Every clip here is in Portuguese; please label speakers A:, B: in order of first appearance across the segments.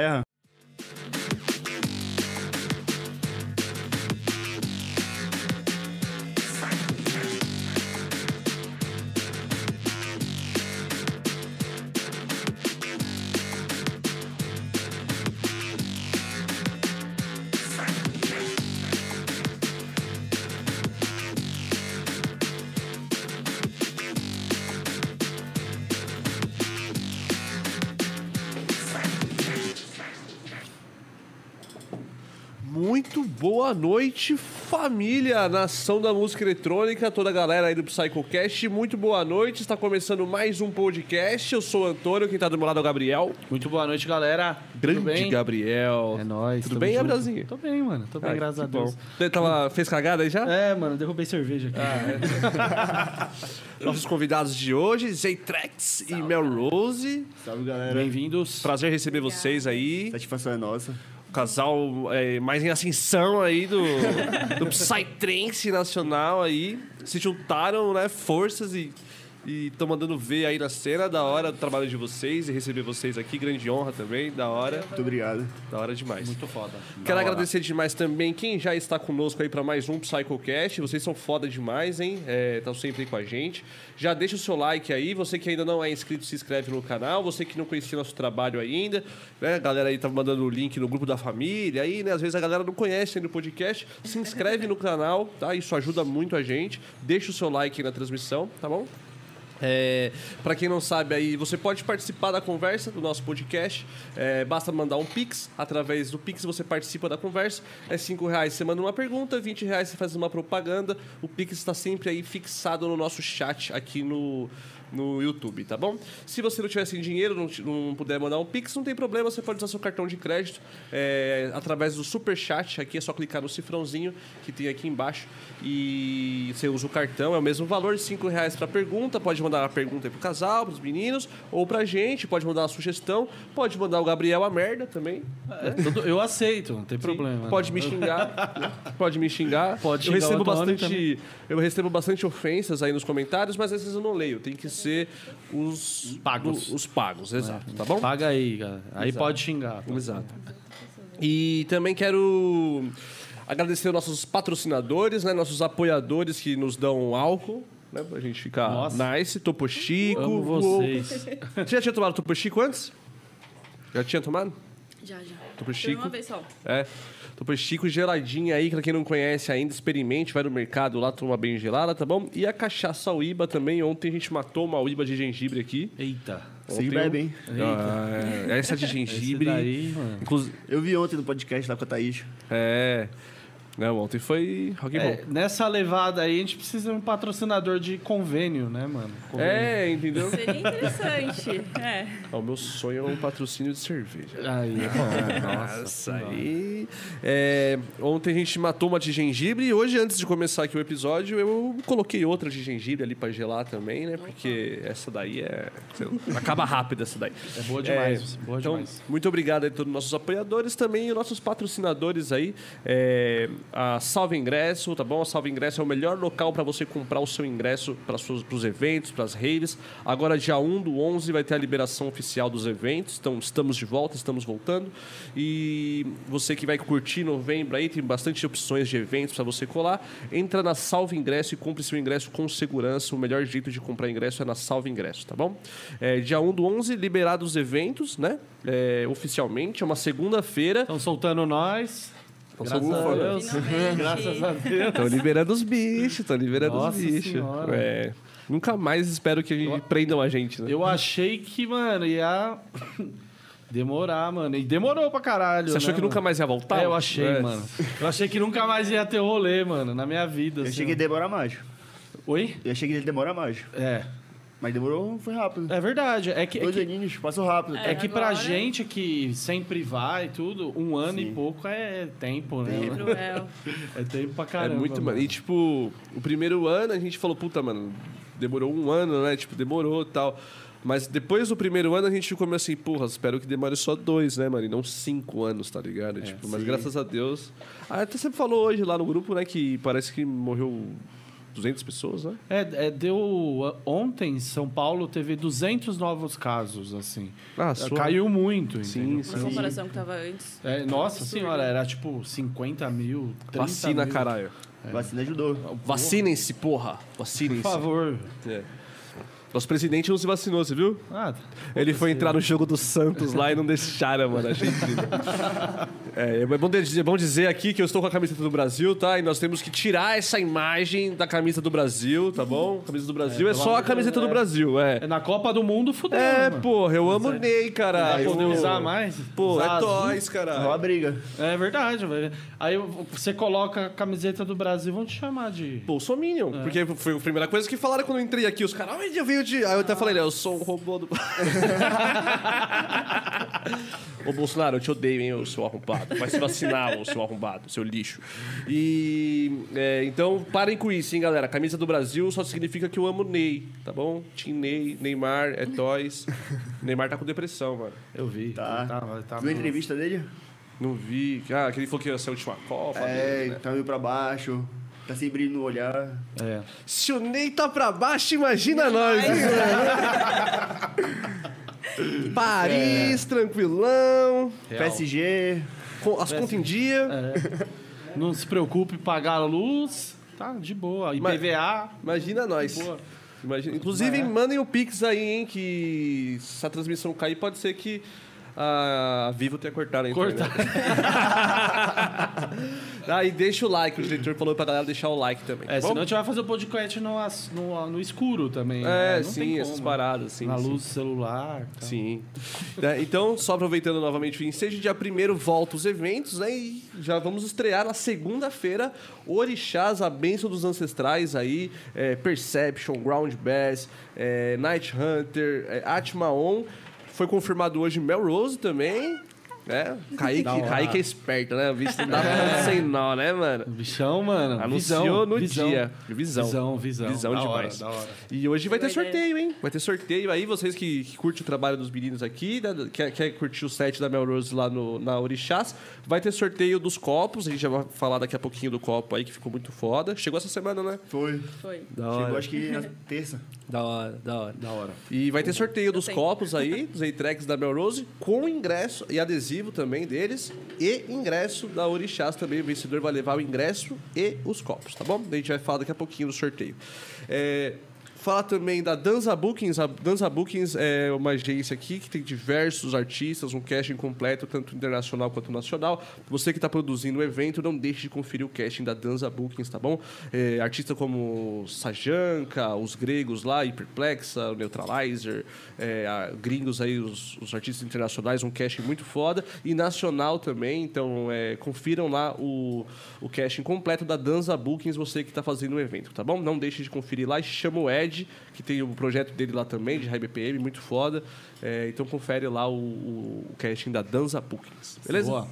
A: É.
B: terra.
A: Muito boa noite, família, nação da música eletrônica, toda a galera aí do PsychoCast. Muito boa noite, está começando mais um podcast. Eu sou o Antônio, quem tá do meu lado é o Gabriel.
C: Muito boa noite, galera.
A: Grande
C: Tudo bem?
A: Gabriel.
C: É nóis.
A: Tudo
C: tamo
A: bem,
C: junto.
A: Gabrielzinho?
C: Tô bem, mano. Tô bem,
A: Ai,
C: graças
A: que
C: a Deus.
A: bom. Você tava, Tá fez cagada aí já?
C: É, mano, derrubei cerveja aqui.
D: É.
A: Nossos convidados de hoje, Zaytrex e Melrose.
D: Salve, galera.
C: É, Bem-vindos.
A: Prazer receber vocês aí.
D: Satisfação é nossa.
A: O casal é, mais em ascensão aí do, do Psytrance nacional aí. Se juntaram, né, forças e estão mandando ver aí na cena. Da hora o trabalho de vocês e receber vocês aqui. Grande honra também, da hora.
D: Muito obrigado.
A: Da hora demais.
C: Muito foda.
A: Quero
C: Da hora.
A: agradecer demais também quem já está conosco aí para mais um PsychoCast. Vocês são foda demais, hein? Estão sempre aí com a gente. Já deixa o seu like aí. Você que ainda não é inscrito, se inscreve no canal. Você que não conhecia nosso trabalho ainda, né? A galera aí tá mandando o link no grupo da família aí, né? Às vezes a galera não conhece ainda o podcast. Se inscreve no canal, tá? Isso ajuda muito a gente. Deixa o seu like aí na transmissão, tá bom? É, para quem não sabe aí, você pode participar da conversa do nosso podcast. É, basta mandar um Pix. Através do Pix você participa da conversa. É cinco reais você manda uma pergunta, 20 reais você faz uma propaganda. O Pix está sempre aí fixado no nosso chat aqui no, no YouTube, tá bom? Se você não tiver sem dinheiro, não, ti- não puder mandar um Pix, não tem problema, você pode usar seu cartão de crédito é, através do Super Chat. Aqui é só clicar no cifrãozinho que tem aqui embaixo e você usa o cartão, é o mesmo valor, R$ 5 reais para pergunta, pode mandar a pergunta aí pro casal, pros meninos, ou pra gente, pode mandar uma sugestão, pode mandar o Gabriel a merda também.
C: É, tudo- eu aceito, não tem problema.
A: Pode
C: não.
A: me xingar. pode me xingar.
C: Pode
A: eu
C: xingar
A: recebo
C: o Antônio
A: bastante. Eu recebo bastante ofensas aí nos comentários, mas essas eu não leio. Tem que ser os
C: Pagos.
A: do- os pagos, exato. Tá bom?
C: Paga aí, galera. Aí
A: Exato.
C: pode xingar. tá?
A: Exato. E também quero agradecer os nossos patrocinadores, né? Nossos apoiadores que nos dão álcool. Né, pra gente ficar
C: Nossa.
A: nice, Topo Chico.
C: Amo
A: Uou.
C: vocês.
A: Você já tinha tomado Topo Chico antes? Já tinha tomado?
E: Já, já.
A: Tô pro
E: Foi
A: Chico.
E: uma vez só.
A: É. Topo Chico geladinha aí, pra quem não conhece ainda, experimente, vai no mercado lá, toma bem gelada, tá bom? E a cachaça uíba também, ontem a gente matou uma uíba de gengibre aqui.
C: Eita.
D: Vocês
A: Ontem
D: bebem, hein?
A: Ah, é. essa de
C: Esse
A: gengibre.
C: daí, mano.
A: inclusive-
D: Eu vi ontem no podcast lá com a Thaís.
A: É. Não, ontem foi rock and
C: É,
A: roll.
C: nessa levada aí, a gente precisa de um patrocinador de convênio, né, mano? Convênio.
A: É, entendeu?
E: Seria interessante. É.
A: Ah, o meu sonho é um patrocínio de cerveja.
C: Aí, é né? ó, nossa.
A: Nossa, aí. É, ontem a gente matou uma de gengibre e hoje, antes de começar aqui o episódio, eu coloquei outra de gengibre ali pra gelar também, né? Porque essa daí é. sei lá, Acaba rápido essa daí.
C: É boa demais, boa
A: então,
C: demais.
A: Muito obrigado aí a todos os nossos apoiadores também e nossos patrocinadores aí. É, a Salve Ingresso, tá bom? A Salve Ingresso é o melhor local para você comprar o seu ingresso para os eventos, para as raves. Agora, dia 1 do 11, vai ter a liberação oficial dos eventos. Então, estamos de volta, estamos voltando. E você que vai curtir novembro aí, tem bastante opções de eventos para você colar. Entra na Salve Ingresso e compre seu ingresso com segurança. O melhor jeito de comprar ingresso é na Salve Ingresso, tá bom? É, dia 1 do 11, liberados os eventos, né? É, oficialmente, é uma segunda-feira.
C: Estão Então, soltando nós.
A: Tão
C: graças
A: soltando.
C: a Deus.
E: Finalmente.
C: Graças a Deus.
A: Estão liberando os bichos, estão liberando
C: Nossa
A: os bichos.
C: Senhora.
A: É, nunca mais espero que prendam a gente, né?
C: Eu achei que, mano, ia demorar, mano. E demorou pra caralho.
A: Você achou
C: né,
A: que
C: mano?
A: nunca mais ia voltar?
C: É, eu achei,
A: É.
C: mano. Eu achei que nunca mais ia ter rolê, mano, na minha vida.
D: Eu
C: assim,
D: achei que ia
C: mano.
D: demorar mais.
C: Oi?
D: Eu achei que ia demorar mais.
C: É.
D: Mas demorou, foi rápido.
C: É verdade. É que, é
D: Dois
C: que,
D: aninhos, passou rápido.
C: é que pra
E: agora-
C: gente que sempre vai e tudo, um ano e
D: Sim.
C: pouco é tempo, né? mano?
E: Cruel.
C: É tempo pra
A: É
C: caramba.
A: muito, mano.
C: mano.
A: E tipo, o primeiro ano a gente falou, puta, mano, demorou um ano, né? Tipo, demorou e tal. Mas depois do primeiro ano a gente ficou meio assim, porra, espero que demore só dois, né, mano? E não cinco anos, tá ligado? tipo, mas graças a Deus. Ah, até você falou hoje lá no grupo, né, que parece que morreu 200 pessoas, né?
C: É, é, deu. Ontem, São Paulo teve 200 novos casos, assim.
A: Ah,
C: Caiu muito,
A: Sim,
C: entendeu?
E: Na
D: assim,
A: sim.
E: comparação que tava antes.
C: É, nossa senhora, era tipo 50 mil, 30
A: Vacina,
C: mil.
A: caralho.
D: Vacina ajudou.
A: Vacinem-se, porra. Vacinem-se.
C: Por favor.
A: É. Nosso presidente não se vacinou, você viu?
C: Ah,
A: Ele foi entrar no jogo do Santos lá e não deixaram, mano. Achei incrível. É, é bom, de- é bom dizer aqui que eu estou com a camiseta do Brasil, tá? E nós temos que tirar essa imagem da camisa do Brasil, tá bom? A camisa do Brasil é, só a camiseta do Brasil, é.
C: é na Copa do Mundo, fudeu.
A: É,
C: mano.
A: porra, eu amo o Ney,
C: Vai
A: caralho.
C: poder
A: Pô,
C: usar mais?
A: Pô,
C: Usar
A: é
C: azul?
A: toys,
D: Arrumou a
A: caralho.
D: briga.
C: É verdade. vai- Aí você coloca a camiseta do Brasil, vão te chamar de.
A: Bolsominion, porque foi a primeira coisa que falaram quando eu entrei aqui. Os caras, onde eu veio de. Aí eu até falei, eu sou um robô do. Ô Bolsonaro, eu te odeio, hein, ô seu arrombado. Vai se vacinar, ô seu arrombado, seu lixo. E. é, então, parem com isso, hein, galera. Camisa do Brasil só significa que eu amo Ney, tá bom? Tim Ney, Neymar, é Toys. Neymar tá com depressão, mano.
C: Eu vi.
D: Tá.
C: Tá, tá,
D: Viu a entrevista dele?
A: Não vi. Ah, que ele falou que ia ser a última Copa.
D: É,
A: dele, né?
D: tá meio pra baixo. Tá sem brilho no olhar.
C: É.
A: Se o Ney tá pra baixo, imagina nós. Paris,
C: É.
A: tranquilão.
C: Real.
D: PSG.
A: com- As contas em dia.
C: É. Não se preocupe em pagar a luz. Tá, de boa.
A: Mas-
C: IPVA.
A: Imagina nós.
C: Boa.
A: Imagina- Inclusive,
C: É.
A: mandem o Pix aí, hein? Que se a transmissão cair, pode ser que a Vivo tenha cortado a internet. Ah, e deixa o like. O diretor falou pra galera deixar o like também. tá
C: É,
A: bom?
C: senão a gente vai fazer o podcast no, as- no, no escuro também.
A: É,
C: né? Não tem
A: sim,
C: como.
A: essas paradas, sim.
C: Na
A: sim.
C: luz do celular. Tá.
A: Sim. Né, Então, só aproveitando novamente o ensejo, dia 1 volta os eventos, né? E já vamos estrear na segunda-feira Orixás, a Bênção dos Ancestrais aí, é, Perception, Ground Bass, é, Night Hunter, é, Atmaon. Foi confirmado hoje Melrose também. né Kaique,
C: Da hora. É.
A: Kaique é esperto, né? Visto não dá pra sem nó, né, mano?
C: Bichão, mano.
A: Anunciou
C: visão,
A: Tá no
C: visão.
A: dia. Visão.
C: Visão, visão.
A: Visão
C: Da
A: demais.
C: hora, da hora.
A: E hoje vai ter
E: Boa ideia.
A: sorteio, hein? Vai ter sorteio aí, vocês que, que curtem o trabalho dos meninos aqui, né? quer, quer curtir o set da Melrose lá no, na Orixás, vai ter sorteio dos copos, a gente já vai falar daqui a pouquinho do copo aí, que ficou muito foda. Chegou essa semana, né?
D: Foi.
E: Foi.
A: Da
D: Chegou acho que na terça.
A: Da hora, da hora.
C: Da hora.
A: E vai ter sorteio dos
E: tenho.
A: copos aí, dos entregues da Melrose, com ingresso e adesivo também deles, e ingresso da Orixás também. O vencedor vai levar o ingresso e os copos, tá bom? A gente vai falar daqui a pouquinho do sorteio. É, Fala também da Danza Bookings. A Danza Bookings é uma agência aqui que tem diversos artistas, um casting completo, tanto internacional quanto nacional. Você que está produzindo o evento, não deixe de conferir o casting da Danza Bookings, tá bom? É, artistas como Sajanka, os gregos lá, Hyperplexa, o Neutralizer, é, a- gringos aí, os, os artistas internacionais, um casting muito foda. E nacional também, então é, confiram lá o, o casting completo da Danza Bookings, você que está fazendo o evento, tá bom? Não deixe de conferir lá e chama o Ed, que tem o projeto dele lá também, de High BPM, muito foda. É, então confere lá o, o, o casting da Danza Bookings, beleza?
C: Boa.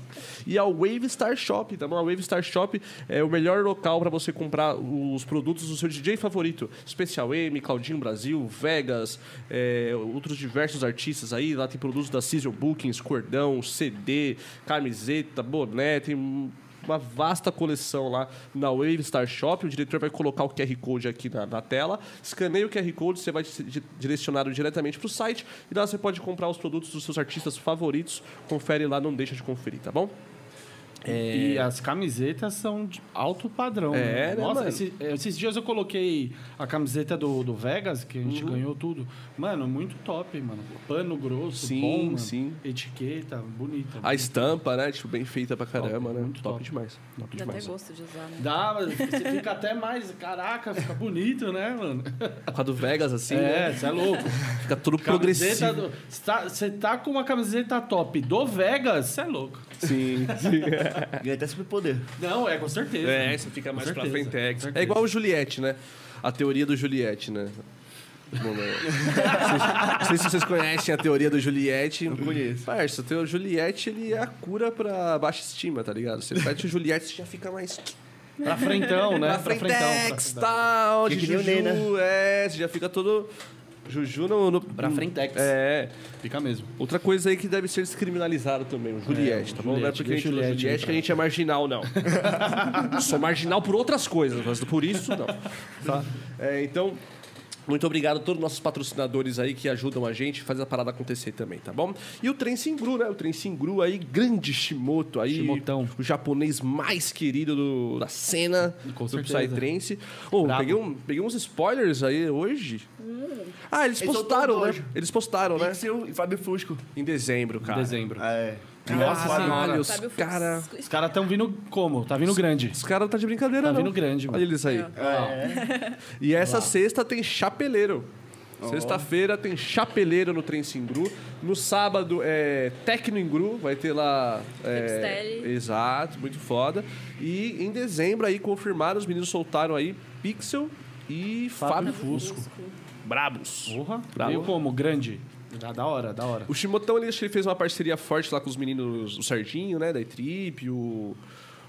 A: E a Wave Star Shop, tá bom? A Wave Star Shop é o melhor local para você comprar os produtos do seu DJ favorito. Special M, Claudinho Brasil, Vegas, é, outros diversos artistas aí. Lá tem produtos da Season Bookings, cordão, CD, camiseta, boné, tem uma vasta coleção lá na Wave Star Shop. O diretor vai colocar o QR Code aqui na, na tela. Escaneia o QR Code, você vai ser di- direcionado diretamente para o site. E lá você pode comprar os produtos dos seus artistas favoritos. Confere lá, não deixa de conferir, tá bom?
C: E as camisetas são de alto padrão.
A: É, né,
C: Nossa,
A: mano?
C: esse- esses dias eu coloquei a camiseta do, do Vegas, que a gente
A: Uhum.
C: ganhou tudo. Mano, muito top, mano. Pano grosso,
A: Sim,
C: bom, mano.
A: sim.
C: Etiqueta, bonita.
A: A estampa, né? Tipo, bem feita pra caramba,
C: Top,
A: né?
C: muito
A: top,
C: top.
A: demais. Top
E: Dá até
A: demais.
E: gosto de usar, né?
C: Dá, mas você fica até mais. Caraca, fica bonito, né, mano?
A: Com a do Vegas, assim, né?
C: é, você é louco.
A: Fica tudo
C: Camiseta
A: progressivo.
C: do- Você tá, você tá com uma camiseta top do Vegas, você é louco.
A: Sim, sim.
D: Ganhei até superpoder.
C: Não, é com certeza.
A: é, isso fica mais
C: Com
A: pra
C: certeza,
A: frente.
C: com
A: É
C: certeza.
A: igual o Juliette, né? A teoria do Juliette, né? Bom, né? Vocês- Não sei se vocês conhecem a teoria do Juliette. Não
D: conheço.
A: Parça, o teu Juliette, ele é a cura pra baixa estima, tá ligado? Você mete o Juliette, você já fica mais...
C: Pra frentão, né?
A: É, Pra
C: Pra frentão. pra
A: frentex,
C: frentão.
A: tal, de
D: Fica que nem o
A: juju, é, você já fica todo... Juju no. no
F: Pra frentex.
A: É.
C: Fica mesmo.
A: Outra coisa aí que deve ser descriminalizado também, o Juliette, tá bom? não é
C: Juliette,
A: porque a gente
C: Juliette,
A: Juliette, Juliette que a gente é marginal, não. Sou marginal por outras coisas, mas por isso, não. Tá? É, então, muito obrigado a todos os nossos patrocinadores aí que ajudam a gente, faz a parada acontecer também, tá bom? E o Trem Singru, né? O Trem Singru aí, grande Shimoto aí.
C: Shimotão.
A: O japonês mais querido do- da cena
C: Com
A: do
C: certeza.
A: Psytrance. Ô,
C: Brabo.
A: peguei, um- peguei uns spoilers aí hoje. Ah, eles
D: Eles
A: postaram,
D: soltaram
A: né?
D: hoje.
A: Eles postaram, né?
D: Pixel e Fábio Fusco.
A: Em dezembro, cara.
C: Dezembro.
D: É.
C: Nossa
A: Caralho, os
E: Sabe o
A: cara...
E: Fux-
C: Os caras estão vindo como? Tá vindo grande.
A: Os caras tá de brincadeira,
C: Tá
A: não.
C: vindo grande, mano.
A: Olha eles aí.
D: É.
A: E essa sexta tem chapeleiro. Sexta-feira tem chapeleiro no Trem Singru. No sábado é Tecno Ingru, vai ter lá... É,
E: Hipstyle.
A: exato, muito foda. E em dezembro aí confirmaram, os meninos soltaram aí Pixel e Fábio,
C: Fábio
A: Fusco. Brabos.
C: Porra.
A: Bravo.
C: Veio como? Grande. Da, da hora, da hora.
A: O Shimotão ele, acho que ele fez uma parceria forte lá com os meninos, o Sardinho, né, da E-Trip, o,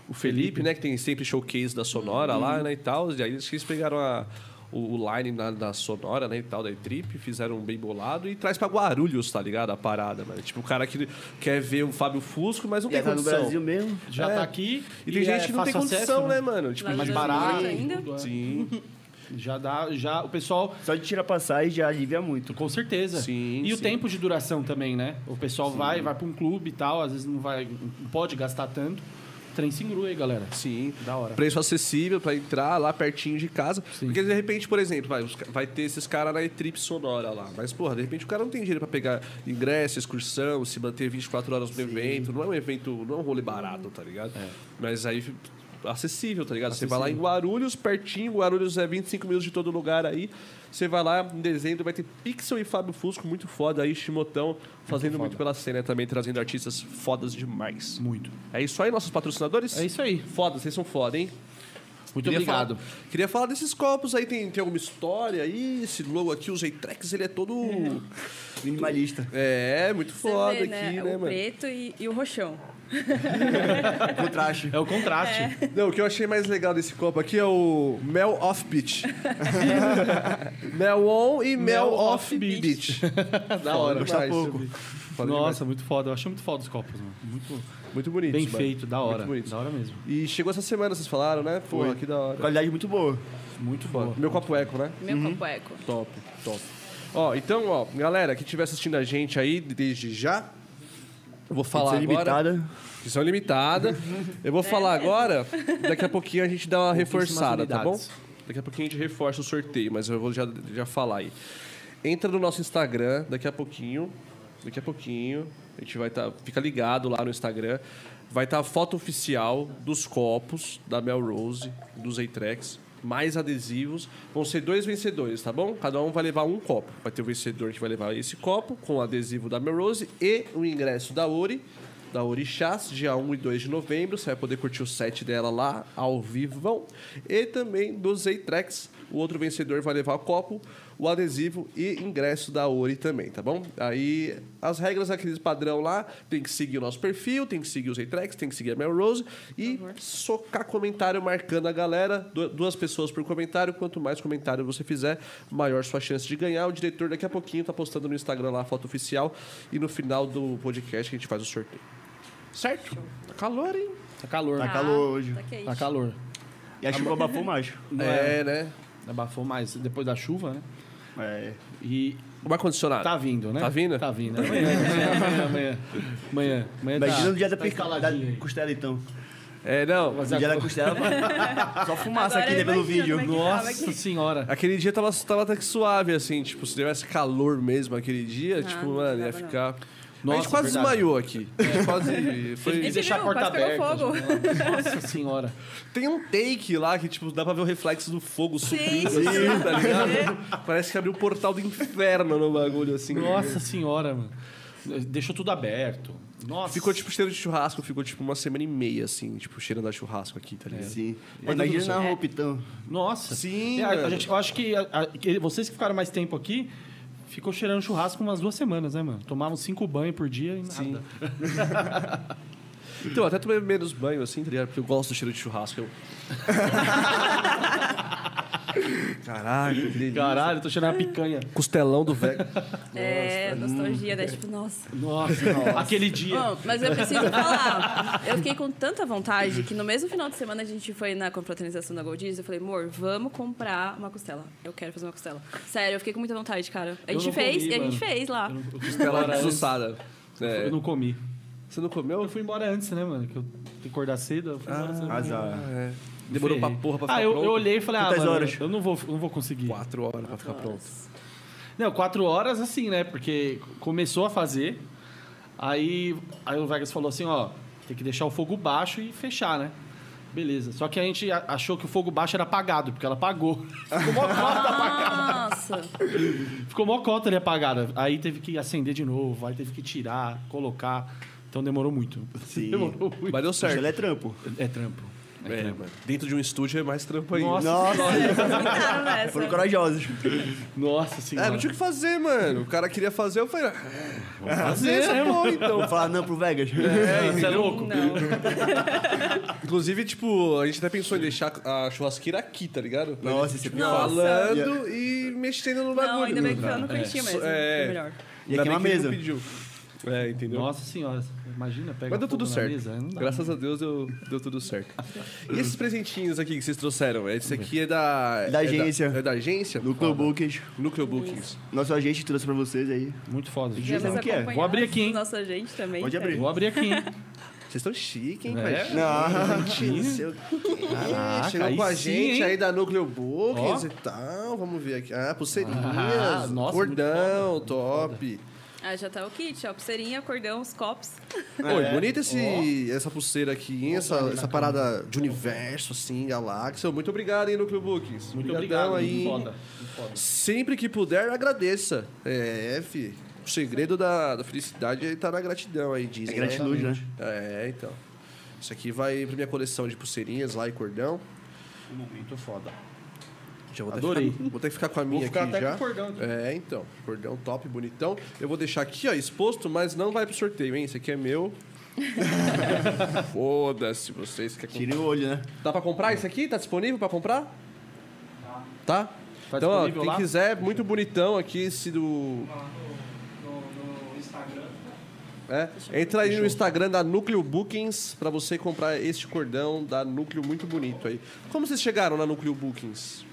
A: o Felipe, né, que tem sempre showcase da Sonora lá, né, e tal. E aí acho que eles pegaram a- o, o line na- da Sonora, né, e tal, da E-Trip, fizeram um bem bolado e traz pra Guarulhos, tá ligado, a parada, mano. Tipo, o cara que quer ver o Fábio Fusco, mas não
D: Já
A: tem
D: tá no
A: condição.
D: Brasil mesmo.
C: Já
A: É.
C: tá aqui.
A: E tem gente
C: é
A: que não tem
C: fácil
A: condição,
C: acesso,
A: né, mano? Tipo,
E: Lá-
C: Mais
E: Mas
C: barato.
E: ainda?
C: tudo, é.
A: sim,
C: Já dá. Já, o pessoal
D: Só de tirar passagem já alivia muito.
C: Com certeza.
A: Sim,
C: e o
A: sim.
C: tempo de duração também, né? O pessoal vai, vai para um clube e tal, às vezes não vai, não pode gastar tanto. Trem se engrua aí, galera.
A: sim.
C: Da hora.
A: Preço acessível pra entrar lá pertinho de casa.
C: Sim.
A: Porque de repente, por exemplo, vai, os ca- vai ter esses caras na E-Trip Sonora lá. Mas, porra, de repente o cara não tem dinheiro pra pegar ingresso, excursão, se manter 24 horas no evento. Não é um evento, não é um rolê barato, tá ligado?
C: É.
A: Mas aí f- acessível, tá ligado? Você vai lá em Guarulhos, pertinho. Guarulhos é 25 minutos de todo lugar aí. Você vai lá em dezembro, vai ter Pixel e Fábio Fusco, muito foda aí, Chimotão, fazendo muito, pela cena também, trazendo artistas fodas demais.
C: Muito.
A: É isso aí, nossos patrocinadores?
C: É isso aí.
A: Foda, vocês são foda, hein?
C: Muito
A: Queria
C: obrigado.
A: falar- queria falar desses copos aí, tem, tem alguma história aí? Esse logo aqui, o Zeitrex, ele é todo.
D: Minimalista.
A: É, muito
E: Você
A: foda
E: vê,
A: aqui,
E: né?
A: né,
E: o
A: mano?
E: preto e, e o roxão.
D: Contraste.
C: É o contraste.
A: Não, o que eu achei mais legal desse copo aqui é o Mel Off Beach. mel On e Mel,
C: Mel
A: Off,
C: Off
A: Beach.
C: Beach.
A: da hora,
D: gostar
A: demais.
D: pouco.
A: Foda
C: Nossa, muito foda. Eu achei muito foda os copos, mano. Muito
A: demais. Muito bonito.
C: bem
A: mano.
C: feito, da hora.
A: Muito bonito.
C: Da hora mesmo.
A: E chegou essa semana, vocês falaram, né? Porra, que da hora.
D: Qualidade muito boa.
C: Muito
A: Foda.
C: foda.
A: Meu copo eco, né?
E: Meu copo eco.
A: Top, top. Ó, então, ó, galera que estiver assistindo a gente aí desde já, eu vou falar
D: Edição
A: agora.
D: limitada.
A: Edição é limitada. Eu vou falar agora, daqui a pouquinho a gente dá uma reforçada, tá bom?
C: unidades.
A: Daqui a pouquinho a gente reforça o sorteio, mas eu vou já, já falar aí. Entra no nosso Instagram, daqui a pouquinho, daqui a pouquinho, a gente vai estar, fica ligado lá no Instagram, vai estar a foto oficial dos copos da Melrose, dos Eitrex, mais adesivos, vão ser dois vencedores, tá bom? Cada um vai levar um copo. Vai ter o vencedor que vai levar esse copo com o adesivo da Melrose e o ingresso da Ori da Orixás, dia 1 e 2 de novembro. Você vai poder curtir o set dela lá, ao vivo. E também do Zeitrex. O outro vencedor vai levar o copo, o adesivo e ingresso da Ori também, tá bom? Aí as regras daquele padrão lá, tem que seguir o nosso perfil, tem que seguir o Zeitrex, tem que seguir a Melrose e socar comentário marcando a galera, Du- duas pessoas por comentário, quanto mais comentário você fizer, maior sua chance de ganhar. O diretor daqui a pouquinho tá postando no Instagram lá a foto oficial e no final do podcast a gente faz o sorteio. Certo? Tá calor, hein?
C: Tá calor.
D: Tá calor hoje.
E: Tá quente.
C: Tá calor.
D: E a chuva abafou mais.
A: É, né?
C: Abafou mais depois da chuva, né?
D: É.
C: E
A: O Um ar-condicionado.
C: tá vindo, né?
A: Tá vindo?
C: Tá vindo. Amanhã, amanhã, amanhã. Amanhã, amanhã. tá-
D: Imagina no dia da,
C: tá
D: pica-
C: instaladinho aí.
D: da costela, então.
A: É, não.
C: Mas
D: No dia da
C: agora-
D: costela, só fumaça
E: Agora
D: aqui, né,
E: eu
D: pelo
E: imagino
D: vídeo.
E: como é que tava
C: Nossa
E: aqui.
C: senhora.
A: Aquele dia tava, tava até que suave, assim, tipo, se tivesse calor mesmo aquele dia, tipo,
E: Ah, não
A: mano, ia
E: tava, não.
A: ficar. a gente
C: Nossa,
A: quase
C: verdade.
A: desmaiou aqui. A gente quase. Foi...
E: Ele viu, quase pegou fogo.
C: Nossa senhora.
A: Tem um take lá que, tipo, dá pra ver o reflexo do fogo subindo,
E: Sim.
A: assim, tá ligado? Parece que abriu o portal do inferno no bagulho, assim.
C: Nossa senhora, mano. Deixou tudo aberto. Nossa.
A: Ficou, tipo, cheiro de churrasco. Ficou, tipo, uma semana e meia, assim, tipo, cheirando a churrasco aqui, tá ligado?
D: Sim. Mas imagina na roupa, então.
C: Nossa.
A: Sim,
C: É, a- a
A: mano.
C: gente, eu acho que, a- a- que vocês que ficaram mais tempo aqui, ficou cheirando churrasco umas duas semanas, né, mano? Tomavam cinco banhos por dia e nada.
A: Sim. Então, até tomei menos banho, assim, tá ligado? Porque eu gosto do cheiro de churrasco. Eu... Caraca, que delícia.
C: Caralho, tô cheirando a picanha.
A: Costelão do Vega.
E: É, nostalgia, né? Tipo, nossa.
C: Nossa, aquele dia.
E: Bom, mas eu preciso falar. Eu fiquei com tanta vontade que no mesmo final de semana a gente foi na confraternização da Goldies. Eu falei, amor, vamos comprar uma costela. Eu quero fazer uma costela. Sério, eu fiquei com muita vontade, cara. A
C: Eu
E: gente
C: não
E: fez
C: comi,
E: e a gente
C: mano.
E: fez lá.
C: Eu não- eu fui
A: Costela
C: embora antes.
A: desussada. É.
C: Eu não comi.
A: Você não
C: Eu
A: comeu?
C: fui embora antes, né, mano? Que eu tenho que acordar cedo. Eu fui embora cedo.
D: Azar.
A: É. Demorou pra
C: Ferrei.
A: porra pra ficar
C: Ah, eu,
A: pronto?
C: eu olhei Ah, e falei, ah,
D: Quantas
C: mano,
D: horas?
C: eu não vou, eu não vou conseguir.
A: Quatro horas pra ficar pronto.
C: Não, quatro horas assim, né? Porque começou a fazer. Aí, aí o Vegas falou assim, ó, tem que deixar o fogo baixo e fechar, né? Beleza. Só que a gente a- achou que o fogo baixo era apagado, porque ela apagou. Ficou mó cota,
E: Nossa!
C: ficou mó cota ali apagada. Aí teve que acender de novo, aí teve que tirar, colocar. Então demorou muito.
D: Sim.
C: Demorou muito.
A: Mas deu
D: Isso
A: certo.
D: é trampo.
C: É trampo.
A: É, mano. Dentro de um estúdio é mais trampo ainda.
D: Nossa,
E: Ficaram nessa.
D: foram corajosos.
C: Nossa senhora.
A: É, não tinha o que fazer, mano. O cara queria fazer, eu falei, ah,
C: fazer,
A: essa
C: né, mano?
A: porra, então.
D: Vou falar não pro Vegas.
C: É, Você é louco?
E: Não.
A: Inclusive, tipo, a gente até pensou em deixar a churrasqueira aqui, tá ligado? Pra
D: Nossa,
A: gente,
D: esse
A: tipo,
D: episódio.
A: falando e mexendo no bagulho.
E: Não, ainda bem que eu
C: Tá.
E: não curti mesmo.
A: É.
E: Foi melhor.
D: Ia queimar a
A: bem que ele
D: mesa.
A: não pediu. É, entendeu?
C: Nossa senhora. Imagina, pega
A: Mas deu tudo
C: fogo na
A: certo.
C: mesa, não dá.
A: Graças a Deus deu, deu tudo certo. né? E esses presentinhos aqui que vocês trouxeram? Esse aqui é da.
D: É da
A: é
D: agência.
A: É da agência?
D: Núcleo Bookings.
A: Núcleo Bookings.
D: Nosso agente trouxe pra vocês aí.
C: Muito foda. gente.
E: Devemos
D: o que é.
E: acompanhar
C: Vou abrir aqui, hein?
E: Nossa gente também.
D: Pode abrir.
C: Vou abrir aqui, hein?
A: Vocês estão chique, hein,
C: É.
A: Paixão?
D: Não,
A: Ah, Chegou
C: aí
A: com a
C: sim,
A: gente
C: hein?
A: aí da Núcleo Bookings
C: Ó.
A: e tal. Vamos ver aqui. Ah, pulseirinhas,
C: Ah, nossa,
A: cordão, top.
E: Ah, já tá o kit, ó. Pulseirinha, cordão, os copos.
A: Oi, bonita esse, essa pulseira aqui, hein? essa, essa parada de universo, assim, galáxia. Muito obrigado, hein, Núcleo Bookings.
C: Muito
A: Obrigadão
C: obrigado.
A: aí.
C: Muito foda. Muito foda.
A: Sempre que puder, agradeça. É, fi. O segredo da, da felicidade é estar na gratidão aí, diz.
D: É gratiluz, né?
A: É, então. Isso aqui vai pra minha coleção de pulseirinhas lá e cordão.
C: Muito foda.
A: Já vou Ter
C: Adorei.
A: que ficar, vou ter que ficar com a minha
C: ficar
A: aqui
C: até
A: já.
C: com o cordão aqui.
A: É, então. Cordão top, bonitão. Eu vou deixar aqui, ó, exposto, mas não vai pro sorteio, hein? Esse aqui é meu. Foda-se, vocês querem comprar.
D: Tirei o olho, né?
A: Dá pra comprar esse aqui? Tá disponível pra comprar? Tá.
C: Tá
A: então, ó,
C: disponível
A: quem
C: lá?
A: quiser, muito bonitão aqui esse do. É, entra aí no Instagram da Núcleo Bookings pra você comprar este cordão da Núcleo muito bonito aí. Como vocês chegaram na Núcleo Bookings?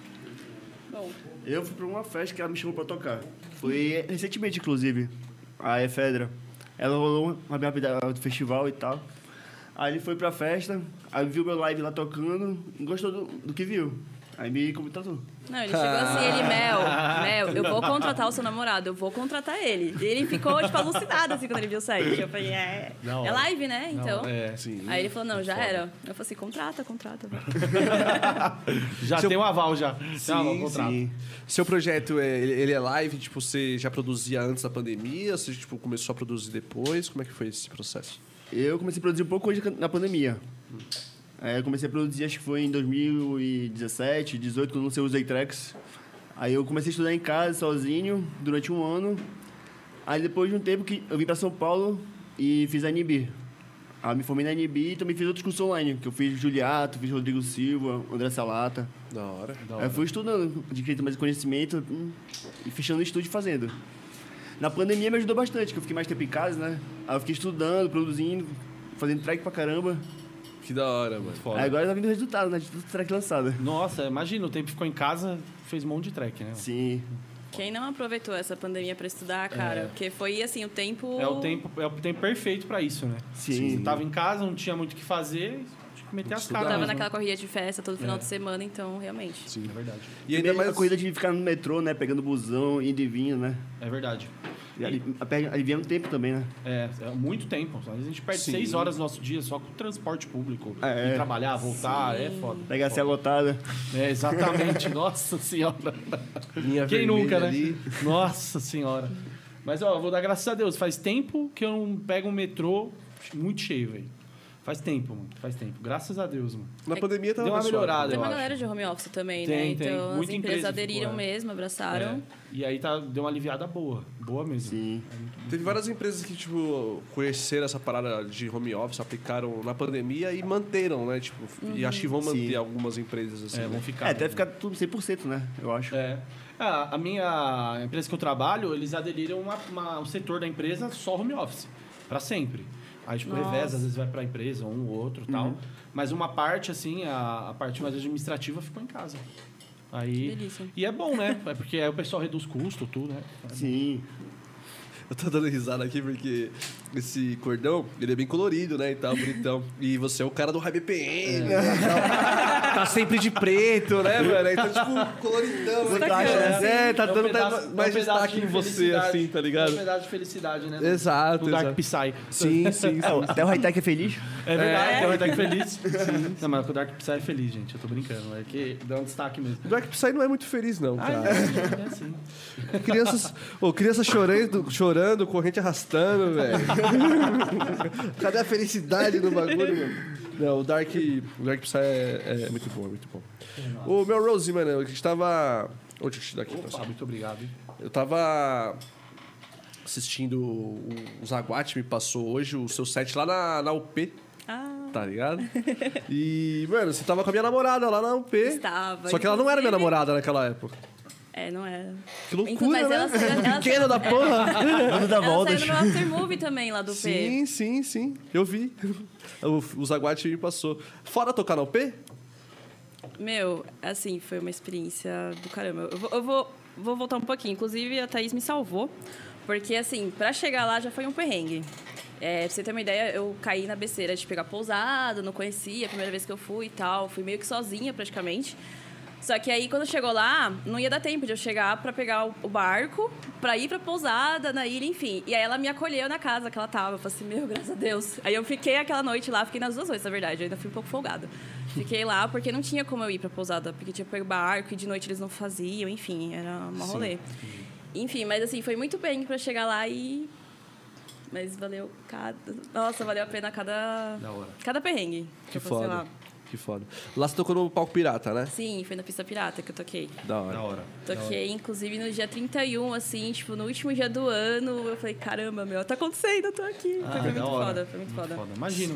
E: Bom,
D: Eu fui pra uma festa que ela me chamou pra tocar. Foi recentemente, inclusive, a Efedra. Ela rolou uma minha do festival e tal. Aí ele foi pra festa, aí viu meu live lá tocando, gostou do, do que viu. Aí me contratou.
E: não, ele chegou assim, ele, Mel,
D: Ah.
E: Mel, eu vou contratar o seu namorado, eu vou contratar ele. E ele ficou, tipo, alucinado, assim, quando ele viu o site. Eu falei, é...
C: Da hora.
E: É live, né? Então...
C: É,
A: Sim.
E: Aí ele falou, não, já era. Eu falei assim, contrata, contrata.
C: já tem um aval já. Sim,
A: sim. Seu projeto, é, ele ele é live? Tipo, você já produzia antes da pandemia? Você tipo, começou a produzir depois? Como é que foi esse processo?
D: Eu comecei a produzir um pouco antes na pandemia. Aí eu comecei a produzir, acho que foi em 2017, 2018, quando você usa Trex. Aí eu comecei a estudar em casa, sozinho, durante um ano. Aí depois de um tempo que eu vim para São Paulo e fiz a NB. Aí me formei na NB e também fiz outros cursos online, que eu fiz Juliato, fiz Rodrigo Silva, André Salata.
A: Da hora.
D: Aí eu fui estudando, adquirindo mais conhecimento hum, e fechando o estúdio e fazendo. Na pandemia me ajudou bastante, que eu fiquei mais tempo em casa, né? Aí eu fiquei estudando, produzindo, fazendo track pra caramba.
A: Que da hora, mano.
C: Foda.
D: Aí agora tá vindo o resultado, né? De tudo track lançado.
C: Nossa, imagina, o tempo que ficou em casa, fez um monte de track, né?
D: Sim.
E: Quem não aproveitou essa pandemia pra estudar, cara? Porque foi, assim, o tempo...
C: É o tempo, é o tempo perfeito pra isso, né?
D: Sim.
C: Você tava em casa, não tinha muito o que fazer, tinha que meter as
A: Estudar.
E: Eu
C: caras. mesmo.
E: tava naquela corrida de festa todo final
C: É.
E: de semana, então, realmente.
C: É verdade.
A: E ainda mais...
D: a corrida de ficar no metrô, né? Pegando busão, indo e vindo, né?
C: É verdade.
D: E ali- ali- aliviando o tempo também, né?
C: É, é muito tempo. Às vezes a gente perde
A: Sim.
C: seis horas do nosso dia só com o transporte público.
D: É.
C: E trabalhar, voltar, é foda.
D: Pegar a
C: foda.
D: cela lotada.
C: É, exatamente. Nossa senhora.
A: Linha
C: Quem
A: vermelha
C: nunca, né?
A: ali.
C: Nossa senhora. Mas, ó, eu vou dar graças a Deus. Faz tempo que eu não pego um metrô muito cheio, velho. Faz tempo, mano. Faz tempo. Graças a Deus, mano.
A: Na
E: É que
A: pandemia tava
C: deu uma
A: suave. né?
C: melhorada.
E: Tem
C: eu
E: uma
C: acho.
E: galera de home office também, né?
C: Tem, tem.
E: Então as
C: Muita
E: empresas
C: empresa ficou,
E: aderiram
C: é.
E: mesmo, abraçaram.
C: É. E aí tá, deu uma aliviada boa. Boa mesmo.
D: Sim.
A: Teve várias empresas que, tipo, conheceram essa parada de home office, aplicaram na pandemia e manteram, né? Tipo, e acho que vão manter
D: Sim.
A: algumas empresas assim.
C: Uhum. É,
A: né?
C: vão ficar.
D: É, deve ficar tudo 100%, né? Eu acho.
C: É. A, a minha empresa que eu trabalho, eles aderiram uma, uma- um setor da empresa só home office, para sempre. Aí, tipo,
E: Nossa. Uhum.
C: revés, às vezes vai para a empresa, um ou outro tal. Mas uma parte, assim, a, a parte mais administrativa ficou em casa. Aí,
E: Que delícia.
C: E é bom, né? É porque aí o pessoal reduz custo, tudo, né?
D: Sim.
A: Eu tô dando risada aqui porque esse cordão, ele é bem colorido, né? E tal, bonitão. E você é o cara do high BPM, né, e tal. Tá sempre de preto, né, velho? Então, tipo, coloridão. né?
D: Destaque, né?
A: É, tá
C: É um
A: dando até
C: pedaço- é um
A: mais
C: pedaço
A: destaque
C: de
A: em você,
C: felicidade.
A: assim, tá
C: É um
A: ligado?
C: pedaço de felicidade, né?
A: Exato,
C: Do Dark
A: exato.
C: Psy.
A: Sim, sim,
D: É,
A: sim.
D: até o high-tech é feliz.
C: É verdade, é, o Dark Feliz. Sim. Não, mas o Dark Psy é feliz, gente. Eu tô brincando. É que dá um destaque mesmo.
A: O Dark Psy não é muito feliz, não,
C: Ah,
A: cara.
C: é, é assim.
A: Crianças, ô, crianças chorando, chorando, corrente arrastando, velho. Cadê a felicidade do bagulho, mano? Não, o Dark, o Dark Psy é, é muito bom, é muito bom. O meu Rose, mano, eu estava. Ô, deixa eu te dar aqui,
C: Opa,
A: tá?
C: Então, muito obrigado. hein?
A: Eu tava assistindo o, o Zaguate, me passou hoje o seu set lá na, na UP,
E: Ah,
A: tá ligado? E, mano, você tava com a minha namorada lá na UP.
E: Estava,
A: Só que ela não era minha
E: inclusive.
A: namorada naquela época.
E: é, não era.
A: Que
E: Então,
A: loucura,
E: mas ela
A: né?
E: saiu- ela
A: Pequena
E: saiu-
A: da porra.
D: Vamos dar
E: Ela
D: voltas.
E: saiu no After Movie também lá do P.
A: Sim, sim, sim. Eu vi. O, o Zaguate me passou. Fora tocar na UP?
E: Meu, assim, foi uma experiência do caramba. Eu, vou, eu vou, vou voltar um pouquinho. Inclusive, a Thaís me salvou. Porque, assim, pra chegar lá já foi um perrengue. É, pra você ter uma ideia, eu caí na besteira de pegar pousada, não conhecia, a primeira vez que eu fui e tal. Fui meio que sozinha, praticamente. Só que aí, quando chegou lá, não ia dar tempo de eu chegar pra pegar o- o barco, pra ir pra pousada, na ilha, enfim. E aí ela me acolheu na casa que ela tava. Eu falei assim, meu, graças a Deus. Aí eu fiquei aquela noite lá, fiquei nas duas noites, na verdade. Eu ainda fui um pouco folgada. Fiquei lá porque não tinha como eu ir pra pousada, porque tinha que pegar barco e de noite eles não faziam, enfim, era uma rolê. Enfim, mas assim, foi muito bem pra chegar lá e. Mas valeu cada. Nossa, valeu a pena cada.
C: Da hora.
E: Cada perrengue. Tipo
A: Que
E: eu passei
A: foda.
E: lá.
A: Que foda. Lá você tocou no palco pirata, né?
E: Sim, foi na pista pirata que eu toquei.
A: Da
C: Da
A: hora.
C: hora.
E: Toquei, inclusive, no dia 31, assim, tipo, no último dia do ano. Eu falei, caramba, meu, tá acontecendo, eu tô aqui.
C: Ah,
E: foi,
C: da
E: muito
C: hora.
E: foda, foi muito foda.
C: Imagina.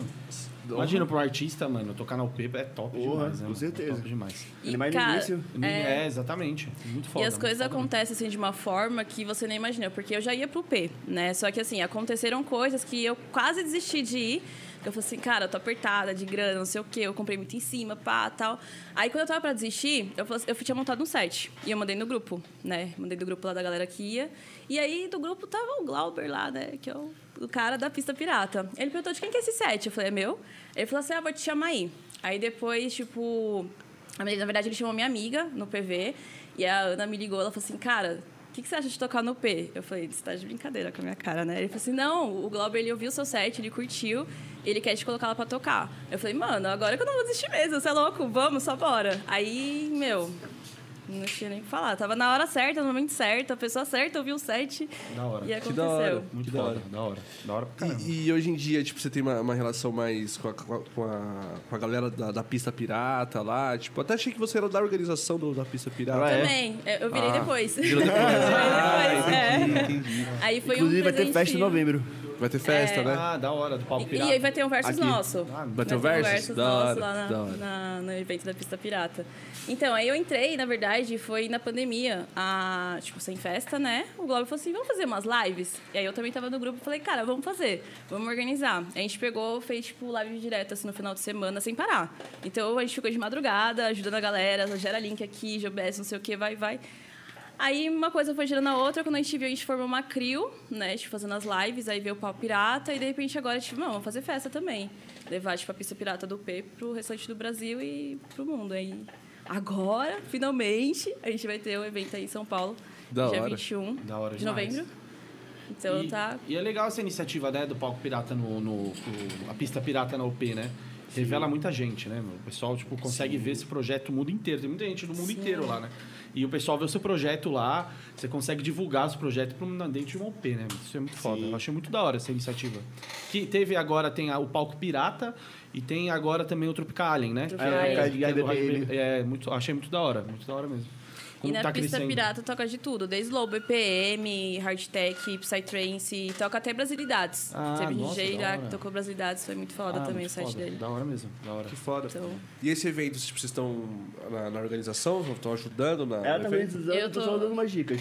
C: Imagina pra um artista, mano, tocar na UP é top
D: Porra,
C: demais, né?
D: com
C: mano?
D: certeza.
C: É top demais.
E: E,
D: Ainda mais no
E: cara,
D: início.
C: É, exatamente. Muito foda.
E: e as
C: muito
E: coisas
C: foda mesmo.
E: acontecem assim de uma forma que você nem imagina, porque eu já ia pro P, né? Só que assim, aconteceram coisas que eu quase desisti de ir. Eu falei assim, cara, eu tô apertada de grana, não sei o quê, eu comprei muito em cima, pá, tal. Aí quando eu tava pra desistir, eu, falei assim- eu tinha montado um site e eu mandei no grupo, né? Mandei do grupo lá da galera que ia. E aí do grupo tava o Glauber lá, né? Que é o, o cara da pista pirata. Ele perguntou de quem que é esse site? Eu falei, é meu. Ele falou assim, ah, vou te chamar aí. Aí depois, tipo, na verdade, ele chamou minha amiga no PV e a Ana me ligou. Ela falou assim: Cara, o que, que você acha de tocar no P? Eu falei: Você tá de brincadeira com a minha cara, né? Ele falou assim: Não, o Glauber ele ouviu o seu set, ele curtiu, ele quer te colocar lá pra tocar. Eu falei: Mano, agora que eu não vou desistir mesmo, você é louco, vamos, só bora. Aí, meu. Não tinha nem o que falar. Tava na hora certa, no momento certo, a pessoa certa ouviu o set.
C: Da hora.
E: E
A: Que da hora.
E: aconteceu.
C: Muito
A: Que da
C: foda,
A: hora.
C: da hora. Da hora pra caramba.
A: E, e hoje em dia, tipo, você tem uma, uma relação mais com a, com a- com a- com a galera da, da pista pirata lá. Tipo, até achei que você era da organização do- da pista pirata.
C: Ah, é?
E: Também, eu- eu virei
A: Ah,
E: depois.
A: virou depois.
E: Eu virei
A: Ah,
E: depois, é. Aí foi
D: Inclusive,
E: um
D: vai ter festa em
E: presentinho.
D: novembro.
C: é?
A: Vai ter
E: É.
A: festa, né?
C: Ah, da hora, do palco
E: E,
C: pirata.
E: e aí vai ter um versus
A: Aqui.
E: nosso.
C: Ah,
A: vai ter um versus? Da
E: nosso
A: hora,
E: lá na-
A: da hora.
E: na- no evento da pista pirata. Então, aí eu entrei, na verdade, foi na pandemia, a, tipo, sem festa, né? O Globo falou assim, vamos fazer umas lives? E aí eu também tava no grupo e falei, cara, vamos fazer, vamos organizar. A gente pegou, fez, tipo, live direto, assim, no final de semana, sem parar. Então, a gente ficou de madrugada, ajudando a galera, gera link aqui, GBS, não sei o que, vai, vai. Aí uma coisa foi girando a outra, quando a gente viu, a gente formou uma crio, né? Tipo, fazendo as lives, aí veio o pau pirata, e de repente agora, tipo, não, vamos fazer festa também. Levar, tipo, a pista pirata do P pro restante do Brasil e pro mundo. Aí agora, finalmente, a gente vai ter um evento aí em São Paulo,
A: Da
E: dia
A: hora.
E: 21
C: Da hora
E: de
C: demais.
E: novembro. Então
C: e,
E: tá.
C: e é legal essa iniciativa, né, do palco pirata no, no- no- a pista pirata na UP, né? revela muita gente, né? meu? O pessoal tipo, consegue ver esse projeto o mundo inteiro. Tem muita gente do mundo inteiro lá, né? E o pessoal vê o seu projeto lá, você consegue divulgar os projetos pro mundo um, dentro de uma OP, né? Isso é muito foda. Eu achei muito da hora essa iniciativa. Que teve agora, tem a- o Palco Pirata e tem agora também o Tropical Alien, né?
E: Tropical É, Alien.
D: Tropical Alien.
C: Que é do- É, muito, achei muito da hora, muito da hora mesmo.
E: E
C: Como
E: na
C: tá
E: pista
C: crescendo.
E: pirata toca de tudo, desde low BPM, hardtech, psytrance, toca até brasilidades.
C: Ah,
E: Teve
C: nossa,
E: DJ
C: da
E: lá
C: hora.
E: que tocou brasilidades, foi muito foda
C: Ah,
E: também
C: muito
E: o site
C: foda,
E: dele.
C: Da hora mesmo, da hora.
A: Que foda.
E: Então,
A: E esse evento, tipo, vocês estão na, na organização? Estão ajudando na,
C: É,
D: Ela
A: no
D: também
A: evento?
D: precisando,
E: Eu
D: eu
E: tô-
D: tô só dando umas dicas.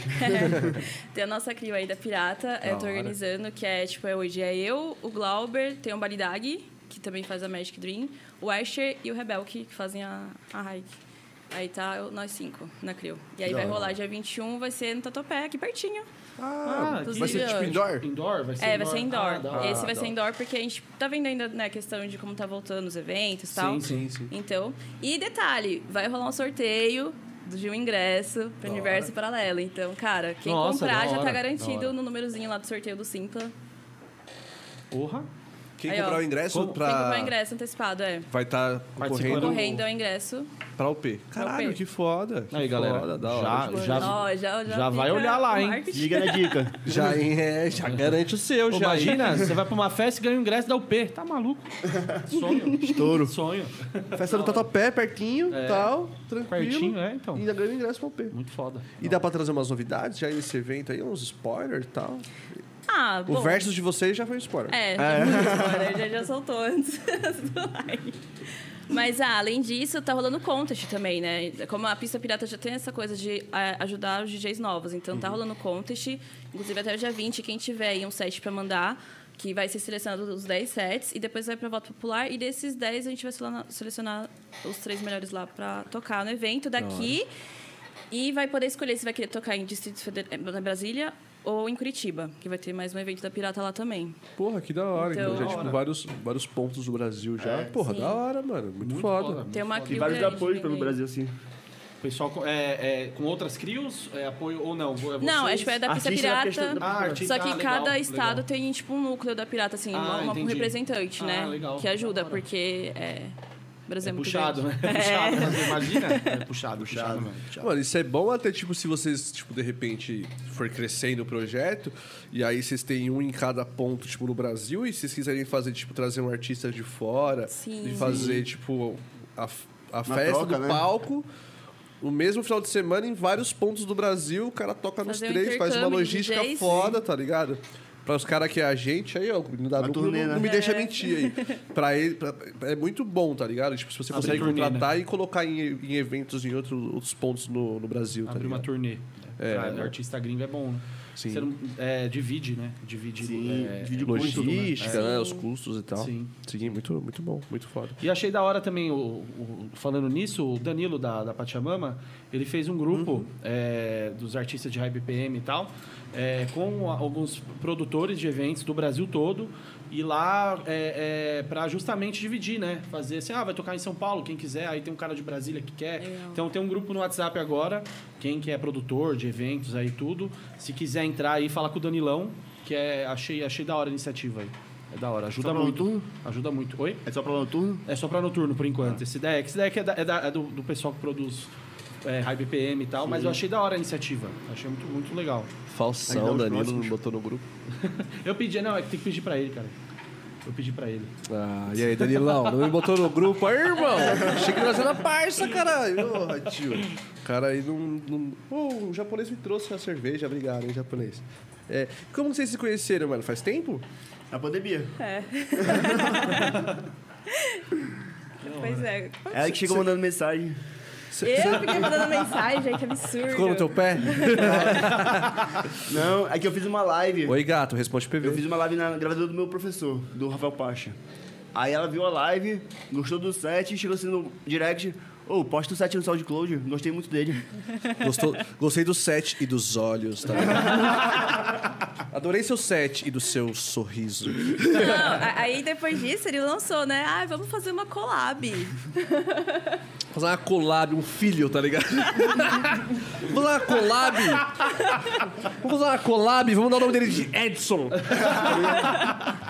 E: tem a nossa crio aí da Pirata, eu tô
C: hora.
E: organizando, que é tipo, é hoje é eu, o Glauber, tem o Balidag, que também faz a Magic Dream, o Asher e o Rebel, que, que fazem a, a hike. Aí tá eu- nós cinco na Crio. E aí
A: Da
E: vai
A: hora.
E: rolar dia 21, vai ser no Tatuapé, aqui pertinho.
C: Ah,
E: inclusive,
A: Vai ser tipo
E: hoje.
A: indoor?
C: Indoor? Vai ser
E: É, vai ser indoor.
C: Ah, da hora.
E: Esse vai
A: da
E: ser
A: hora.
E: indoor porque a gente tá vendo ainda né, a questão de como tá voltando os eventos e tal.
C: Sim, sim, sim.
E: Então, e detalhe, vai rolar um sorteio de um ingresso pro Universo Paralelo. Então, cara, quem
C: Nossa, da
E: comprar já tá
C: hora, da
E: garantido
C: hora.
E: no númerozinho lá do sorteio do Simpla.
C: Porra.
A: Quem
E: Aí, ó.
A: comprar o ingresso
C: Como-
E: Quem comprar
A: pra...
E: ingresso antecipado, é.
A: vai estar
C: Participando.
A: correndo
E: Correndo ao ingresso.
A: pra UP. Caralho,
E: UP.
A: que foda. que
C: Aí, galera.
A: foda, da
C: já,
A: hora.
C: já,
E: Ó, já, já,
C: já vai
E: fica
C: olhar lá,
E: o
C: hein?
E: marketing.
D: Liga na dica.
A: Já, é, já garante o seu,
C: Pô,
A: já. hein?
C: imagina, você vai pra uma festa e ganha um ingresso da UP. Tá maluco? Sonho.
D: Estouro.
C: Sonho.
A: Festa do Tatuapé, pertinho, tal, tranquilo.
C: É. Pertinho, é, então.
A: E ainda ganha o ingresso pra UP.
C: Muito foda.
A: E dá pra trazer umas novidades já nesse evento aí, uns spoilers e tal.
E: Ah, bom.
A: O versus de vocês já foi um spoiler.
E: É, já foi spoiler, já, já soltou antes do live. Mas ah, além disso, tá rolando contest também, né? Como a pista pirata já tem essa coisa de ah, ajudar os DJs novos, então tá rolando contest. Inclusive até o dia 20, quem tiver aí um set pra mandar, que vai ser selecionado os 10 sets e depois vai pra voto popular. E desses 10 a gente vai selena- selecionar os três melhores lá pra tocar no evento daqui. E vai poder escolher se vai querer tocar em Distrito Federal, na Brasília ou em Curitiba, que vai ter mais um evento da Pirata lá também.
A: Porra, que da hora. Então,
E: Então-
A: já, tipo,
C: Hora.
A: vários, vários pontos do Brasil já.
D: É,
A: Porra,
E: sim.
A: da hora, mano. Muito,
C: Muito
A: foda.
C: foda.
E: Tem uma
C: E
E: crio
D: E vários
E: grande né?
D: apoios pelo
E: também.
D: Brasil, assim.
C: O pessoal co- é, é, com outras crios? É apoio ou não? Vo- é
E: Não,
C: vocês?
E: acho que é da pista
D: Assiste na questão
E: pirata.
D: da-
C: Ah, artista.
E: Só que
C: Ah, legal,
E: cada
C: legal.
E: estado tem, tipo, um núcleo da pirata, assim,
C: Ah,
E: uma, uma- um
C: entendi.
E: representante,
C: Ah,
E: né?
C: legal.
E: Que ajuda,
C: Da hora.
E: porque é. o Brasil
C: É
E: é, muito
C: puxado, né?
E: grande.
C: É puxado, você imagina? É puxado, puxado, mano.
A: Mano, isso é bom até, tipo, se vocês, tipo, de repente for crescendo o projeto, e aí vocês têm um em cada ponto, tipo, no Brasil, e se vocês quiserem fazer, tipo, trazer um artista de fora
E: Sim.
A: e fazer, tipo, a, a festa
D: troca,
A: do
D: né?
A: palco. O mesmo final de semana, em vários pontos do Brasil, o cara toca nos
E: Fazer um
A: três, faz uma
E: intercâmbio de
A: logística
E: DJs.
A: foda, tá ligado? Pra os caras que é a gente, aí, ó, não dá
D: Uma
A: lucro,
D: turnê,
A: não,
D: né?
A: não me deixa
E: É.
A: mentir aí. Pra ele, pra- é muito bom, tá ligado? Tipo, se você
C: Abrir
A: consegue
C: turnê, né?
A: contratar Ah, e colocar em, em eventos em outro- outros pontos no, no Brasil, tá
C: Abrir uma
A: ligado?
C: turnê.
A: É.
C: Pra artista gringo é bom, né?
A: Sim.
C: Você não, é, divide, né? Divide.
D: Sim,
C: é,
D: divide o custo, né?
A: Logística, né? Os custos e tal. Sim.
C: Sim.
A: muito, muito bom, muito foda.
C: E achei da hora também, o, o- falando nisso, o Danilo da, da Pachamama, ele fez um grupo é, dos artistas de high BPM e tal, é, com a- alguns produtores de eventos do Brasil todo, e lá é, para justamente dividir, né? Fazer assim, ah, vai tocar em São Paulo, quem quiser, aí tem um cara de Brasília que quer.
E: Legal.
C: Então tem um grupo no WhatsApp agora, quem que é produtor de eventos aí tudo, se quiser entrar aí, fala com o Danilão, que é, achei, achei da hora a iniciativa aí. É da hora, ajuda
D: pra
C: muito.
D: noturno?
C: Ajuda muito. Oi?
D: É só pra noturno?
C: É só pra noturno, por enquanto. Esse daí, esse daí que é, da- é da- é do, do pessoal que produz é, High BPM e tal, mas eu achei da hora a iniciativa. Achei muito, muito legal.
D: Aí dá
A: Falsão,
D: os
A: Danilo
D: próximos.
A: me botou no grupo.
C: Eu pedi, não, é que tem que pedir pra ele, cara. Eu pedi pra ele.
A: Ah, e aí, Danilão? Não me botou no grupo aí, irmão? Achei que nós era parça, caralho. Ô, tio. Cara, aí não. não... Ô, o japonês me trouxe a cerveja, obrigado, hein, japonês. É, como vocês se conheceram, mano? Faz tempo?
D: Na pandemia.
E: Pois é.
D: Ela que chegou mandando mensagem.
E: Eu fiquei mandando mensagem, que absurdo.
A: Ficou no teu pé?
D: Não, é que eu fiz uma live.
A: Oi, gato, responde PV.
D: Eu fiz uma live na gravadora do meu professor, do Rafael Pacha. Aí ela viu a live, gostou do set, chegou assim no direct. Ô, posta o set no SoundCloud, gostei muito dele.
A: Gostou- gostei do set e dos olhos, tá? Adorei seu set e do seu sorriso.
E: Não, a- aí depois disso ele lançou, né? Ah, vamos fazer uma collab.
A: Fazer uma collab, um filho, tá ligado? vamos lá, collab! Vamos lá, collab, vamos dar o nome dele de Edson.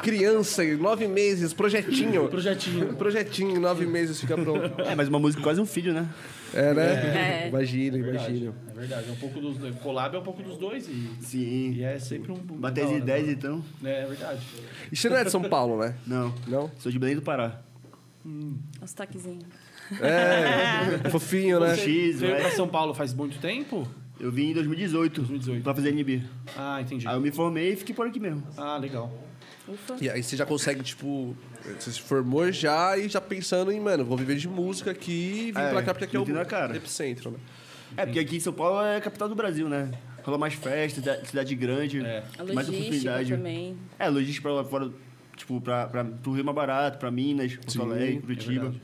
A: Criança, nove meses, projetinho.
C: Projetinho.
A: Projetinho, nove meses, fica pronto.
D: É, mas uma música quase um filho, né?
A: É, né?
E: É.
A: Imagina, imagina.
C: É verdade, é um pouco dos dois. Collab é um pouco dos dois e,
D: Sim.
C: e é sempre um. um
D: Bater
C: da
D: as
C: hora,
D: ideias,
C: né?
D: então.
C: É, é verdade.
A: E você não é de São Paulo, né?
D: Não.
A: Não?
D: Sou de Belém do Pará.
E: Os toquezinhos.
A: É, fofinho, né?
D: Você- X,
C: veio
D: vai.
C: pra São Paulo faz muito tempo?
D: Eu vim em 2018,
C: 2018.
D: pra fazer NB.
C: Ah, entendi.
D: Aí eu me formei e fiquei por aqui mesmo.
C: Ah, legal.
E: Ufa.
A: E aí você já consegue, tipo, você se formou já e já pensando em, mano, vou viver de música aqui e vim
D: É,
A: pra cá porque aqui é
D: meti na
A: o
D: cara.
A: epicentro, né?
D: É, porque aqui em São Paulo é a capital do Brasil, né? Rola mais festas, cida- cidade grande,
C: É.
E: A
D: mais
E: logística
D: oportunidade.
E: também.
D: É, logística pra lá fora, tipo, pra, pra, pro Rio é mais barato, pra Minas, Porto Alegre, Curitiba.
C: é verdade.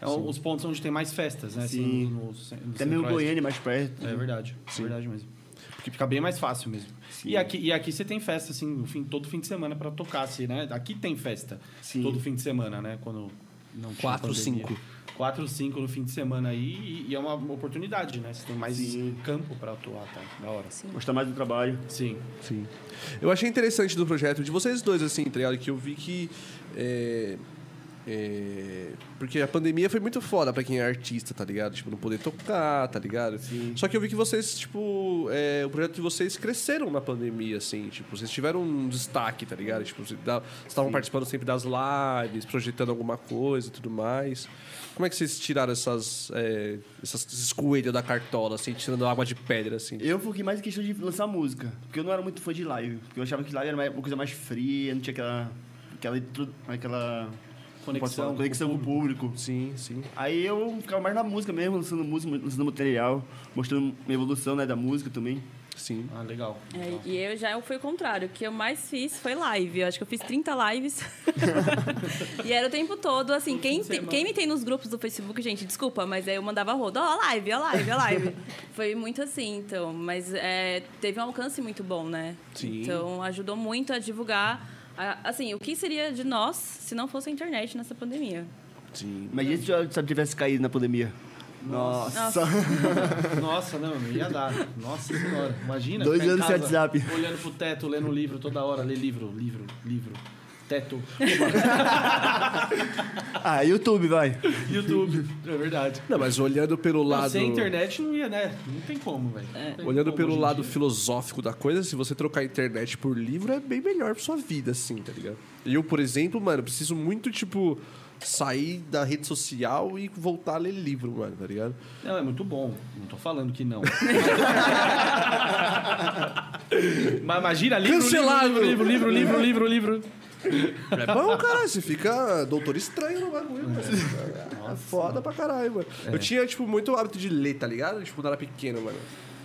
C: É um- os pontos onde tem mais festas, né?
D: Sim.
C: no- no cen- no
D: Até mesmo
C: centro-oeste.
D: Goiânia mais perto.
C: É verdade, é verdade mesmo. Porque fica bem mais fácil mesmo.
D: Sim.
C: E aqui, e aqui você tem festa, assim, o fim- todo fim de semana pra tocar, assim, né? Aqui tem festa.
D: Sim.
C: Todo fim de semana, né? Quando não tinha
A: Quatro,
C: pandemia.
A: cinco.
C: Quatro, cinco no fim de semana aí. E, e é uma oportunidade, né? Você tem mais
D: Sim.
C: campo pra atuar, tá? Da hora. Sim.
D: Gostar mais do trabalho.
C: Sim.
A: Sim. Eu achei interessante do projeto de vocês dois, assim, tá ligado? Que eu vi que. é, é, porque a pandemia foi muito foda pra quem é artista, tá ligado? Tipo, não poder tocar, tá ligado? Só que eu vi que vocês, tipo, é, o projeto de vocês cresceram na pandemia, assim, tipo, vocês tiveram um destaque, tá ligado? Tipo, vocês da- vocês estavam participando sempre das lives, projetando alguma coisa e tudo mais. Como é que vocês tiraram essas, é, essas, esses coelhos da cartola, assim, tirando água de pedra, assim?
D: Eu foquei mais em questão de lançar música, porque eu não era muito fã de live. Porque eu achava que live era mais- uma coisa mais fria, não tinha aquela. aquela. intro- aquela como posso
C: Conexão
D: falar? conexão com o público.
A: Sim, sim.
D: Aí eu ficava mais na música mesmo, lançando música, lançando material, mostrando minha evolução né, da música também.
A: Sim.
C: Ah, legal. legal.
E: É, e eu já fui o contrário. O que eu mais fiz foi live. Eu acho que eu fiz 30 lives. e era o tempo todo, assim, quem, te- quem me tem nos grupos do Facebook, gente, desculpa, mas aí eu mandava roda, ó, live, ó, live, ó, live. foi muito assim, então. Mas é, teve um alcance muito bom, né?
A: Sim.
E: Então ajudou muito a divulgar. a- assim, o que seria de nós se não fosse a internet nessa pandemia?
A: Sim.
D: Imagina se eu sabe, tivesse caído na pandemia. Nossa.
C: Nossa, não, não ia dar. Nossa senhora. Imagina.
D: Dois
C: ficar em
D: anos sem
C: casa,
D: WhatsApp.
C: Olhando pro teto, lendo um livro toda hora. Ler livro, livro, livro. Teto.
D: Ah, YouTube, vai.
C: YouTube. É verdade.
A: Não, mas olhando pelo lado.
C: Sem internet não ia, né? Não tem como, velho. Não tem
A: Olhando
C: como
A: pelo
C: hoje em
A: lado
C: dia.
A: filosófico da coisa, se você trocar a internet por livro, é bem melhor pra sua vida, assim, tá ligado? Eu, por exemplo, mano, preciso muito, tipo, sair da rede social e voltar a ler livro, mano, tá ligado?
C: Não, é muito bom. Não tô falando que não. Mas imagina, livro,
A: Cancelável.
C: livro, livro, livro, livro, livro, livro.
A: É bom, caralho, você fica doutor estranho no bagulho, mano. É, foda pra caralho, mano. Eu tinha, tipo, muito hábito de ler, tá ligado? Tipo, quando era pequeno, mano.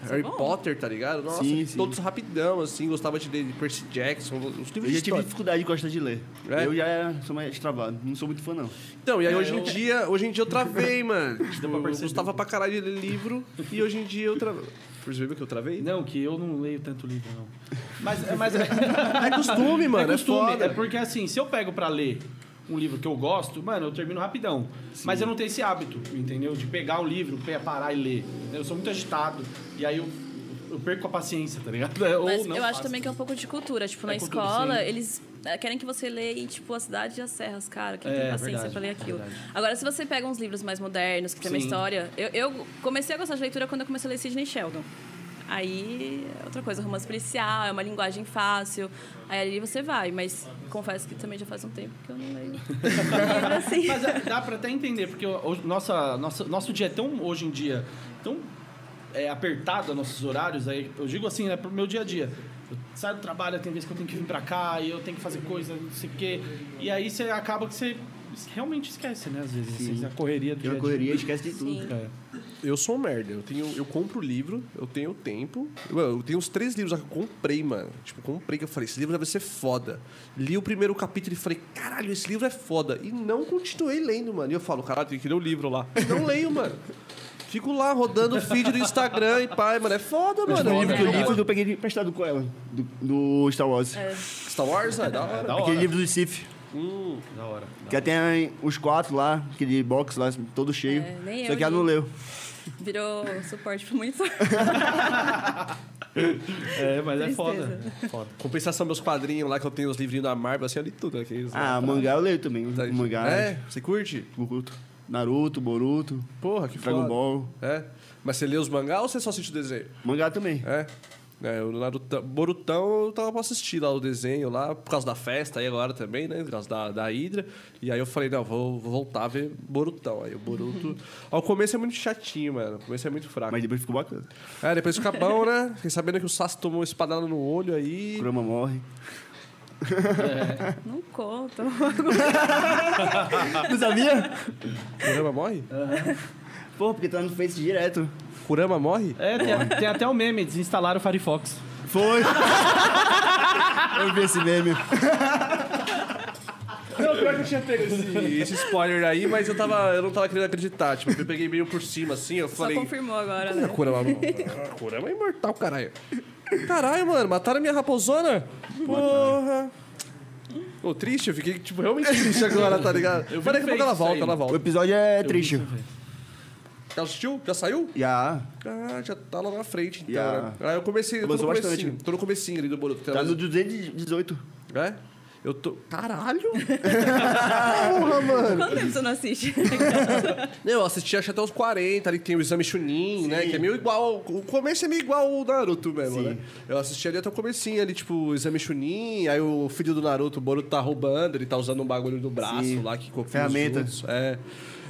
A: Harry
E: bom.
A: Potter, tá ligado? Nossa,
D: Sim, sim.
A: todos rapidão, assim, gostava de ler Percy Jackson, os livros
D: Eu já
A: de
D: tive
A: história.
D: dificuldade de gostar de ler.
A: É?
D: Eu já sou mais travado, não sou muito fã, não.
A: Então, e aí hoje em dia, hoje em dia eu travei, mano. Tipo,
C: É, pra
A: eu
C: perceber.
A: gostava pra caralho de ler livro e hoje em dia eu travei. Percebeu que eu travei?
C: Não, que eu não leio tanto livro, não. Mas, mas é,
A: É costume, mano.
C: é costume.
A: foda.
C: É porque assim, se eu pego pra ler um livro que eu gosto, mano, eu termino rapidão. Mas eu não tenho esse hábito, entendeu? De pegar o livro, pe- parar e ler. Eu sou muito agitado. E aí eu, eu perco a paciência, tá ligado? Ou
E: Mas
C: não
E: eu acho
C: faço.
E: também que é um pouco de cultura. Tipo, na
C: É cultura,
E: escola,
C: sim.
E: eles eh, querem que você lê em, tipo, A Cidade e as Serras, cara. Quem
C: É,
E: tem paciência
C: verdade,
E: pra ler aquilo.
C: verdade.
E: Agora, se você pega uns livros mais modernos, que tem uma
C: Sim.
E: história... Eu, eu comecei a gostar de leitura quando eu comecei a ler Sidney Sheldon. Aí, é outra coisa, romance policial, é uma linguagem fácil. Aí ali você vai, mas confesso que também já faz um tempo que eu não leio. livro assim.
C: Mas é, dá pra até entender, porque o- o- nossa, nossa, nosso dia é tão, hoje em dia, tão é, apertado nossos horários, aí eu digo assim, né, pro meu dia a dia. Eu saio do trabalho, tem vezes que eu tenho que vir pra cá, e eu tenho que fazer coisa, não sei o quê. E aí você acaba que você realmente esquece, né, às vezes, assim, a correria do
D: Eu
C: dia a
D: correria,
C: dia.
D: esquece de tudo.
E: Sim.
C: É.
A: eu sou um merda. Eu, tenho, eu compro o livro, eu tenho tempo. Eu, eu tenho uns três livros lá que eu comprei, mano. Tipo, comprei que eu falei, esse livro vai ser foda. Li o primeiro capítulo e falei, caralho, esse livro é foda. E não continuei lendo, mano. E eu falo, caralho, tem que ler o livro lá. Não leio, mano. Fico lá rodando o feed do Instagram e pai, mano. É foda, mano.
D: O um livro que eu li
C: né?
A: Não-
D: foi que eu peguei emprestado com ela, do, do Star Wars.
E: É.
A: Star Wars é da hora.
C: Da hora,
D: Aquele livro do Sif.
C: Hum, da hora.
D: Que até tem os quatro lá, aquele box lá, todo cheio.
E: É, nem
D: Só
E: eu
D: que ela
E: li.
D: não leu.
E: Virou suporte pro monitor.
C: É, mas é foda.
E: Tristeza.
A: Compensação meus quadrinhos lá que eu tenho os livrinhos da Marvel, assim, eu li tudo aqueles. né?
D: Ah, mangá eu leio também.
A: Tá-
D: mangá. né?
A: É, você curte?
D: Boruto. Naruto, Boruto,
A: Porra, que
D: Dragon
A: foda.
D: Ball.
A: É. Mas você lê os mangá ou você só assiste o desenho?
D: Mangá também.
A: É. É, o Narutão, Borutão eu tava pra assistir lá o desenho lá, por causa da festa aí agora também, né? Por causa da, da Hydra. E aí eu falei, não, vou, vou voltar a ver Borutão. Aí o Boruto. Ao começo é muito chatinho, mano. O começo é muito fraco.
D: Mas depois ficou bacana.
A: É, depois fica bom, né? Fiquei sabendo que o Sasuke tomou espadada no olho aí.
D: Kurama morre.
E: Não conta.
D: Não sabia?
A: Kurama morre?
D: Pô, porque tá no Face direto.
A: Kurama morre?
C: É, tem, a- tem até o meme, desinstalaram o Firefox.
D: Foi. eu vi esse meme.
A: Não, pior que eu tinha pego esse, esse spoiler aí, mas eu, tava, eu não tava querendo acreditar. Tipo, eu peguei meio por cima assim, eu
E: Só
A: falei. "Ah,
E: confirmou agora, né?
A: Kurama, Kurama é imortal, caralho. Caralho, mano, mataram minha raposona? Porra. Ô, triste, eu fiquei, tipo, realmente triste agora, tá ligado? Eu
C: vi
A: Falei
C: no
A: que ela
C: Face
A: volta,
C: isso aí.
A: ela
D: O
A: volta.
D: episódio é triste.
A: Já assistiu? Já saiu?
D: Já.
A: Ah, já tá lá na frente, então.
D: Já.
A: né? Aí eu comecei, eu tô no
D: Avançou bastante.
A: comecinho, tô no comecinho ali do Boruto.
D: Tá no 218.
A: É? Eu tô... Caralho!
E: Quanto tempo você não assiste?
A: Eu assisti acho até os 40, ali que tem o exame Chunin, né? Que é meio igual. ao- O começo é meio igual o Naruto mesmo, né? Eu assisti ali até o comecinho ali, tipo, o exame Chunin, aí o filho do Naruto, o Boruto tá roubando, ele tá usando um bagulho do braço
D: Sim.
A: lá que copia os
D: Ferramenta.
A: outros. É.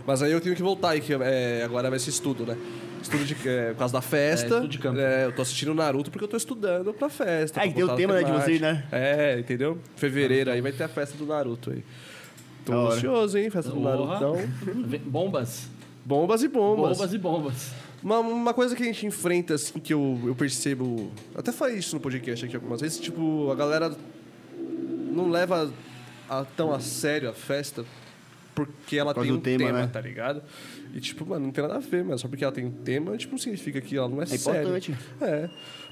A: Mas aí eu tenho que voltar aí, que é, agora vai ser estudo, né? Estudo de, é, por causa da festa.
C: É, estudo de campo.
A: É, eu tô assistindo Naruto porque eu tô estudando pra festa.
D: Ah,
A: pra
D: que tem o
A: botar na
D: tema, né, de
A: temática.
D: vocês, né?
A: É, entendeu? Fevereiro aí vai ter a festa do Naruto aí. Tô
D: Da hora.
A: ansioso, hein? Festa do
C: Porra.
A: Narutão.
C: Vem- Bombas.
A: Bombas e bombas.
C: Bombas e bombas.
A: Uma, uma coisa que a gente enfrenta, assim, que eu, eu percebo. eu Até falei isso no podcast aqui algumas vezes, tipo, a galera não leva a- tão a sério a festa porque ela
D: causa
A: tem um
D: do tema,
A: tema,
D: né?
A: tá ligado? E tipo, mano, não tem nada a ver, mano. Só porque ela tem um tema, tipo, não significa que ela não é,
D: É
A: séria.
D: importante.
A: É.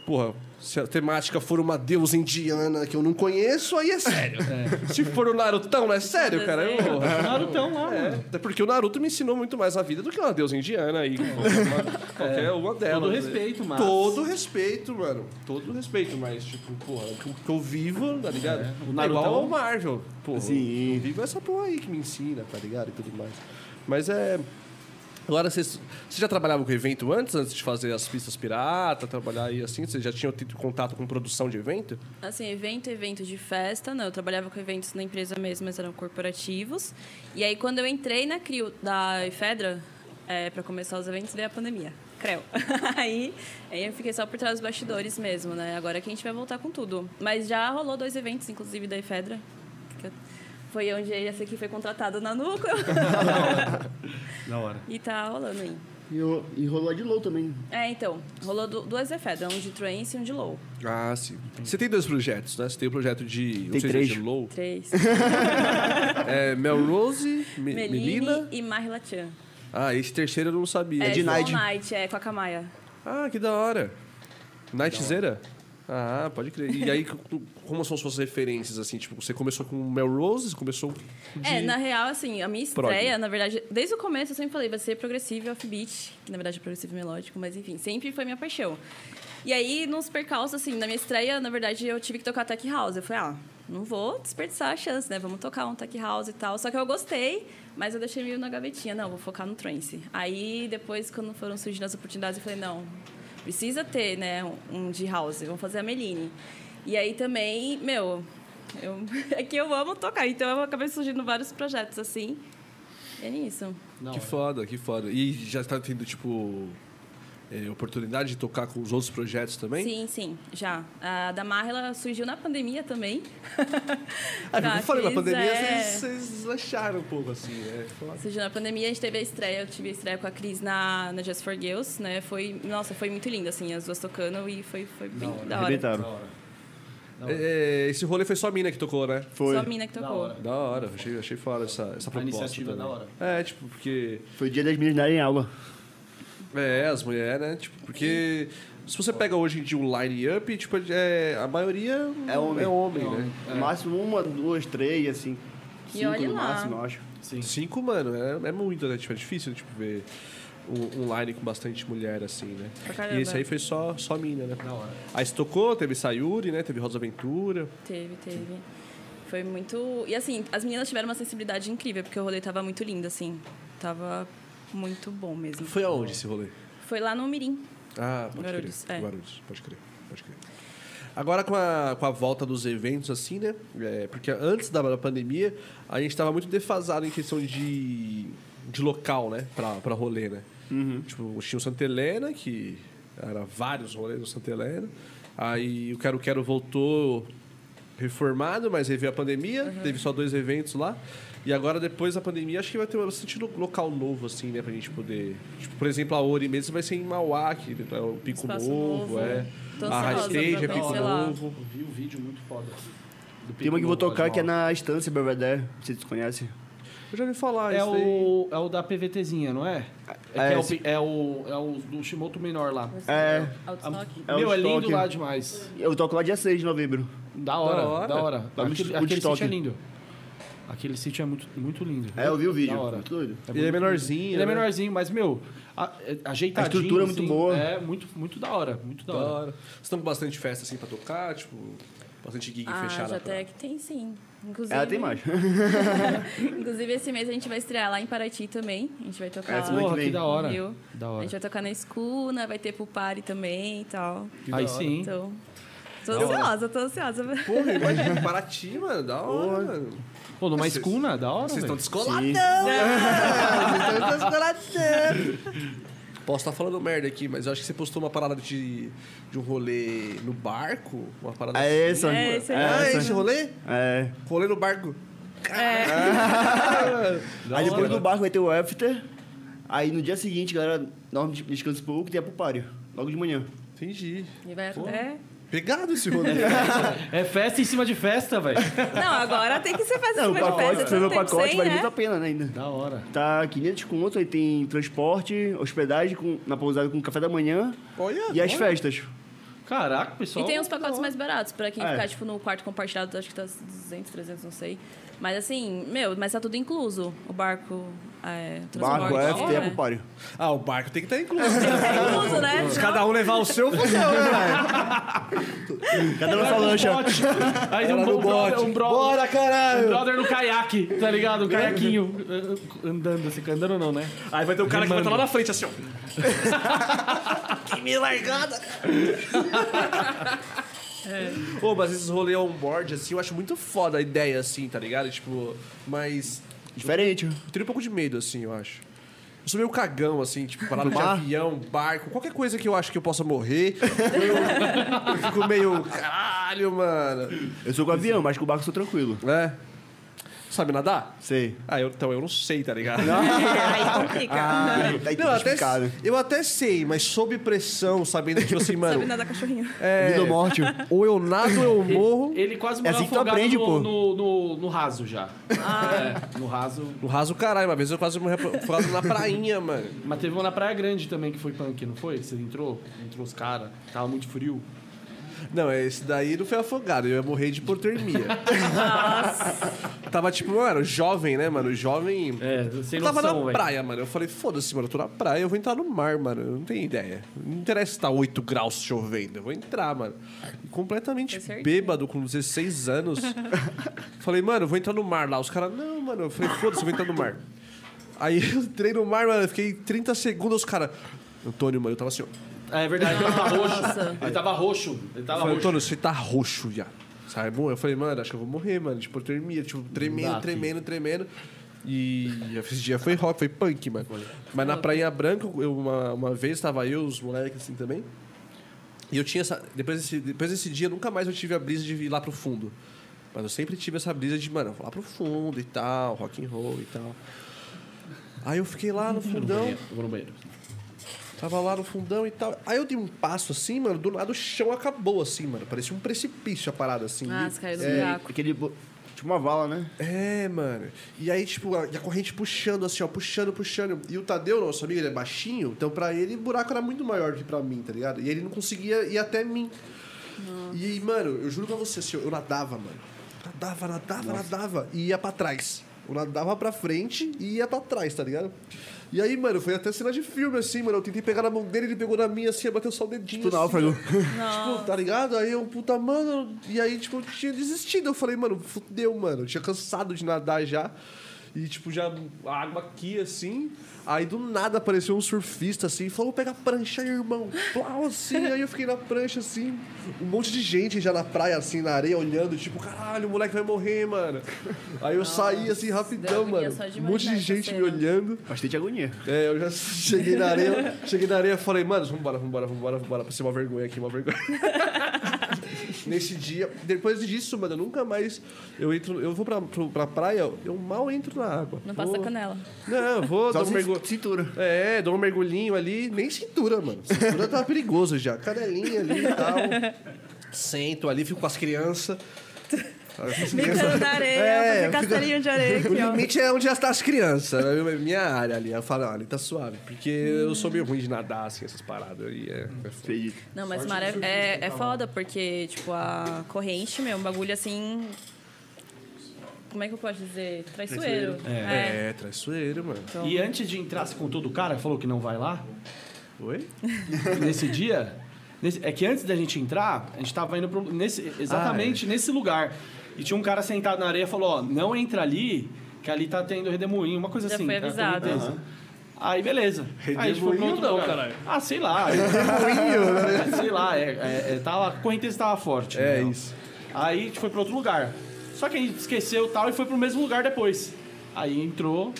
A: Porra, se a temática for uma deusa indiana que eu não conheço, aí é sério. Se for o Narutão, não é sério, cara. Eu,
C: Narutão lá,
A: é,
C: mano.
A: até porque o Naruto me ensinou muito mais a vida do que uma deusa indiana e qualquer uma, qualquer uma delas.
C: É, Todo
A: né?
C: respeito, mas-
A: Todo respeito, mano. Todo respeito, mas, tipo, porra, o que eu- que eu vivo, tá ligado?
C: o um-
A: É
C: Narutão-
A: igual ao Marvel. Porra,
D: Sim.
A: eu vivo essa porra aí que me ensina, tá ligado? E tudo mais. Mas é. Agora, vocês você já trabalhava com evento antes, antes de fazer as pistas pirata, trabalhar aí assim? Você já tinha tido contato com produção de evento?
E: Assim, evento, evento de festa, não. Eu trabalhava com eventos na empresa mesmo, mas eram corporativos. E aí, quando eu entrei na CRIO da Efedra, é, para começar os eventos, veio a pandemia. Creu. aí, aí eu fiquei só por trás dos bastidores mesmo, né? Agora que a gente vai voltar com tudo. Mas já rolou dois eventos, inclusive da Efedra. que eu- Foi onde esse aqui foi contratado na Núcleo.
C: Da hora.
E: e tá rolando aí.
D: E, ro- e rolou a de LOL também.
E: É, então, rolou du- duas Efedra, um de Truense e um de Low.
A: Ah, sim. Você tem dois projetos, né? Você tem o projeto de. não
D: Tem
A: sei se é
D: três.
A: de Low.
E: Três.
A: É Melrose, Me-
E: Meline
A: Melina.
E: e Marla Chan.
A: Ah, esse terceiro eu não sabia.
E: É,
D: de
E: Slow
D: Night.
E: Night, é, com a Camaya.
A: Ah, que da hora. Nightzeira? Ah, pode crer. E aí, co- como são suas referências, assim? Tipo, você começou com Melrose, você começou de...
E: É, na real, assim, a minha
A: Prog.
E: estreia, na verdade, desde o começo eu sempre falei, vai ser progressivo e offbeat, que na verdade é progressivo e melódico, mas enfim, sempre foi minha paixão. E aí, nos percalços, assim, na minha estreia, na verdade, eu tive que tocar Tech House. Eu falei, ah, não vou desperdiçar a chance, né? Vamos tocar um Tech House e tal. Só que eu gostei, mas eu deixei meio na gavetinha. Não, vou focar no trance. Aí, depois, quando foram surgindo as oportunidades, eu falei, não, precisa ter, né, um de house. Vamos fazer a Meline. E aí também, meu, eu, é que eu amo tocar, então eu acabei surgindo vários projetos assim. E é isso.
A: Que foda, que foda. E já tá tendo, tipo... é, oportunidade de tocar com os outros projetos também?
E: Sim, sim, já. A da Marra, ela surgiu na pandemia também.
A: Ah, como eu falei, na
E: Cris,
A: pandemia
E: é.
A: vocês, vocês acharam um pouco assim, né? Falaram,
E: Surgiu na pandemia, a gente teve a estreia, eu tive a estreia com a Cris na, na Just for Girls, né? Foi, nossa, foi muito lindo, assim, as duas tocando e foi, foi bem da hora.
D: Arrebentaram.
A: É, esse rolê foi só a mina que tocou, né?
D: Foi.
E: Só a mina que
C: Da
E: tocou.
C: hora.
A: Da hora, achei, achei foda essa, essa
C: A
A: proposta.
C: iniciativa
A: também.
C: da hora.
A: É, tipo, porque.
D: Foi o dia das meninas darem aula.
A: É, as mulheres, né? Tipo, porque. Se você pega hoje em dia um line-up, tipo, é, a maioria
D: É homem.
A: é homem né?
D: No máximo uma, duas, três, assim.
E: E
D: Cinco
E: olha
D: no
E: lá.
D: máximo, eu acho.
C: Sim.
A: Cinco, mano, é, é muito, né? Tipo, é difícil, tipo, ver um, um line com bastante mulher, assim, né?
E: Pra caramba.
A: E esse aí foi só, só mina, né?
C: Da hora.
A: Aí se tocou, teve Sayuri, né? Teve Rosa Ventura.
E: Teve, teve. Foi muito. E assim, as meninas tiveram uma sensibilidade incrível, porque o rolê tava muito lindo, assim. Tava muito bom mesmo.
A: Foi aonde esse rolê?
E: Foi lá no Mirim.
A: Ah, pode
E: Guarulhos,
A: crer.
E: é.
A: Guarulhos, pode crer, pode crer. Agora com a, com a volta dos eventos, assim, né? É, porque antes da da pandemia, a gente tava muito defasado em questão de, de local, né? Pra, pra rolê, né?
E: Uhum.
A: Tipo, tinha o Santa Helena, que era vários rolês no Santa Helena. Aí o Quero Quero voltou reformado, mas aí veio a pandemia,
E: Uhum.
A: teve só dois eventos lá. E agora, depois da pandemia, acho que vai ter bastante lo- local novo, assim, né? Pra gente poder... Tipo, por exemplo, a Ori mesmo vai ser em Mauá, que é o Pico
E: Espaço
A: Novo,
E: novo.
A: é.
E: Tô
A: a
E: ansiosa
A: Rasteja
E: pra
A: é Pico
E: conhecer lá.
A: Novo.
C: Eu vi um vídeo muito foda. do
D: Tem uma que eu vou
C: Pico Novo,
D: tocar que é
C: Osmar.
D: na Estância Belvedere, se vocês conhecem.
A: Eu já ouvi falar
C: É
A: isso aí.
C: o, é o da PVTzinha, não é?
D: É,
C: É, que é,
D: esse-
C: o, é, o, é o do Shimoto Menor lá.
D: É,
E: Autostock.
D: É o
C: Meu, é lindo
D: estoque.
C: lá demais.
D: eu toco lá dia 6 de novembro.
C: Da hora,
A: Da
C: da
A: hora.
C: hora.
D: Lá Tá no Wood-
C: Aquele, aquele
D: Woodstock.
C: sítio é lindo. Aquele sítio é muito, muito lindo.
D: É, eu vi o vídeo.
C: Da hora.
D: Muito doido.
A: Ele é menorzinho,
C: Ele é
A: né?
C: menorzinho, mas, meu, a, é- ajeitadinho.
D: A estrutura é muito
C: assim,
D: boa.
C: É, muito, muito da hora. Muito da
A: Da
C: hora.
A: hora. Vocês estão com bastante festa, assim, pra tocar? Tipo, bastante gig
E: Ah,
A: fechada?
E: já
A: pra-
E: até que tem sim. Inclusive,
D: Ela tem mais.
E: Inclusive, esse mês a gente vai estrear lá em Paraty também. A gente vai tocar
D: É,
E: lá.
D: semana
C: Porra,
D: que
C: que
D: vem.
C: da hora.
E: Viu?
C: Da
E: A
C: hora.
E: gente vai tocar na Escuna, vai ter Pulpari também e tal.
C: Aí sim.
E: Então, tô ansiosa, tô ansiosa.
A: Porra, imagina, Paraty, mano, da hora, mano.
C: Pô, numa
A: Vocês-
C: escuna, da hora,
A: Vocês estão
C: velho.
A: descolados. Posso estar falando merda aqui, mas eu acho que você postou uma parada de, de um rolê no barco. Uma parada
D: É
A: assim.
D: essa.
E: É essa aí.
A: Ah,
D: É
A: esse
D: essa.
A: rolê?
D: É.
A: Rolê no barco.
D: Aí depois
C: hora.
D: do barco vai ter o after. Aí no dia seguinte, galera, nós des- descansa um pouco e tem a pupário. Logo de manhã.
A: Entendi.
E: E vai é. até...
A: Pegado esse rolê.
C: É festa em cima de festa, velho.
E: Não, agora tem que ser festa
D: Não, o
E: super
D: pacote,
E: festa.
D: você vê
E: não
D: o
E: tem
D: pacote,
E: 100,
D: vale
E: né?
D: muito a pena né, ainda.
C: da hora.
D: Tá 500 conto, aí tem transporte, hospedagem com- na pousada com café da manhã
A: Olha,
D: e as
A: olha.
D: festas.
C: Caraca, pessoal.
E: E tem uns pacotes mais baratos, pra quem
D: É.
E: ficar, tipo, no quarto compartilhado, acho que tá 200, 300, não sei. Mas assim, meu, mas tá tudo incluso. O barco, é,
D: Barco,
E: transporte,
D: after e a
E: né?
D: pupário.
A: Ah, o barco tem que estar incluso.
E: Tá incluso, né?
A: Se cada um levar o seu, funciona, né, velho?
D: Cadê a nossa lancha?
C: Bote. Aí tem
A: Ela
C: um,
A: no
C: bro-
A: bote.
C: um bro-
A: Bora,
C: um
A: caralho!
C: brother no caiaque, tá ligado? Um caiaquinho. eh, Andando, assim, andando não, né?
A: Aí vai ter um cara que vai estar lá na
C: Remando.
A: frente, assim, ó. que me largada! Pô, mas esses rolê on-board, assim, eu acho muito foda a ideia, assim, tá ligado? Tipo, mas
D: Diferente.
A: eu teria um pouco de medo, assim, eu acho. Eu sou meio cagão, assim, tipo, parada
D: Do
A: de
D: mar?
A: avião, barco, qualquer coisa que eu acho que eu possa morrer. Eu, eu fico meio, caralho, mano.
D: Eu sou com avião, mas com o barco eu sou tranquilo.
A: Né? Sabe nadar?
D: Sei.
A: Ah, eu, então eu não sei, tá ligado?
E: Aí complica.
D: Tá
A: Não, eu até,
D: explicado.
A: eu até sei, mas sob pressão, sabendo que, tipo assim, mano...
E: Sabe nada cachorrinho.
A: é,
D: Vida ou morte.
A: Ou eu nado, ou eu morro.
C: Ele quase
D: É
C: morreu
D: assim que tu
C: afogado
D: aprende,
C: no,
D: pô.
C: No, no, no raso já.
E: Ah.
C: É, no raso.
A: No raso, caralho. Uma vez eu quase morri afogado na prainha, mano.
C: Mas teve uma na Praia Grande também que foi punk, não foi? Você entrou? Entrou os caras. Tava muito frio.
A: Não, esse daí não foi afogado. Eu ia morrer de hipotermia. Tava tipo, mano, jovem, né, mano? Jovem...
C: É, sem
A: Eu tava
C: noção,
A: na
C: velho.
A: praia, mano. Eu falei, foda-se, mano, eu tô na praia, eu vou entrar no mar, mano. Eu não tenho ideia. Não interessa se tá 8 graus chovendo, eu vou entrar, mano. Completamente
E: Com certeza.
A: bêbado, com 16 anos. falei, mano, eu vou entrar no mar lá. Os caras, não, mano. Eu falei, foda-se, eu vou entrar no mar. Aí eu entrei no mar, mano, eu fiquei 30 segundos, os caras. Antônio, mano, eu tava assim, ó.
C: É, é verdade, ele tava
E: Nossa.
C: roxo. Ele tava roxo. Ele
A: Eu
C: tava
A: falei,
C: roxo.
A: Antônio, você tá roxo, viado. Sabe, bom? Eu falei, mano, acho que eu vou morrer, mano. Tipo, eu tremia, tipo, tremendo,
C: dá,
A: tremendo, tremendo. E esse dia foi rock, foi punk, mano. Mas na Prainha Branca, eu- uma, uma vez tava eu, os moleques assim também. E eu tinha essa. Depois desse, depois desse dia, nunca mais eu tive a brisa de ir lá pro fundo. Mas eu sempre tive essa brisa de, mano, eu vou lá pro fundo e tal, rock and roll e tal. Aí eu fiquei lá no fundão.
C: Eu vou no banheiro.
A: Tava lá no fundão e tal. Aí eu dei um passo assim, mano, do nada o chão acabou assim, mano. Parecia um precipício a parada assim.
E: Ah,
A: E-
E: você caiu do
D: É,
E: buraco.
D: aquele... bo- Tipo uma vala, né?
A: É, mano. E aí, tipo, a, e a corrente puxando, assim, ó, puxando, puxando. E o Tadeu, nosso amigo, ele é baixinho, então pra ele o buraco era muito maior que pra mim, tá ligado? E ele não conseguia ir até mim. E, mano, eu juro pra você, assim, eu nadava, mano. Nadava, nadava, nadava. E ia pra trás. Eu nadava pra frente e ia pra trás, tá ligado? E aí, mano, foi até cena de filme, assim, mano. Eu tentei pegar na mão dele, ele pegou na minha, assim, bateu só o dedinho.
D: Tipo
A: assim,
D: náufrago.
A: Tipo, tá ligado? Aí eu, puta, mano. E aí, tipo, eu tinha desistido. Eu falei, mano, fudeu, mano. Eu tinha cansado de nadar já. E, tipo, já a água aqui, assim. Aí do nada apareceu um surfista, assim, e falou: pega a prancha aí, irmão. Plau, assim. aí eu fiquei na prancha, assim. Um monte de gente já na praia, assim, na areia, olhando, tipo, caralho, o moleque vai morrer, mano. Aí eu saí, assim, rapidão,
E: deu agonia
A: mano.
E: só de
A: Um monte
E: imaginar
A: de
E: essa
A: gente me
E: cena.
A: olhando.
D: Bastante agonia.
A: É, eu já cheguei na areia, cheguei na areia e falei, mano, vambora, vambora, vambora, vambora, pra ser uma vergonha aqui, uma vergonha. Nesse dia, depois disso, mano, eu nunca mais. Eu entro, eu vou pra, pro- pra praia, eu mal entro na água.
E: Não passa
A: Vou-
E: canela.
A: Não, vou,
D: Só
A: dou um
D: cin-
A: mergulho.
D: cintura.
A: É, dou um mergulhinho ali, nem cintura, mano. Cintura tá perigoso já. Canelinha ali e tal. Sento ali, fico com as crianças. As
E: Brincando na
A: É,
E: areia, fazer
A: eu fico-
E: castelinho de areia
A: o
E: aqui, ó.
A: limite é onde está as crianças, né? minha área ali. Eu falo, ah, ali tá suave, porque eu sou meio ruim de nadar, assim, essas paradas. E é...
D: Sei.
E: Não, mas mar é, é, é foda, porque, tipo, a corrente, meu, é um bagulho assim. Como é que eu posso dizer? Traiçoeiro. É.
A: é, traiçoeiro, mano.
E: Então.
C: E antes de entrar, você contou do cara que falou que não vai lá?
A: Oi?
C: nesse dia. nesse- é que antes da gente entrar, a gente tava indo pro, nesse, exatamente nesse lugar. E tinha um cara sentado na areia e falou: Ó, não entra ali, que ali tá tendo redemoinho, uma coisa
E: Já
C: assim.
E: foi
C: tá? Com
E: avisado.
C: certeza. Aí beleza. Aí a gente foi pro
G: Redemoinho
C: outro
G: não,
C: lugar.
G: caralho.
C: Ah, sei lá. Redemoinho, né? Sei lá, é, é, é, tava, a correnteza tava forte.
A: É
C: entendeu?
A: isso.
C: Aí a gente foi pra outro lugar. Só que a gente esqueceu tal e foi pro mesmo lugar depois. Aí entrou.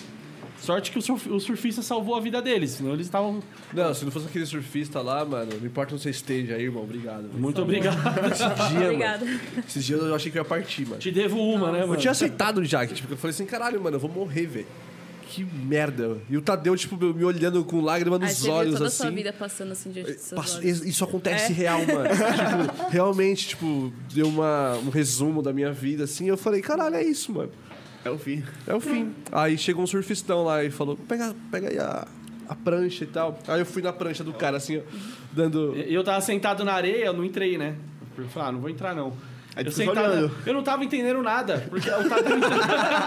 C: Sorte que o, surf- o surfista salvou a vida deles, senão eles estavam
A: Não, se não fosse aquele surfista lá, mano, não importa onde você esteja aí, irmão, obrigado. velho.
C: Muito obrigado.
A: Tá Esse dia,
E: Obrigada.
A: mano, esses dias eu achei que eu ia partir, mano.
C: Te devo uma, né,
A: Eu
C: mano?
A: tinha aceitado já, que, tipo, eu falei assim, caralho, mano, eu vou morrer, velho. Que merda. E o Tadeu, tipo, me olhando com lágrima
E: Aí
A: nos
E: você viu
A: olhos,
E: toda a
A: assim.
E: sua vida passando assim diante dos seus
A: Passo-
E: olhos. É.
A: is- Isso acontece real, mano. tipo, realmente, tipo, deu uma, um resumo da minha vida, assim. Eu falei, caralho, é isso, mano.
D: É o fim.
A: É o fim. Aí chegou um surfistão lá e falou, pega, pega aí a, a prancha e tal. Aí eu fui na prancha do cara, assim, ó, dando...
C: Eu tava sentado na areia, eu não entrei, né? Eu falei, ah, não vou entrar, não.
D: Aí
C: eu,
D: tu ficou
C: sentado,
D: olhando.
C: eu não tava entendendo nada, porque eu tava...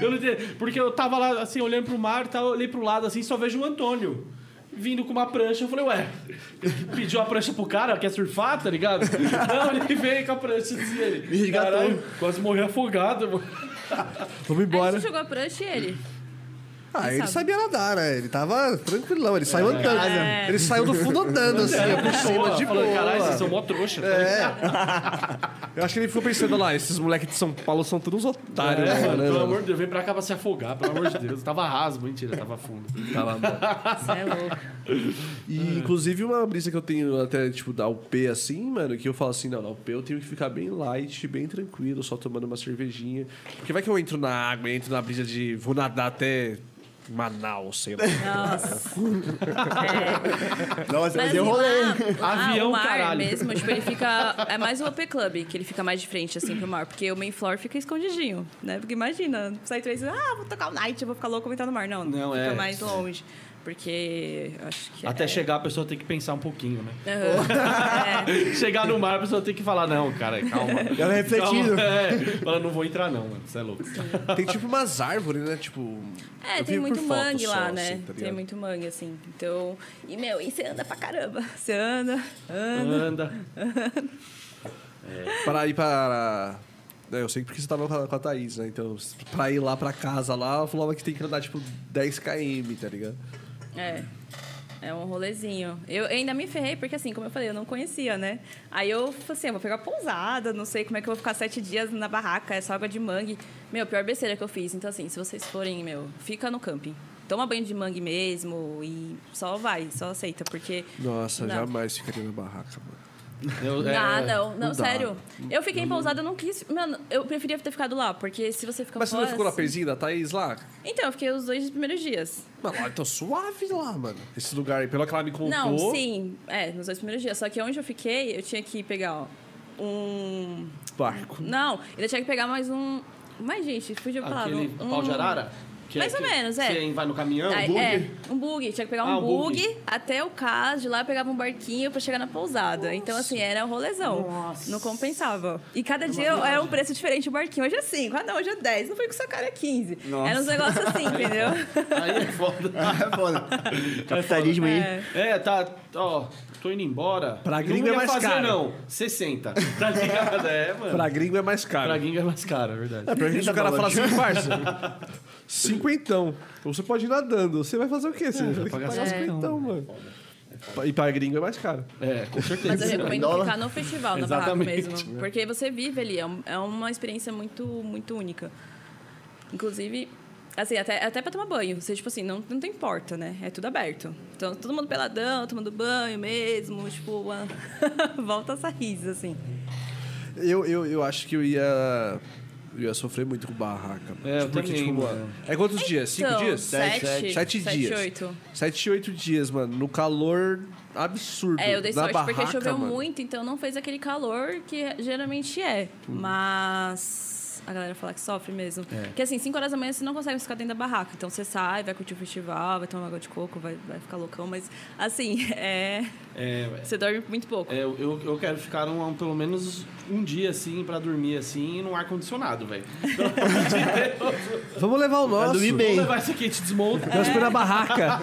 C: eu não entendi, porque eu tava lá, assim, olhando pro mar, tá, eu olhei pro lado, assim, só vejo o Antônio vindo com uma prancha. Eu falei, ué, pediu a prancha pro cara, quer surfar, tá ligado? não, ele veio com a prancha, assim, ele...
D: Me resgatou.
C: "Caralho, quase morri afogado, mano.
A: Vamos
E: Aí
A: embora.
E: você jogou a prancha e ele.
A: Ah, ele
E: sabe.
A: sabia nadar, né? Ele tava tranquilão, ele saiu andando.
E: É.
A: Ele saiu do fundo andando, assim, ó, por cima, de
C: Falando, caralho, vocês
A: boa.
C: são mó trouxa. tá
D: É.
A: Eu acho que ele ficou pensando lá, esses moleques de São Paulo são todos otários,
C: É,
A: né,
C: mano,
A: né,
C: pelo
A: mano?
C: amor de Deus, vem pra cá pra se afogar, pelo amor de Deus. Tava raso, mentira, tava fundo.
A: Tava
E: Você é louco.
A: E, inclusive, uma brisa que eu tenho até, tipo, da UP, assim, mano, que eu falo assim, não, na UP eu tenho que ficar bem light, bem tranquilo, só tomando uma cervejinha. Porque vai que eu entro na água, entro na brisa de vou nadar até Manaus, sei lá.
E: Nossa. É.
D: Nossa, mas é
E: Mas
D: eu
E: assim,
D: rolei.
E: lá- lá
C: Avião,
E: o mar
C: caralho.
E: mesmo, tipo, ele fica... É mais o OP Club, que ele fica mais de frente, assim, pro mar. Porque o main floor fica escondidinho, né? Porque imagina, sai três e... Ah, vou tocar o night, eu vou ficar louco, vou entrar no mar. Não,
C: Não,
E: fica
C: é.
E: mais longe. Porque... eu Acho que
C: Até
E: é-
C: chegar, a pessoa tem que pensar um pouquinho, né?
E: Aham. É.
C: Chegar no mar, a pessoa tem que falar, não, cara, calma.
D: Ela é refletindo.
C: Calma, é. Fala, não vou entrar não, mano, você é louco.
A: Tem, tipo, umas árvores, né? Tipo...
E: É,
A: eu
E: tem
A: vi por
E: muito
A: foto
E: mangue
A: só,
E: lá,
A: assim,
E: né?
A: tá
E: tem
A: ligado?
E: muito mangue, assim. Então. E, meu, e você anda pra caramba. Você anda, anda.
C: Anda.
A: Para ir para... É, eu sei porque você tava com a, com a Thaís, né? Então, pra ir lá pra casa lá, eu falava que tem que andar, tipo, 10km, tá ligado?
E: É. É um rolezinho. Eu ainda me ferrei, porque assim, como eu falei, eu não conhecia, né? Aí eu falei assim, eu vou pegar pousada, não sei como é que eu vou ficar sete dias na barraca, essa água de mangue. Meu, a pior besteira que eu fiz. Então, assim, se vocês forem, meu, fica no camping. Toma banho de mangue mesmo e só vai, só aceita, porque.
A: Nossa,
E: Não.
A: jamais ficaria na barraca, mano.
C: Eu- é,
E: Ah, não, não,
A: dá.
E: sério. Eu fiquei em pousada, eu não quis. Mano, eu preferia ter ficado lá, porque se você fica
A: Mas você
E: fora.
A: não ficou na
E: assim-
A: pezinha da Thaís lá?
E: Então, eu fiquei os dois primeiros dias.
A: Mano, lá eu tô suave lá, mano.
G: Esse lugar aí, pelo que ela me contou.
E: Não, sim. É, nos dois primeiros dias. Só que onde eu fiquei, eu tinha que pegar, ó, um.
A: Barco.
E: Não, ainda tinha que pegar mais um. Mas, gente, fugiu pra lá.
C: é, aquele
E: um...
C: pau de arara? que é-
E: Mais ou
C: que
E: menos, é.
C: Você vai no caminhão,
E: Aí,
C: bug?
E: É, um bug. Tinha que pegar um,
C: Ah, um
E: bug,
C: bug.
E: até o caso. De lá eu pegava um barquinho pra chegar na pousada. Então, assim, era um rolezão.
C: Nossa.
E: Não compensava. E cada dia era um preço diferente o barquinho. Hoje é 5. Ah, não, hoje é 10. Não foi com essa cara, é 15.
D: Nossa.
E: Era uns negócios assim, entendeu?
C: Aí é foda.
D: É foda. Capitalismo aí.
E: É.
C: É, tá, ó, tô indo embora.
A: Pra
C: Não
A: gringo é
C: ia
A: mais
C: fazer,
A: caro.
C: não, 60. Tá ligado? É, mano.
A: Pra gringo é mais caro.
C: Pra gringo é mais caro, é verdade.
A: É, pra gente o cara fala
D: dólares.
A: assim, parça, cinquentão. Você pode ir nadando. Você vai fazer o quê? Você vai ter que pagar
E: cinquentão.
A: É, cinquentão, mano. E pra gringo é mais caro.
C: É, com
E: Mas
C: certeza.
E: eu recomendo
D: Dólar.
E: ficar no festival, na barraca
C: Exatamente.
E: mesmo. Porque você vive ali, é um- é uma experiência muito, muito única. Inclusive, assim, até, até pra tomar banho. Você, tipo assim, não, não tem porta, né? É tudo aberto. Então, todo mundo peladão, tomando banho mesmo, tipo, uma... volta essa risa, assim.
A: Eu, eu, eu acho que eu ia... Eu ia sofrer muito com barraca. mano.
C: É, eu também,
A: mano,
C: mano.
A: É quantos dias? Cinco
E: Então,
A: dias?
E: Sete,
A: Sete,
E: sete,
A: dias.
E: oito.
A: Sete, oito dias, mano. No calor absurdo.
E: É, eu dei
A: Na
E: sorte
A: barraca,
E: porque choveu
A: mano.
E: muito, então não fez aquele calor que geralmente é. Mas a galera fala que sofre mesmo.
C: É.
E: Porque assim, 5 horas da manhã você não consegue ficar dentro da barraca. Então você sai, vai curtir o festival, vai tomar água de coco, vai, vai ficar loucão. Mas assim, é,
C: É,
E: você dorme muito pouco.
C: É, eu, eu quero ficar um, um- pelo menos um dia assim pra dormir assim num ar-condicionado, velho. Pelo amor de Deus.
A: Vamos levar o nosso.
D: dormir bem.
C: Vamos levar isso aqui, a gente desmonta.
A: Nós põe na barraca.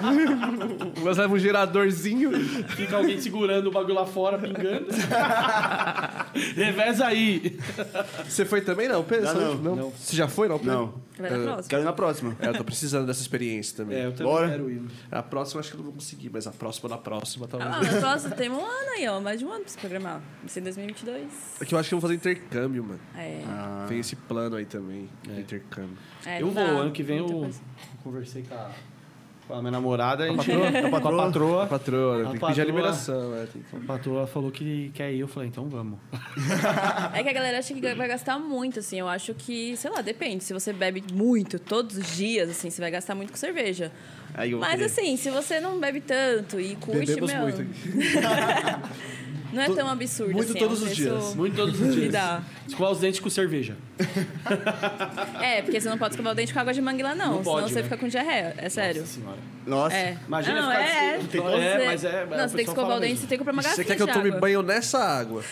A: Nós levamos um geradorzinho.
C: Fica alguém segurando o bagulho lá fora, pingando. Reveza aí.
A: Você foi também, não,
D: Não,
A: Pedro? Sabe?
D: não.
A: Você já foi, não, Pedro? Ah,
D: Não.
E: Vai na próxima.
D: Quero ir na próxima.
A: É, eu tô precisando dessa experiência também.
C: É, eu também
D: Bora.
C: quero ir.
A: A próxima acho que eu não vou conseguir, mas a próxima da próxima talvez.
E: Ah, mas próximo tem um ano aí, ó. Mais de um ano pra se programar. Vai ser em 2022.
A: É que eu acho que eu vou fazer intercâmbio, mano.
E: É.
D: Ah.
A: Tem esse plano aí também, de intercâmbio.
E: é,
C: Ah, eu
E: não
C: vou,
E: dá
C: ano que vem eu,
E: muita coisa.
C: eu conversei com a, com a minha namorada, a gente
D: patroa?
C: com a
A: A
C: patroa.
A: patroa, né?
C: A
A: tem que pedir a
C: patroa.
A: liberação, é. Tem que...
C: A patroa falou que quer ir, eu falei, então vamos.
E: É que a galera acha que vai gastar muito, assim. Eu acho que, sei lá, depende. Se você bebe muito todos os dias, assim, você vai gastar muito com cerveja.
D: Aí eu vou
E: Mas
D: querer.
E: assim, se você não bebe tanto e curte,
A: Bebemos
E: meu.
A: muito aqui.
E: Não é tão absurdo.
A: muito
E: assim,
A: todos
E: é um
A: os
E: preço
A: dias.
C: Muito todos os
E: que
C: dias.
E: dá.
C: Escovar os dentes com cerveja.
E: É, porque você não pode escovar o dente com água de mangue lá, não.
C: Não
E: senão
C: pode,
E: você
C: né?
E: fica com diarreia. É sério.
C: Nossa senhora.
D: Nossa.
E: É.
C: Imagina
E: não,
C: ficar
E: é,
C: sem-
E: você-
C: É, mas é-
E: Não,
C: é, o
E: você tem que
C: pessoal
E: escovar
C: fala
E: o dente,
C: mesmo.
E: você tem que comprar uma
A: um Você
E: garrafinha
A: quer que eu
E: de
A: tome
E: água.
A: banho nessa água?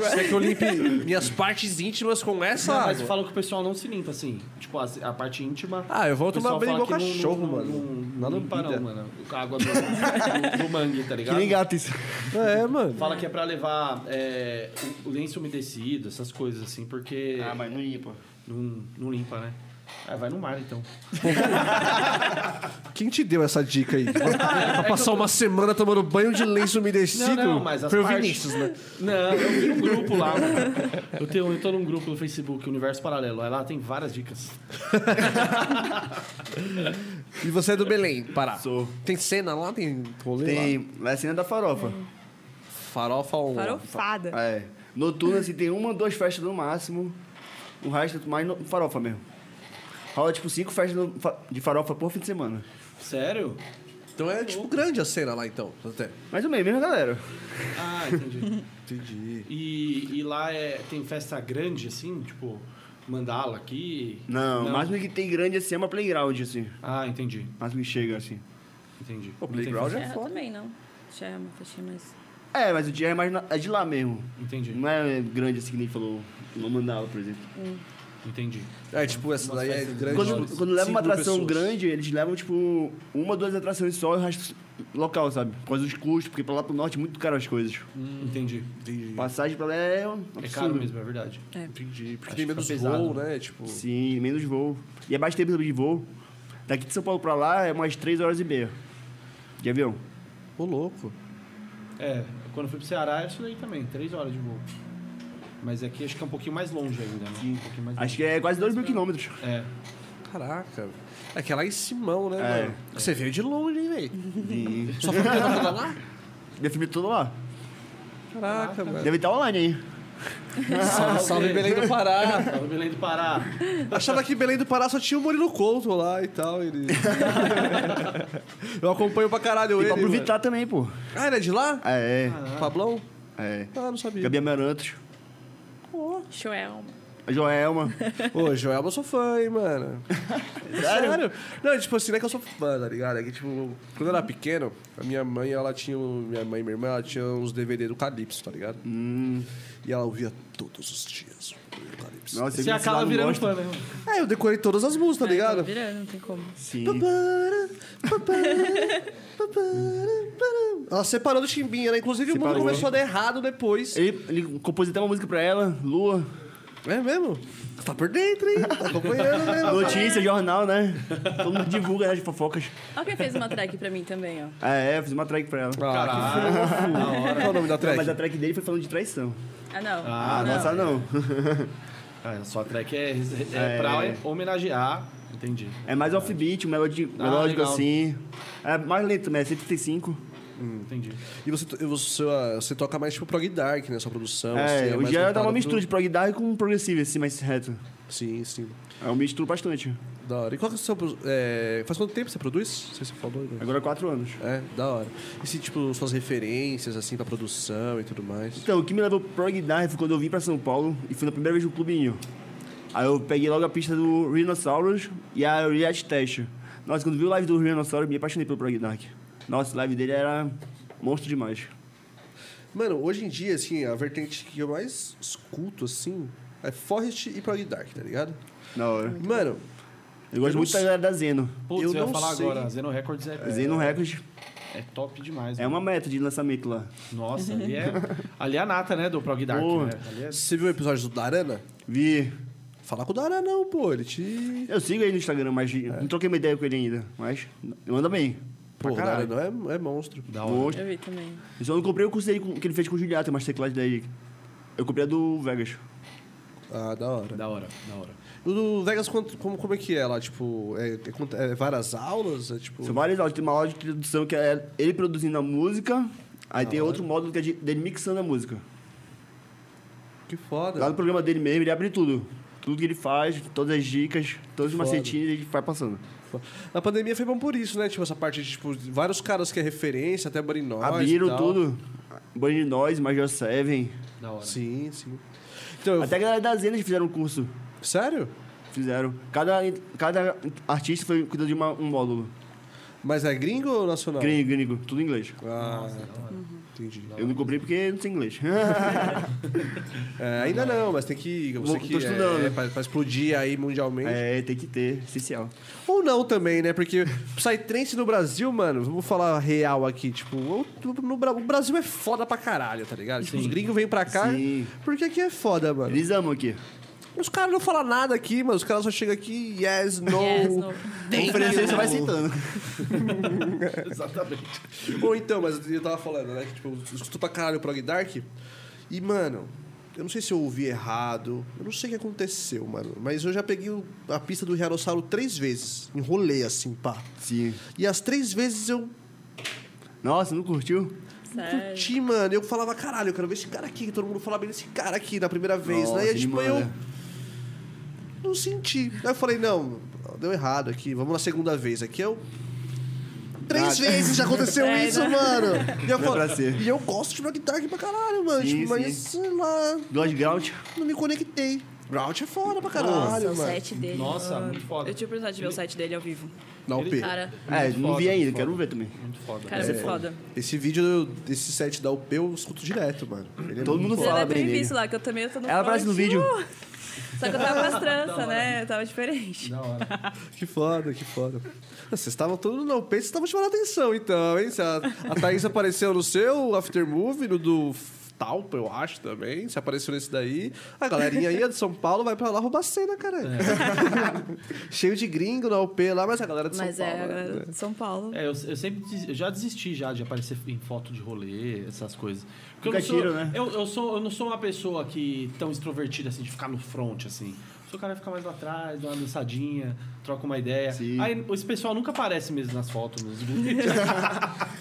A: Você quer que eu limpe minhas partes íntimas com essa
C: Não, mas
A: água?
C: falam que o pessoal não se limpa, assim. Tipo, as- a, parte íntima.
A: Ah, eu vou
C: o pessoal
A: tomar banho igual
C: fala que não-
A: cachorro,
C: não-
A: mano.
C: Não, não
A: Na
C: limpa,
A: lambida.
C: não, mano. Com a água do, do- do mangue, tá
D: Que
C: ligado?
D: nem gato isso.
A: É, mano.
C: Fala que é pra levar é, o o lenço umedecido, essas coisas, assim, porque
D: Ah, mas não ia, pô.
C: não, não limpa, né? Ah, vai no mar, então.
A: Quem te deu essa dica aí? Pra
C: É que
A: passar
C: eu tô-
A: uma semana tomando banho de lenço umedecido?
C: Não, não, mas as
A: Foi o
C: partes-
A: Vinícius, né?
C: Não, eu vi um grupo lá, mano. Eu, tenho, eu tô num grupo no Facebook, Universo Paralelo. Aí lá tem várias dicas.
A: E você é do Belém, Pará.
D: Sou.
A: Tem cena lá? Tem rolê lá?
D: Tem. Lá é a cena da farofa.
A: Farofa ou...
E: Farofada.
D: É. Noturna, assim, tem uma, duas festas no máximo. O resto é mais no- farofa mesmo. Rola, tipo, cinco festas no- fa- de farofa por fim de semana.
C: Sério?
A: Então é, tipo, grande a cena lá, então. Até.
D: Mais ou menos, mesma galera.
C: Ah, entendi.
A: Entendi.
C: E, e lá é, tem festa grande, assim, tipo, mandala aqui?
D: Não, o máximo que tem grande assim é uma playground, assim.
C: Ah, entendi,
D: O máximo que chega, assim.
C: entendi.
A: O playground é
E: Terra
A: foda.
E: também, não. Terra, mas...
D: É, mas o dia é mais na- é de lá mesmo.
A: Hum.
C: Entendi,
D: Não é grande assim que nem falou no Mandala, por exemplo.
C: entendi.
A: É, tipo, essa daí é grande.
D: Quando, quando leva uma
A: Cinco
D: atração
A: pessoas.
D: grande, eles levam, tipo, uma, duas atrações só e o resto local, sabe? Por causa dos custos, porque pra lá pro norte é muito caro as coisas.
C: Entendi.
A: Entendi.
D: Passagem pra lá é um
C: É
D: absurdo.
C: caro mesmo, é verdade.
A: Entendi. Porque
C: Acho
A: tem
C: que
A: menos
C: fica pesado,
A: voo, né? Tipo...
D: Sim, menos voo. E é mais tempo de voo. Daqui de São Paulo pra lá é umas três horas e meia. de avião.
A: Ô, louco.
C: É, quando eu fui pro Ceará, é isso daí também, três horas de voo. Mas aqui acho que é um pouquinho mais longe ainda, né? Um pouquinho mais
D: Acho
C: longe.
D: que é quase 2 mil quilômetros.
C: É.
A: Caraca. É que é lá em Simão, né,
D: É.
A: mano? Você veio de longe, hein, velho?
D: E
A: Só foi pra lá?
D: minha família toda lá.
A: Caraca, mano.
D: Deve estar online aí.
A: Salve, salve Belém do Pará.
C: Tava Belém do Pará. é
A: Achava que Belém do Pará só tinha o Murilo Couto lá e tal. Ele... eu acompanho pra caralho
D: Tem
A: ele.
D: pra aproveitar
A: mano.
D: também, pô.
A: Ah, ele é de lá?
D: É,
A: Pablão?
D: é.
A: Ah, não sabia.
D: Gabi Amarantos,
E: Joel.
D: a Joelma.
A: Ô, Joelma, eu sou fã, hein, mano. Sério? Não, tipo assim, não é que eu sou fã, tá ligado? É que, tipo, quando eu era pequeno, a minha mãe, ela tinha. um- Minha mãe e minha irmã, ela tinha uns DVD do Calypso, tá ligado?
D: Hum.
A: E ela ouvia todos os dias o DVD do Calypso.
D: Nossa,
C: Você
D: eu
C: acaba
D: não
C: virando
D: gosto.
C: fã, né?
A: É, eu decorei todas as músicas, tá
E: Tá
A: ligado?
E: virando, não tem como.
D: Sim.
A: Ela separou do Chimbinha, né? Inclusive o mundo
D: Separou.
A: começou a dar errado depois.
D: Ele, ele compôs até uma música pra ela, Lua.
A: É mesmo? Você tá por dentro, hein? Tá acompanhando, né?
D: Notícia, jornal, né? Todo mundo divulga né, as fofocas.
E: Olha quem fez uma track pra mim também, ó.
D: Ah, é, fiz uma track pra ela.
A: Ah, Qual é o nome da
D: Mas
A: track?
D: a track dele foi falando de traição.
E: Ah, não.
D: Ah,
E: não.
D: nossa, não.
C: Ah, só a track é, é, pra homenagear. Entendi.
D: É mais offbeat, um melódico,
C: Ah,
D: melódico
C: legal.
D: assim. É mais lento, né? 135.
C: Entendi.
A: E você, to- você, você toca mais tipo prog dark, né? Sua produção. assim,
D: É, o
A: mais
D: dia dá
A: voltada
D: uma
A: pro-
D: mistura de prog dark com progressivo, assim, mais reto.
A: Sim, sim.
D: É, Eu misturo bastante.
A: Da hora. E qual que é o seu. pro- é, Faz quanto tempo você produz? Não sei se você falou. né?
D: Agora há quatro anos.
A: É, da hora. E se, tipo, suas referências, assim, pra produção e tudo mais?
D: Então, o que me levou pro prog dark foi quando eu vim pra São Paulo e fui na primeira vez no clubinho. Aí eu peguei logo a pista do Rhinoceros e a React Test. Nossa, quando vi o live do Rhinoceros, me apaixonei pelo prog dark. Nossa, o live dele era monstro demais.
A: Mano, hoje em dia, assim, a vertente que eu mais escuto, assim, é Forest e prog dark, tá ligado?
D: Na hora.
A: Mano,
D: Eu gosto
A: Eu
D: muito
A: não
D: da galera da Zeno.
C: Putz,
A: Eu
C: eu,
A: não
C: ia falar
A: sei.
C: agora. Zeno Records é,
D: Zeno Records
C: é top demais.
D: é
C: mano.
D: uma meta de lançamento lá.
C: Nossa, ali é, ali é a nata, né, do Prog Dark.
D: Boa.
C: Né? Ali é-
A: você viu o episódio do Darana?
D: Vi.
A: Fala com o Darana, não, pô. Ele te.
D: Eu sigo ele no Instagram, mas
C: É.
D: não troquei uma ideia com ele ainda. Mas manda bem.
A: Pô, o
D: caralho.
A: Darana é, é monstro.
C: Da hora.
D: Monstro.
E: Eu vi também.
D: Eu só não comprei o curso dele com- que ele fez com o Juliato, mas teclado daí. Eu comprei a do Vegas.
A: Ah, da hora.
C: Da hora, da hora.
A: O do Vegas, quanto- como, como é que é lá? Tipo, é, é quant- é várias aulas? É tipo.
D: São várias aulas. Tem uma aula de tradução que é ele produzindo a música. Aí tem outro módulo que é de- dele mixando a música.
A: Que foda.
D: Lá no programa dele mesmo, ele abre tudo. Tudo que ele faz, todas as dicas, todos os
A: Foda.
D: macetinhos, ele vai passando.
A: Na pandemia foi bom por isso, né? Tipo, essa parte de tipo, vários caras que é referência, até Barinóis. e
D: Abriram
A: tal.
D: tudo. Bunny Noise, Major Seven.
C: Da hora.
A: Sim, sim. Então, eu-
D: Até a galera da Zena fizeram um curso.
A: sério?
D: Fizeram. Cada, cada artista foi cuidando de uma- um módulo.
A: Mas é gringo ou nacional?
D: Gringo, gringo. Tudo em inglês.
A: Ah, tá. entendi.
D: Eu não comprei porque não sei inglês.
A: É, ainda não, mas tem que. Você
D: Vou-
A: que
D: tô estudando.
A: É, pra, pra explodir aí mundialmente.
D: é, tem que ter. Essencial.
A: Ou não também, né? Porque Psytrance no Brasil, mano, vamos falar real aqui, tipo, o- no, Bra- o Brasil é foda pra caralho, tá ligado? Tipo, os gringos vêm pra cá,
D: Sim.
A: porque aqui é foda, mano.
D: Eles amam aqui.
A: Os caras não falam nada aqui, mano, os caras só chegam aqui, yes, no...
E: Yes, no.
D: O francês só vai sentando.
C: Exatamente.
A: Ou então, mas eu tava falando, né? Que, tipo, eu escuto pra caralho o Prog Dark. E, mano, eu não sei se eu ouvi errado. Eu não sei o que aconteceu, mano. Mas eu já peguei o- a pista do Riarossauro três vezes. Enrolei assim, pá.
D: Sim.
A: E as três vezes eu
D: Nossa, não curtiu?
E: Sério.
A: curti, mano. Eu falava, caralho, eu quero ver esse cara aqui. que Todo mundo fala bem desse cara aqui na primeira vez,
D: Nossa,
A: né? E aí,
D: ele
A: tipo,
D: manda.
A: eu não senti. Aí eu falei, não, deu errado aqui. Vamos na segunda vez. Aqui eu... Três
D: Ah.
A: vezes já aconteceu
E: É,
A: isso,
E: né?
A: mano. E eu,
D: Não é
A: falo-
D: pra ser.
A: e eu gosto de Rock Dark pra caralho, mano.
D: Sim,
A: tipo, mas,
D: sim.
A: sei lá,
D: Gosto de ground.
A: não me conectei. Grout é foda pra caralho,
E: o
A: mano.
E: set dele.
C: Nossa,
E: mano.
C: muito foda.
E: Eu tive a oportunidade de ver o set dele ao vivo.
A: Dá um P.
E: Cara,
D: É,
C: Muito
D: não
C: foda,
D: vi ainda,
C: muito
D: quero
C: foda.
D: ver também.
C: Muito foda.
E: cara, é muito foda.
A: Esse vídeo desse set da UP eu escuto direto, mano. Ele é
D: Todo mundo
A: muito foda.
E: Você
D: fala
E: deve
D: bem
E: ter
D: dele.
E: visto lá, que eu também tô no
D: Ela aparece no
E: front.
D: vídeo.
E: Uh! Só que eu tava com as tranças, né? Eu tava diferente.
C: Da hora.
A: Que foda, que foda. Vocês estavam todos na UP, vocês estavam chamando a atenção, então, hein? Se A, a Thaís apareceu no seu aftermovie, no do f- Stalpa, eu acho também. Se apareceu nesse daí, a galerinha aí é de São Paulo vai pra lá roubar cena, cara. Cheio de gringo na UP lá, mas a galera de
E: Mas
A: São
E: é,
A: Paulo. né?
E: agora, São Paulo.
C: É, eu, eu sempre des- eu já desisti já de aparecer em foto de rolê, essas coisas. Porque eu
D: Fica
C: não sou,
D: tiro, né?
C: Eu, eu sou, eu não sou uma pessoa que tão extrovertida assim, de ficar no front, assim. Eu sou o cara que fica mais lá atrás, dá uma dançadinha, troca uma ideia.
D: Sim.
C: Aí esse pessoal nunca aparece mesmo nas fotos, nos vídeos.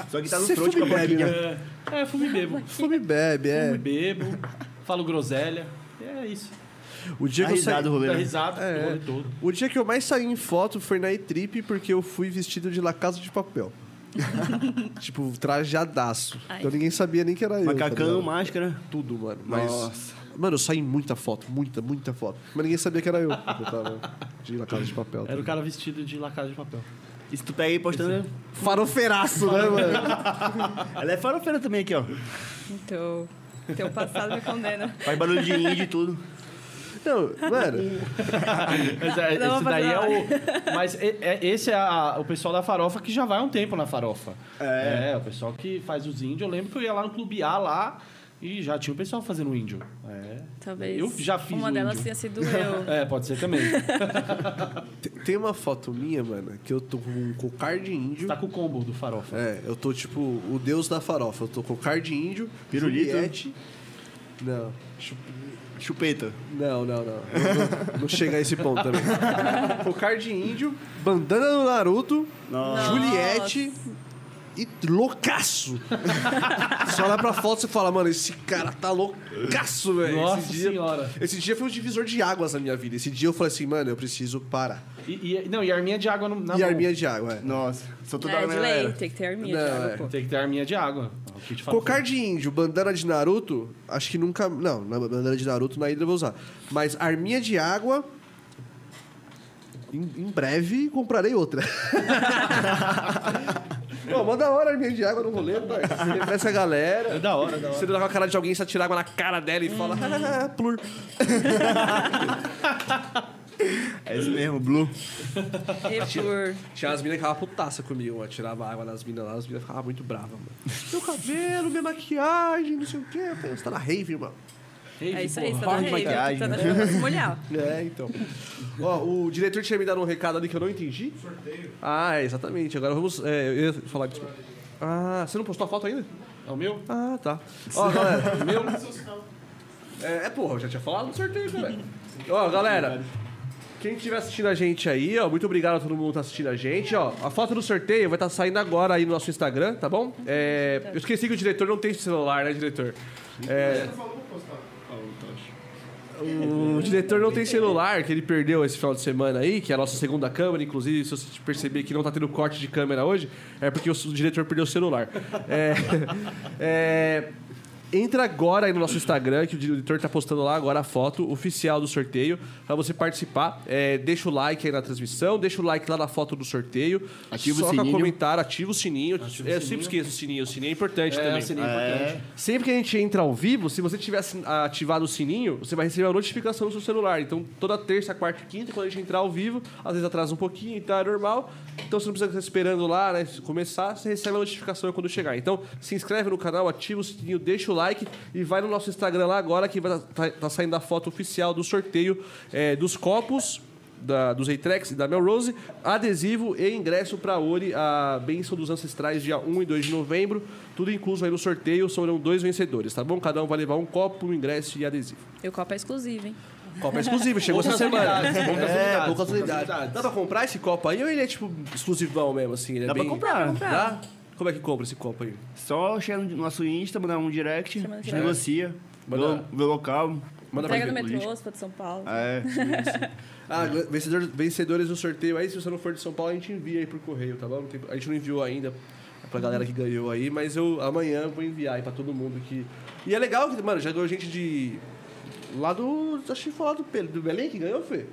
D: Só que tá no
A: Você
D: front
A: foi
D: com a
A: bebe,
D: boquinha.
C: é, é, fumo e bebo.
A: Fome e bebe,
C: Fumo
A: é.
C: e bebo, falo groselha. É isso.
A: O dia
D: Dá
A: que eu saí...
D: risada o rolê.
C: Dá
D: né?
C: risada
A: É.
C: o rolê todo.
A: O dia que eu mais saí em foto foi na E-Trip porque eu fui vestido de La Casa de Papel. tipo, trajadaço.
E: Ai.
A: Então ninguém sabia nem que era eu. tá
D: Macacão,
A: ligado?
D: máscara.
A: Tudo, mano. Mas.
D: Nossa.
A: Mano, eu saí em muita foto, muita, muita foto. Mas ninguém sabia que era eu. porque eu tava de La Casa de Papel. tá
C: Era o cara vestido de lacada de papel.
D: E se tu pega aí postando. né?
A: Farofeiraço, né, mano?
D: Ela é farofeira também aqui, ó.
E: Então, teu passado me condena.
D: Faz barulho de índio e tudo.
A: Não, mano.
C: Mas é-
E: Não,
C: esse
E: mas
C: daí é
E: não.
C: o. Mas e- é- esse é a- o pessoal da farofa que já vai há um tempo na farofa. É. o pessoal que faz os índios. Eu lembro que eu ia lá no Clube A lá e já tinha o pessoal fazendo índio. É.
E: Talvez.
C: Eu já fiz
E: Uma
C: um
E: delas
C: índio.
E: tenha sido eu.
C: É, pode ser também.
A: te- Tem uma foto minha, mano, que eu tô com um cocar de índio.
C: tá com o combo do farofa.
A: É, eu tô tipo o deus da farofa. Eu tô com cocar de índio,
D: Pirulito.
A: Juliette. Não, tipo,
D: Chupeta.
A: Não, não, não. Eu Não, não chega a esse ponto também. Cocar de índio, bandana do Naruto,
D: Nossa.
A: Juliette e loucaço. Você olha pra foto e fala, mano, esse cara tá loucaço, velho.
C: Nossa
A: esse dia,
C: senhora.
A: Esse dia foi um divisor de águas na minha vida. Esse dia eu falei assim, mano, eu preciso parar.
C: E, e- não, e arminha de água no, na
A: e
C: mão.
A: arminha de água, é.
D: Nossa. Sou toda
E: Tá é,
D: a
E: de
D: galera.
E: lei, tem que ter arminha.
A: Não,
E: de água,
A: é.
E: pô.
C: Tem que ter arminha de água. É o kit farofa.
A: Cocar de índio, bandana de Naruto, acho que nunca. Não, na bandana de Naruto na Hydra eu vou usar. Mas arminha de água. Em, em breve comprarei outra. Pô, manda da hora a arminha de água no rolê, parceiro. Você essa galera.
C: É da hora, é da hora.
A: Você dá com a cara de alguém, você tira água na cara dela e fala, ah, plur.
D: É isso mesmo, Blue.
E: E por...
A: Tinha as minas que ficavam putaça comigo, eu tirava água nas minas lá, as minas ficavam muito bravas, mano. Meu cabelo, minha maquiagem, não sei o quê. Eu falei, Você tá na rave, mano.
E: É isso aí,
C: porra.
E: tá na
D: de
E: rede.
D: maquiagem,
E: Tá
D: né?
E: na rede, vai se molhar.
A: É, então. Ó, o diretor tinha me dado um recado ali que eu não entendi. Sorteio. Ah, é, exatamente. Agora vamos. É, eu ia falar desculpa. Ah, você não postou a foto ainda?
C: É o meu?
A: Ah, tá. Ó, galera, meu. É, é, porra, eu já tinha falado do sorteio, galera. Ó, galera. Quem estiver assistindo a gente aí, ó, muito obrigado a todo mundo que tá assistindo a gente, ó. A foto do sorteio vai estar saindo agora aí no nosso Instagram, tá bom? É, eu esqueci que o diretor não tem celular, né, diretor? É, o diretor não tem celular, que ele perdeu esse final de semana aí, que é a nossa segunda câmera. Inclusive, se você perceber que não tá tendo corte de câmera hoje, é porque o diretor perdeu o celular. É, é, entra agora aí no nosso Instagram, que o diretor tá postando lá agora a foto oficial do sorteio, pra você participar. É, deixa o like aí na transmissão, deixa o like lá na foto do sorteio.
D: Ativa o
A: soca
D: sininho.
A: comentário, ativa o sininho.
C: o
A: É, eu
C: sininho.
A: sempre esqueço o sininho, o sininho é importante
C: É,
A: também.
C: o sininho importante.
A: Né? Sempre que a gente entra ao vivo, se você tiver assin- ativado o sininho, você vai receber a notificação no seu celular. Então, toda terça, quarta e quinta, quando a gente entrar ao vivo, às vezes atrasa um pouquinho, então é normal. Então, você não precisa ficar esperando lá, né? Começar, você recebe a notificação quando chegar. Então, se inscreve no canal, ativa o sininho, deixa o like e vai no nosso Instagram lá agora que vai tá, tá saindo a foto oficial do sorteio eh, dos copos da, dos Eitrex e da Melrose, adesivo e ingresso para Ori, a Bênção dos Ancestrais, dia 1 e 2 de novembro. Tudo incluso aí no sorteio, serão dois vencedores, tá bom? Cada um vai levar um copo, um ingresso e adesivo.
E: E o copo é exclusivo, hein?
A: Copo é exclusivo, chegou essa semana.
C: unidades, poucas
D: É,
C: unidades,
A: poucas
C: poucas
A: unidades.
C: unidades.
A: Dá pra comprar esse copo aí ou ele é tipo exclusivão mesmo, assim? Ele é
D: Dá pra
A: bem-
D: comprar.
A: Dá? Como é que compra esse copo aí?
D: Só chega no nosso Insta, mandar um direct,
E: Chama no
D: a gente
E: direct.
D: negocia,
A: Manda-
D: vê o local.
A: Manda pra
E: Pega no
A: gente.
E: metrô, se for de São Paulo.
D: É.
A: Ah, vencedor- vencedores do sorteio aí, se você não for de São Paulo, a gente envia aí pro correio, tá bom? Não tem- A gente não enviou ainda pra galera que ganhou aí, mas eu amanhã eu vou enviar aí pra todo mundo que. E é legal que, mano, já ganhou gente de. Lá do. Acho que foi lá do, Pe- do Belém que ganhou, Fê?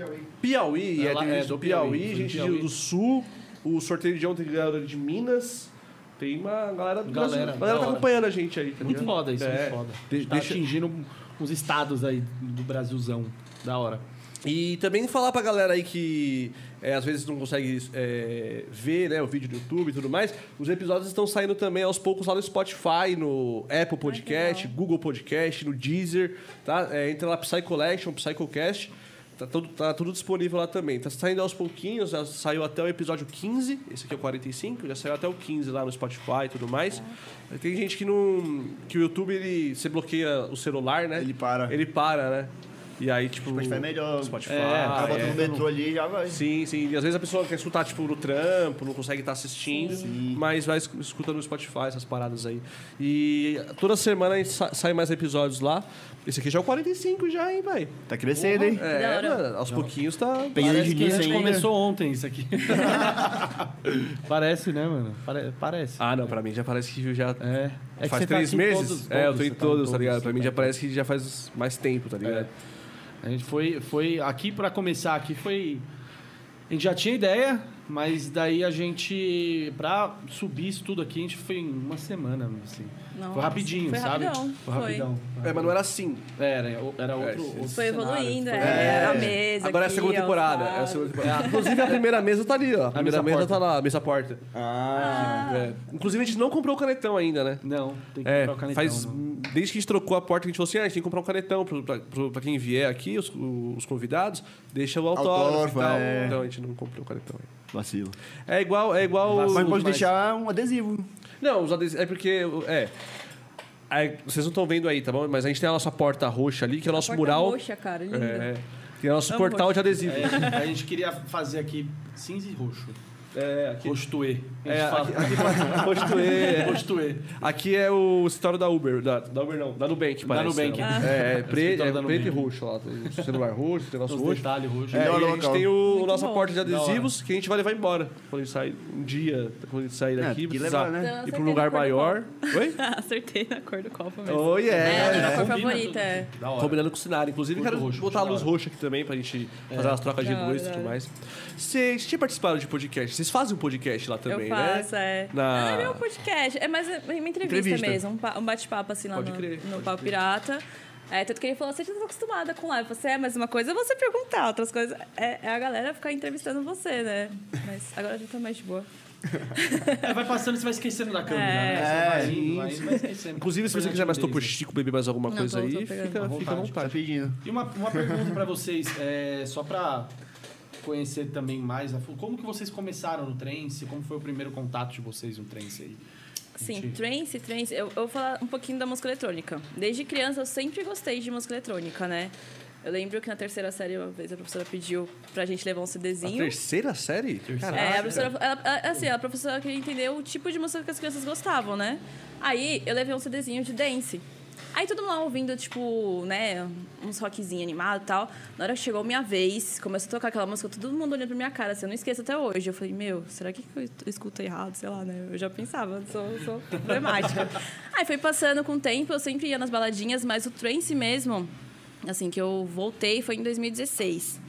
A: Piauí. Piauí,
C: É
A: é,
C: lá-
A: tem
C: é,
A: gente do
C: do
A: Piauí,
C: Piauí, foi do
A: gente de-
C: Piauí.
A: do Sul, o sorteio de ontem ganhou de Minas. Tem uma galera do
C: Galera,
A: Brasil. A
C: da
A: galera tá
C: hora. É
A: acompanhando a gente aí, tá
C: Muito
A: ligado?
C: foda isso,
A: É.
C: muito foda.
A: De-
C: tá
A: deixa-
C: atingindo uns estados aí do Brasilzão. Da hora.
A: E também falar pra galera aí que é, às vezes não consegue é, ver né, o vídeo do YouTube e tudo mais, os episódios estão saindo também aos poucos lá no Spotify, no Apple Podcast, Google Podcast, no Deezer, tá? É, entra lá Psy Collection, Psychocast, tá tudo, tá tudo disponível lá também. Tá saindo aos pouquinhos, já saiu até o episódio 15, esse aqui é o 45, já saiu até o 15 lá no Spotify e tudo mais. Tem gente que não... que o YouTube, ele, você bloqueia o celular, né?
D: Ele para.
A: Ele para, né? E aí, tipo...
D: Spotify é melhor.
A: Spotify.
C: É,
D: Ah,
C: acaba
D: bota
A: é.
D: no metrô ali e já vai.
A: Sim, sim. E às vezes a pessoa quer escutar, tipo, no trampo, não consegue estar assistindo, mas vai esc- escuta no Spotify, essas paradas aí. E toda semana a gente sa- sai mais episódios lá. Esse aqui já é o 45 já, hein, velho?
D: Tá crescendo,
C: né?
D: hein?
E: Da
A: É,
E: hora.
A: mano, aos pouquinhos tá...
D: Tem
C: Parece que é. a
D: início
C: gente
D: ainda.
C: começou ontem isso aqui. parece, né, mano? Pare- parece.
A: Ah, não, pra mim já parece que já...
C: É. É que
A: faz
C: você tá
A: três
C: aqui em
A: meses?
C: todos-
A: é, eu tô
C: todos,
A: em
C: você tá
A: todos, tá ligado?
C: todos,
A: Pra mim
C: tá É.
A: já parece que já faz mais tempo, tá ligado?
C: A gente foi, foi aqui para começar aqui foi a gente já tinha ideia, mas daí a gente pra subir isso tudo aqui a gente foi em uma semana, assim.
E: Nossa,
C: foi rapidinho,
E: foi
C: sabe?
E: rapidão,
C: foi
E: foi.
C: rapidão.
A: É, mas não era assim.
C: Era, era outro, outro
E: Foi
C: cenário.
E: evoluindo, é.
D: É.
E: A mesa.
A: Agora né? é a
E: aqui,
A: segunda
E: ó,
A: temporada.
E: sabe?
A: É a segunda temporada. Inclusive a primeira mesa tá ali, ó. A primeira
C: mesa
A: mesa,
C: porta.
A: tá lá, a mesa porta. Ah. Inclusive a gente não comprou o canetão ainda, né?
C: Não, tem que
A: É,
C: comprar o canetão. né?
A: faz,
C: mano.
A: desde que a gente trocou a porta, que a gente falou assim: ah, a gente tem que comprar um canetão pro- pra, pro- pra quem vier aqui, os, os convidados, deixa o
D: Autógrafo,
A: autógrafo, e tal.
D: é.
A: Então a gente não comprou o canetão ainda.
D: Vacilo.
A: É igual. É igual
D: Mas pode
A: os-
D: deixar um adesivo.
A: Não, os adesivos. É porque. É. Aí, vocês não estão vendo aí, tá bom? Mas a gente tem a nossa porta roxa ali, que é o nosso
E: Porta
A: mural.
E: roxa, cara, linda.
A: É, que é o nosso
E: Amo
A: portal
E: roxo.
A: de adesivos.
C: É, a gente queria fazer aqui cinza e roxo.
A: É, aqui.
C: Roxo tuê. A gente
A: É,
C: fala.
A: aqui, aqui faz- roxo tuê, é.
C: Roxo tuê.
A: Aqui é o escritório da Uber. Da, da Uber não, da Nubank,
C: Da
A: parece.
C: Nubank.
A: né?
E: Ah.
A: É, é, pre-
C: escritório
A: é
C: da
A: preto e
C: Nubank.
A: roxo lá. Tem o celular roxo, tem o nosso
C: Os
A: roxo.
C: detalhes roxos.
A: É, e a
D: Melhor
A: gente
D: local.
A: tem o,
E: Muito
A: nossa
E: bom.
A: porta de adesivos que a gente vai levar embora. Quando a gente sair um dia, quando a gente sair daqui,
D: É, que
A: precisar
D: levar, né?
A: ir
E: Então,
A: pra um lugar
E: acertei na
A: maior. Oi?
E: Acertei na cor do copo mesmo.
A: Oh,
E: É, a
A: yeah.
E: minha cor
C: Combina
E: favorita.
C: tudo.
E: é.
C: Da hora.
A: Combinando com o cenário. Inclusive,
C: Muito
A: quero
C: roxo,
A: botar a
C: da
A: luz
C: hora.
A: roxa aqui também pra gente fazer umas trocas de
E: Da
A: luz e
E: hora,
A: tudo
E: da hora.
A: mais. Vocês tinham participado de podcast. Vocês fazem um podcast lá também,
E: eu
A: né?
E: faço, é.
A: Na-
E: Não é meu podcast, é mais uma entrevista,
A: Entrevista.
E: mesmo, um, pa- um bate-papo assim lá
A: Pode
E: no,
A: crer,
E: no
A: pode
E: Papo Pirata. É, tanto que ele falou, você já tá acostumada com live. Você é, mas uma coisa é você perguntar, outras coisas é, é a galera ficar entrevistando você, né? Mas agora já tá mais de boa.
C: É, vai passando, você vai esquecendo da câmera,
E: É.
C: né? Você vai indo, vai indo, vai esquecendo.
A: Inclusive, se você quiser mais topo chico, beber mais alguma
E: Não,
A: coisa
E: tô- tô
A: aí,
E: pegando.
A: fica,
C: À
A: fica à
C: vontade.
D: Tá
A: vontade.
D: pedindo.
C: E uma, uma pergunta pra vocês, é, só pra conhecer também mais a fundo. Como que vocês começaram no Trance? Como foi o primeiro contato de vocês no Trance aí?
E: Sim,
C: Entendi.
E: trance, trance. Eu, eu vou falar um pouquinho da música eletrônica. Desde criança eu sempre gostei de música eletrônica, né? Eu lembro que na terceira série, uma vez a professora pediu pra gente levar um
A: A
E: CDzinho.
A: terceira série?
E: É, a professora, ela- ela- assim, a professora queria entender o tipo de música que as crianças gostavam, né? Aí eu levei um CDzinho de dance. Aí todo mundo lá ouvindo, tipo, né, uns rockzinho animado e tal. Na hora que chegou minha vez, começou a tocar aquela música, todo mundo olhando pra minha cara, assim, eu não esqueço até hoje. Eu falei, meu, será que eu escuto errado? Sei lá, né? Eu já pensava, sou, sou problemática. Aí foi passando com o tempo, eu sempre ia nas baladinhas, mas o trance mesmo, assim, que eu voltei foi em 2016.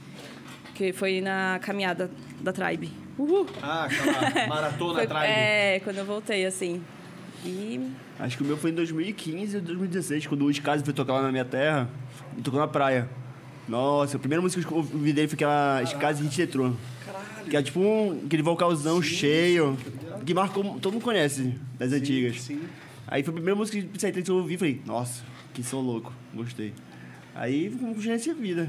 E: Que foi na caminhada da Tribe. Uhul!
C: Ah, aquela maratona
E: Foi-
C: atrás.
E: É, quando eu voltei, assim. E.
D: Acho que o meu foi em 2015 ou 2016, quando o Escase foi tocar lá na minha terra. Ele tocou na praia. Nossa, a primeira música que eu ouvi dele foi aquela Escase Hit Retro. Que é tipo um, aquele vocalzão cheio, que marcou, todo mundo conhece, das antigas.
A: Sim.
D: Aí foi a primeira música de Psytrance que eu ouvi e falei, nossa, que som louco, gostei. Aí continuei essa vida.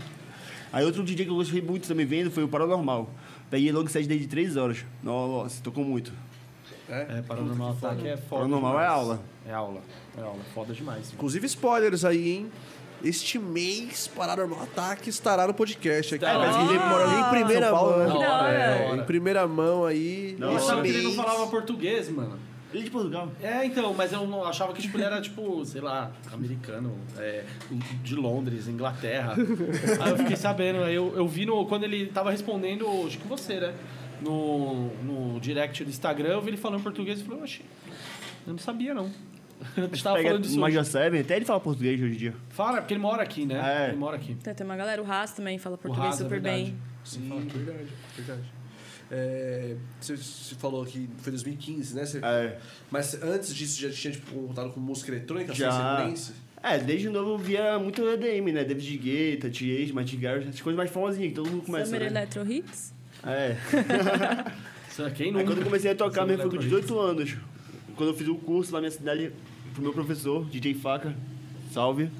D: Aí outro DJ que eu gostei muito também vendo foi o Paranormal. Peguei logo set desde 3 horas. Nossa, tocou muito.
C: É, Paranormal Ataque é foda.
D: Paranormal
C: demais.
D: é aula.
C: É aula. É aula. Foda demais.
A: Inclusive, spoilers aí, hein? Este mês, Paranormal Ataque estará no podcast aqui.
C: Estará.
A: Mas
D: Em primeira mão,
E: Que
D: né?
E: da hora.
A: É, em primeira mão aí.
D: Da
C: Eu
D: hora.
C: achava que ele não
A: mês.
C: falava português, mano.
D: Ele de Portugal.
C: É, então, mas eu não achava que tipo, ele era, tipo, sei lá, americano, é, de Londres, Inglaterra. aí eu fiquei sabendo, aí eu, eu vi no, quando ele tava respondendo, acho que você, né? No, no direct do Instagram, eu vi ele falando português e falei, oxe, eu não sabia não. A gente tava
D: Pega
C: falando disso.
D: Major
C: hoje.
D: 7, até ele fala português hoje em dia.
C: Fala, porque ele mora aqui, né?
D: É.
C: Ele mora aqui.
E: Então, tem uma galera, o Haas também fala português
C: Haas, é
E: super
C: verdade.
E: bem.
A: Sim, verdade, verdade. É, você, você falou que foi 2015, né? Você-
D: É.
A: Mas antes disso já tinha tipo, contado com música eletrônica,
D: Já.
A: sem sequência?
D: É, desde novo eu via muito EDM, né? David Guetta, T.H., Martin Garrix, essas coisas mais famosinhas que todo mundo começa,
E: Summer
D: né?
E: Electro Hits.
D: É.
C: Será que é quem
D: Aí
C: nunca?
D: quando eu comecei a tocar
C: Summer
D: mesmo foi com
C: Electro
D: 18 anos. Quando eu fiz o curso lá na minha cidade, pro meu professor, DJ Faca, salve.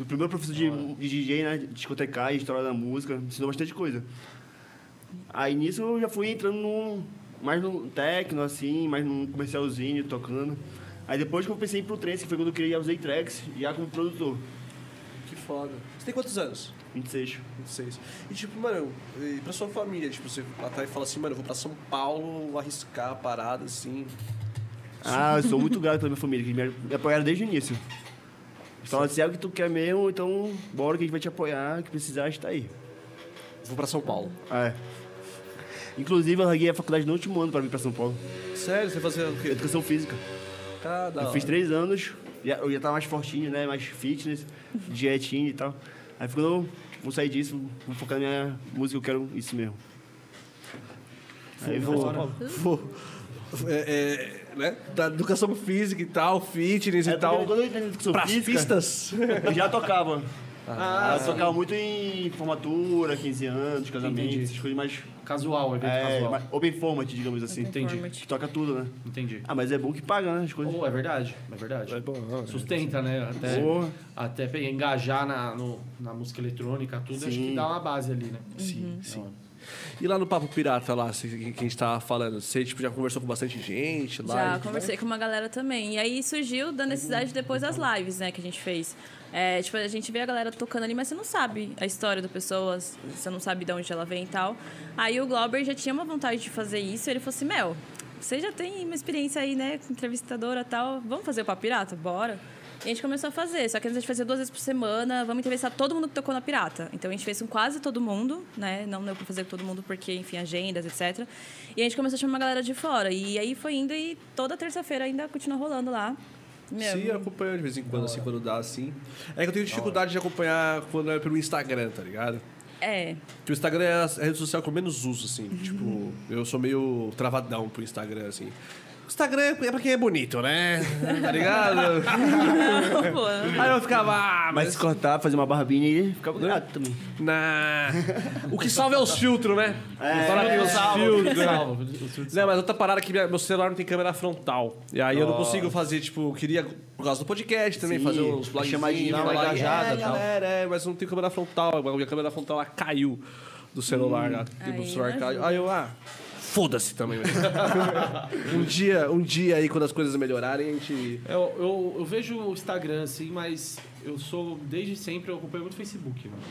D: o primeiro professor de, de DJ, né? Discotecar, história da música, me ensinou bastante coisa. Aí nisso eu já fui entrando num, mais no techno, assim, mais num comercialzinho, tocando. Aí depois que eu pensei pro trance, que foi quando eu criei a Usei Tracks, já como produtor,
A: Que foda. Você tem quantos anos?
D: 26.
A: 26. E tipo, mano, e pra sua família, tipo, você até fala assim, mano, eu vou pra São Paulo, vou arriscar a parada, assim.
D: Ah, eu sou muito grato pela minha família, que me me apoiaram desde o início. Eles Falaram assim, é o que tu quer mesmo, então bora que a gente vai te apoiar, o que precisar, a gente tá aí.
A: Vou pra São Paulo.
D: É. Inclusive, eu larguei a faculdade no último ano pra vir pra São Paulo.
A: Sério, você fazia o quê?
D: Educação física.
A: Cada.
D: eu fiz três anos, já- eu já tava mais fortinho, né? Mais fitness, dietinho e tal. Aí falou, vou sair disso, vou focar na minha música, eu quero isso mesmo. Aí vou.
A: Pô, é, é, né? Da educação física e tal, fitness
D: É,
A: e tal.
D: Quando eu entrei na educação
A: Pras
D: física,
A: pistas.
D: eu já tocava. Ah, eu tocava muito em formatura, 15 anos, casamento,
C: Entendi.
D: essas coisas mais
C: Casual, evento
D: É,
C: casual.
D: mas open format, digamos assim.
E: Open Entendi. format.
D: Que toca tudo, né?
C: Entendi.
D: Ah, mas é bom que paga, né? As coisas.
C: Oh, é verdade, é verdade. Sustenta, né? Até,
D: Boa.
C: até pe- engajar na, no- na música eletrônica, tudo, acho
D: Sim.
C: que dá uma base ali, né?
A: Sim, sim. E lá no Papo Pirata, lá, se- que a gente tava falando, você tipo, já conversou com bastante gente lá?
E: Já
A: e-
E: conversei com uma galera também. E aí surgiu da necessidade depois das lives, né, que a gente fez. É, tipo, a gente vê a galera tocando ali, mas você não sabe a história da pessoa, você não sabe de onde ela vem e tal. Aí o Glauber já tinha uma vontade de fazer isso, e ele falou assim, Mel, você já tem uma experiência aí, né, com entrevistadora e tal, vamos fazer o Papo Pirata? Bora. E a gente começou a fazer, só que antes a gente fazia duas vezes por semana, vamos entrevistar todo mundo que tocou na Pirata. Então a gente fez com quase todo mundo, né? Não deu pra fazer com todo mundo porque, enfim, agendas, etc. E a gente começou a chamar uma galera de fora. E aí foi indo e toda terça-feira ainda continua rolando lá. Meu,
A: Sim, eu acompanho de vez em quando, assim, quando dá, assim. É que eu tenho dificuldade de acompanhar quando é pelo Instagram, tá ligado?
E: É,
A: Porque o Instagram é a rede social que eu menos uso, assim. Tipo, eu sou meio travadão pro Instagram, assim. O Instagram é pra quem é bonito, né? Tá ligado?
E: não, pô.
A: Aí eu ficava, ah,
D: Mas
A: mas.
D: se cortar, fazer uma barbinha e ficava grato também.
A: Na... O que salva é os filtros, né?
D: É,
A: Fala que
D: eu
A: os
D: salvo.
A: filtros. né?
C: Salva, o filtro de
A: Não, mas outra parada é que minha- meu celular não tem câmera frontal. E aí eu não consigo fazer, tipo, eu queria, por causa do podcast também,
D: Sim, tipo,
A: fazer uns vlogs.
D: chamadinha, uma
C: engajada e tal.
A: É, mas não tem câmera frontal. A Minha câmera frontal ela caiu do celular.
D: Hum.
A: lá. Tipo, o
E: Aí, né?
A: celular
E: imagina.
A: caiu. Aí eu, ah, foda-se também. velho. um, dia, um dia aí, quando as coisas melhorarem, a gente.
C: Eu, eu, eu vejo o Instagram, assim, mas eu sou, desde sempre, eu acompanho muito o Facebook, mano.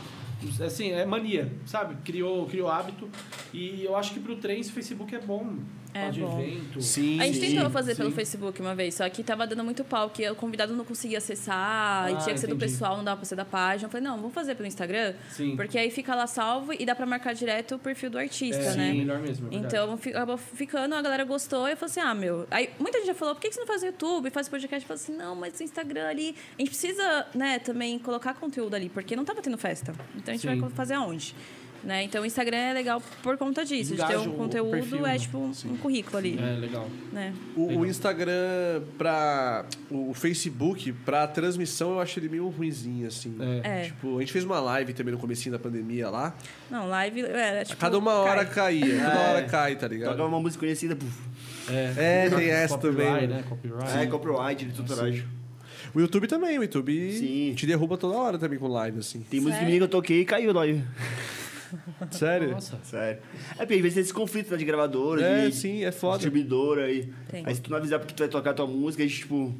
C: Assim, é mania, sabe? Criou, criou hábito. E eu acho que pro trem, o Facebook é bom.
E: É
C: Fala de
E: bom.
C: evento.
A: Sim,
E: A gente
D: sim,
E: tentou fazer pelo
C: sim.
E: Facebook uma vez, só que tava dando muito pau, que o convidado não conseguia acessar, e
C: Ah,
E: tinha que ser do
C: entendi.
E: pessoal, não dava pra ser da página. Eu falei, não, vamos fazer pelo Instagram,
C: Sim.
E: porque aí fica lá salvo e dá pra marcar direto o perfil do
C: é,
E: artista,
C: sim,
E: né?
C: melhor mesmo, é verdade.
E: Então fi- acabou ficando, a galera gostou e eu falei assim: ah, meu. Aí muita gente já falou: por que que você não faz o YouTube, faz podcast? Eu falei assim: não, mas o Instagram ali. A gente precisa, né, também colocar conteúdo ali, porque não tava tendo festa. Então a gente
C: Sim.
E: vai fazer aonde? Né? Então o Instagram é legal por conta disso. de
C: Engaja
E: ter um
C: o
E: conteúdo,
C: perfil, né?
E: é tipo um, um currículo ali.
C: É, legal.
E: Né?
A: O, o Instagram pra. O Facebook pra transmissão eu acho ele meio ruimzinho, assim.
C: É.
E: É.
A: Tipo, a gente fez uma live também no comecinho da pandemia lá.
E: Não, live. É, é, tipo,
A: A cada uma hora
E: cai.
A: caía. Toda
D: É.
A: hora cai, tá ligado?
D: Tocava uma música conhecida, puf.
A: É, tem essa
C: Copyright,
A: também.
C: Né? Copyright.
D: É, copyright, de tutoragem.
A: O YouTube também, o YouTube
D: Sim.
A: te derruba toda hora também com live, assim.
D: Tem música
E: Sério?
D: minha que eu toquei e caiu lá.
A: Sério?
C: Nossa.
D: Sério. É porque às vezes tem esse conflito né, de gravadora,
A: É,
D: de
A: sim, é foda.
D: distribuidora. E...
E: Tem.
D: Aí se tu não avisar porque tu vai tocar a tua música, eles tipo.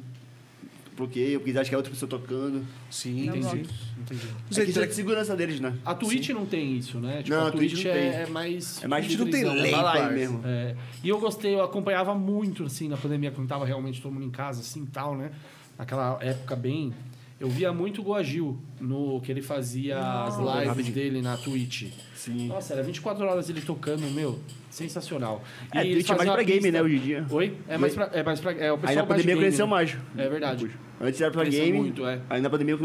D: Bloqueia, porque eles acham que é outra pessoa tocando.
A: Sim,
E: Não
A: entendi.
E: bloque.
C: Entendi.
A: Não
D: É
A: sei,
D: que isso é
A: será
D: de
A: que-
D: segurança deles, né?
C: A Twitch não tem isso, né? Tipo,
D: Não,
C: a
D: a Twitch
C: Twitch,
D: não
C: é,
D: tem.
C: é mais. né?
D: É mais
A: A gente não tem
D: filtrizada,
A: lei,
D: vai lá
A: parça.
D: mesmo.
C: É, e eu gostei, eu acompanhava muito, assim, na pandemia, quando tava realmente todo mundo em casa, assim, tal, né? Naquela época bem... Eu via muito o Goagil, no que ele fazia as lives dele na Twitch.
D: Sim.
C: Nossa, era 24 horas ele tocando, meu, sensacional.
D: É,
C: ele
D: Twitch é
C: fazia
D: mais
C: uma
D: pra game, né, hoje em dia.
C: Oi? É mais pra... É mais pra é, o pessoal
D: Aí na
C: mais
D: pandemia
C: game,
D: cresceu
C: né?
D: mais.
C: É verdade.
D: Antes era pra
C: Cresceu
D: game.
C: muito, é.
D: Aí na pandemia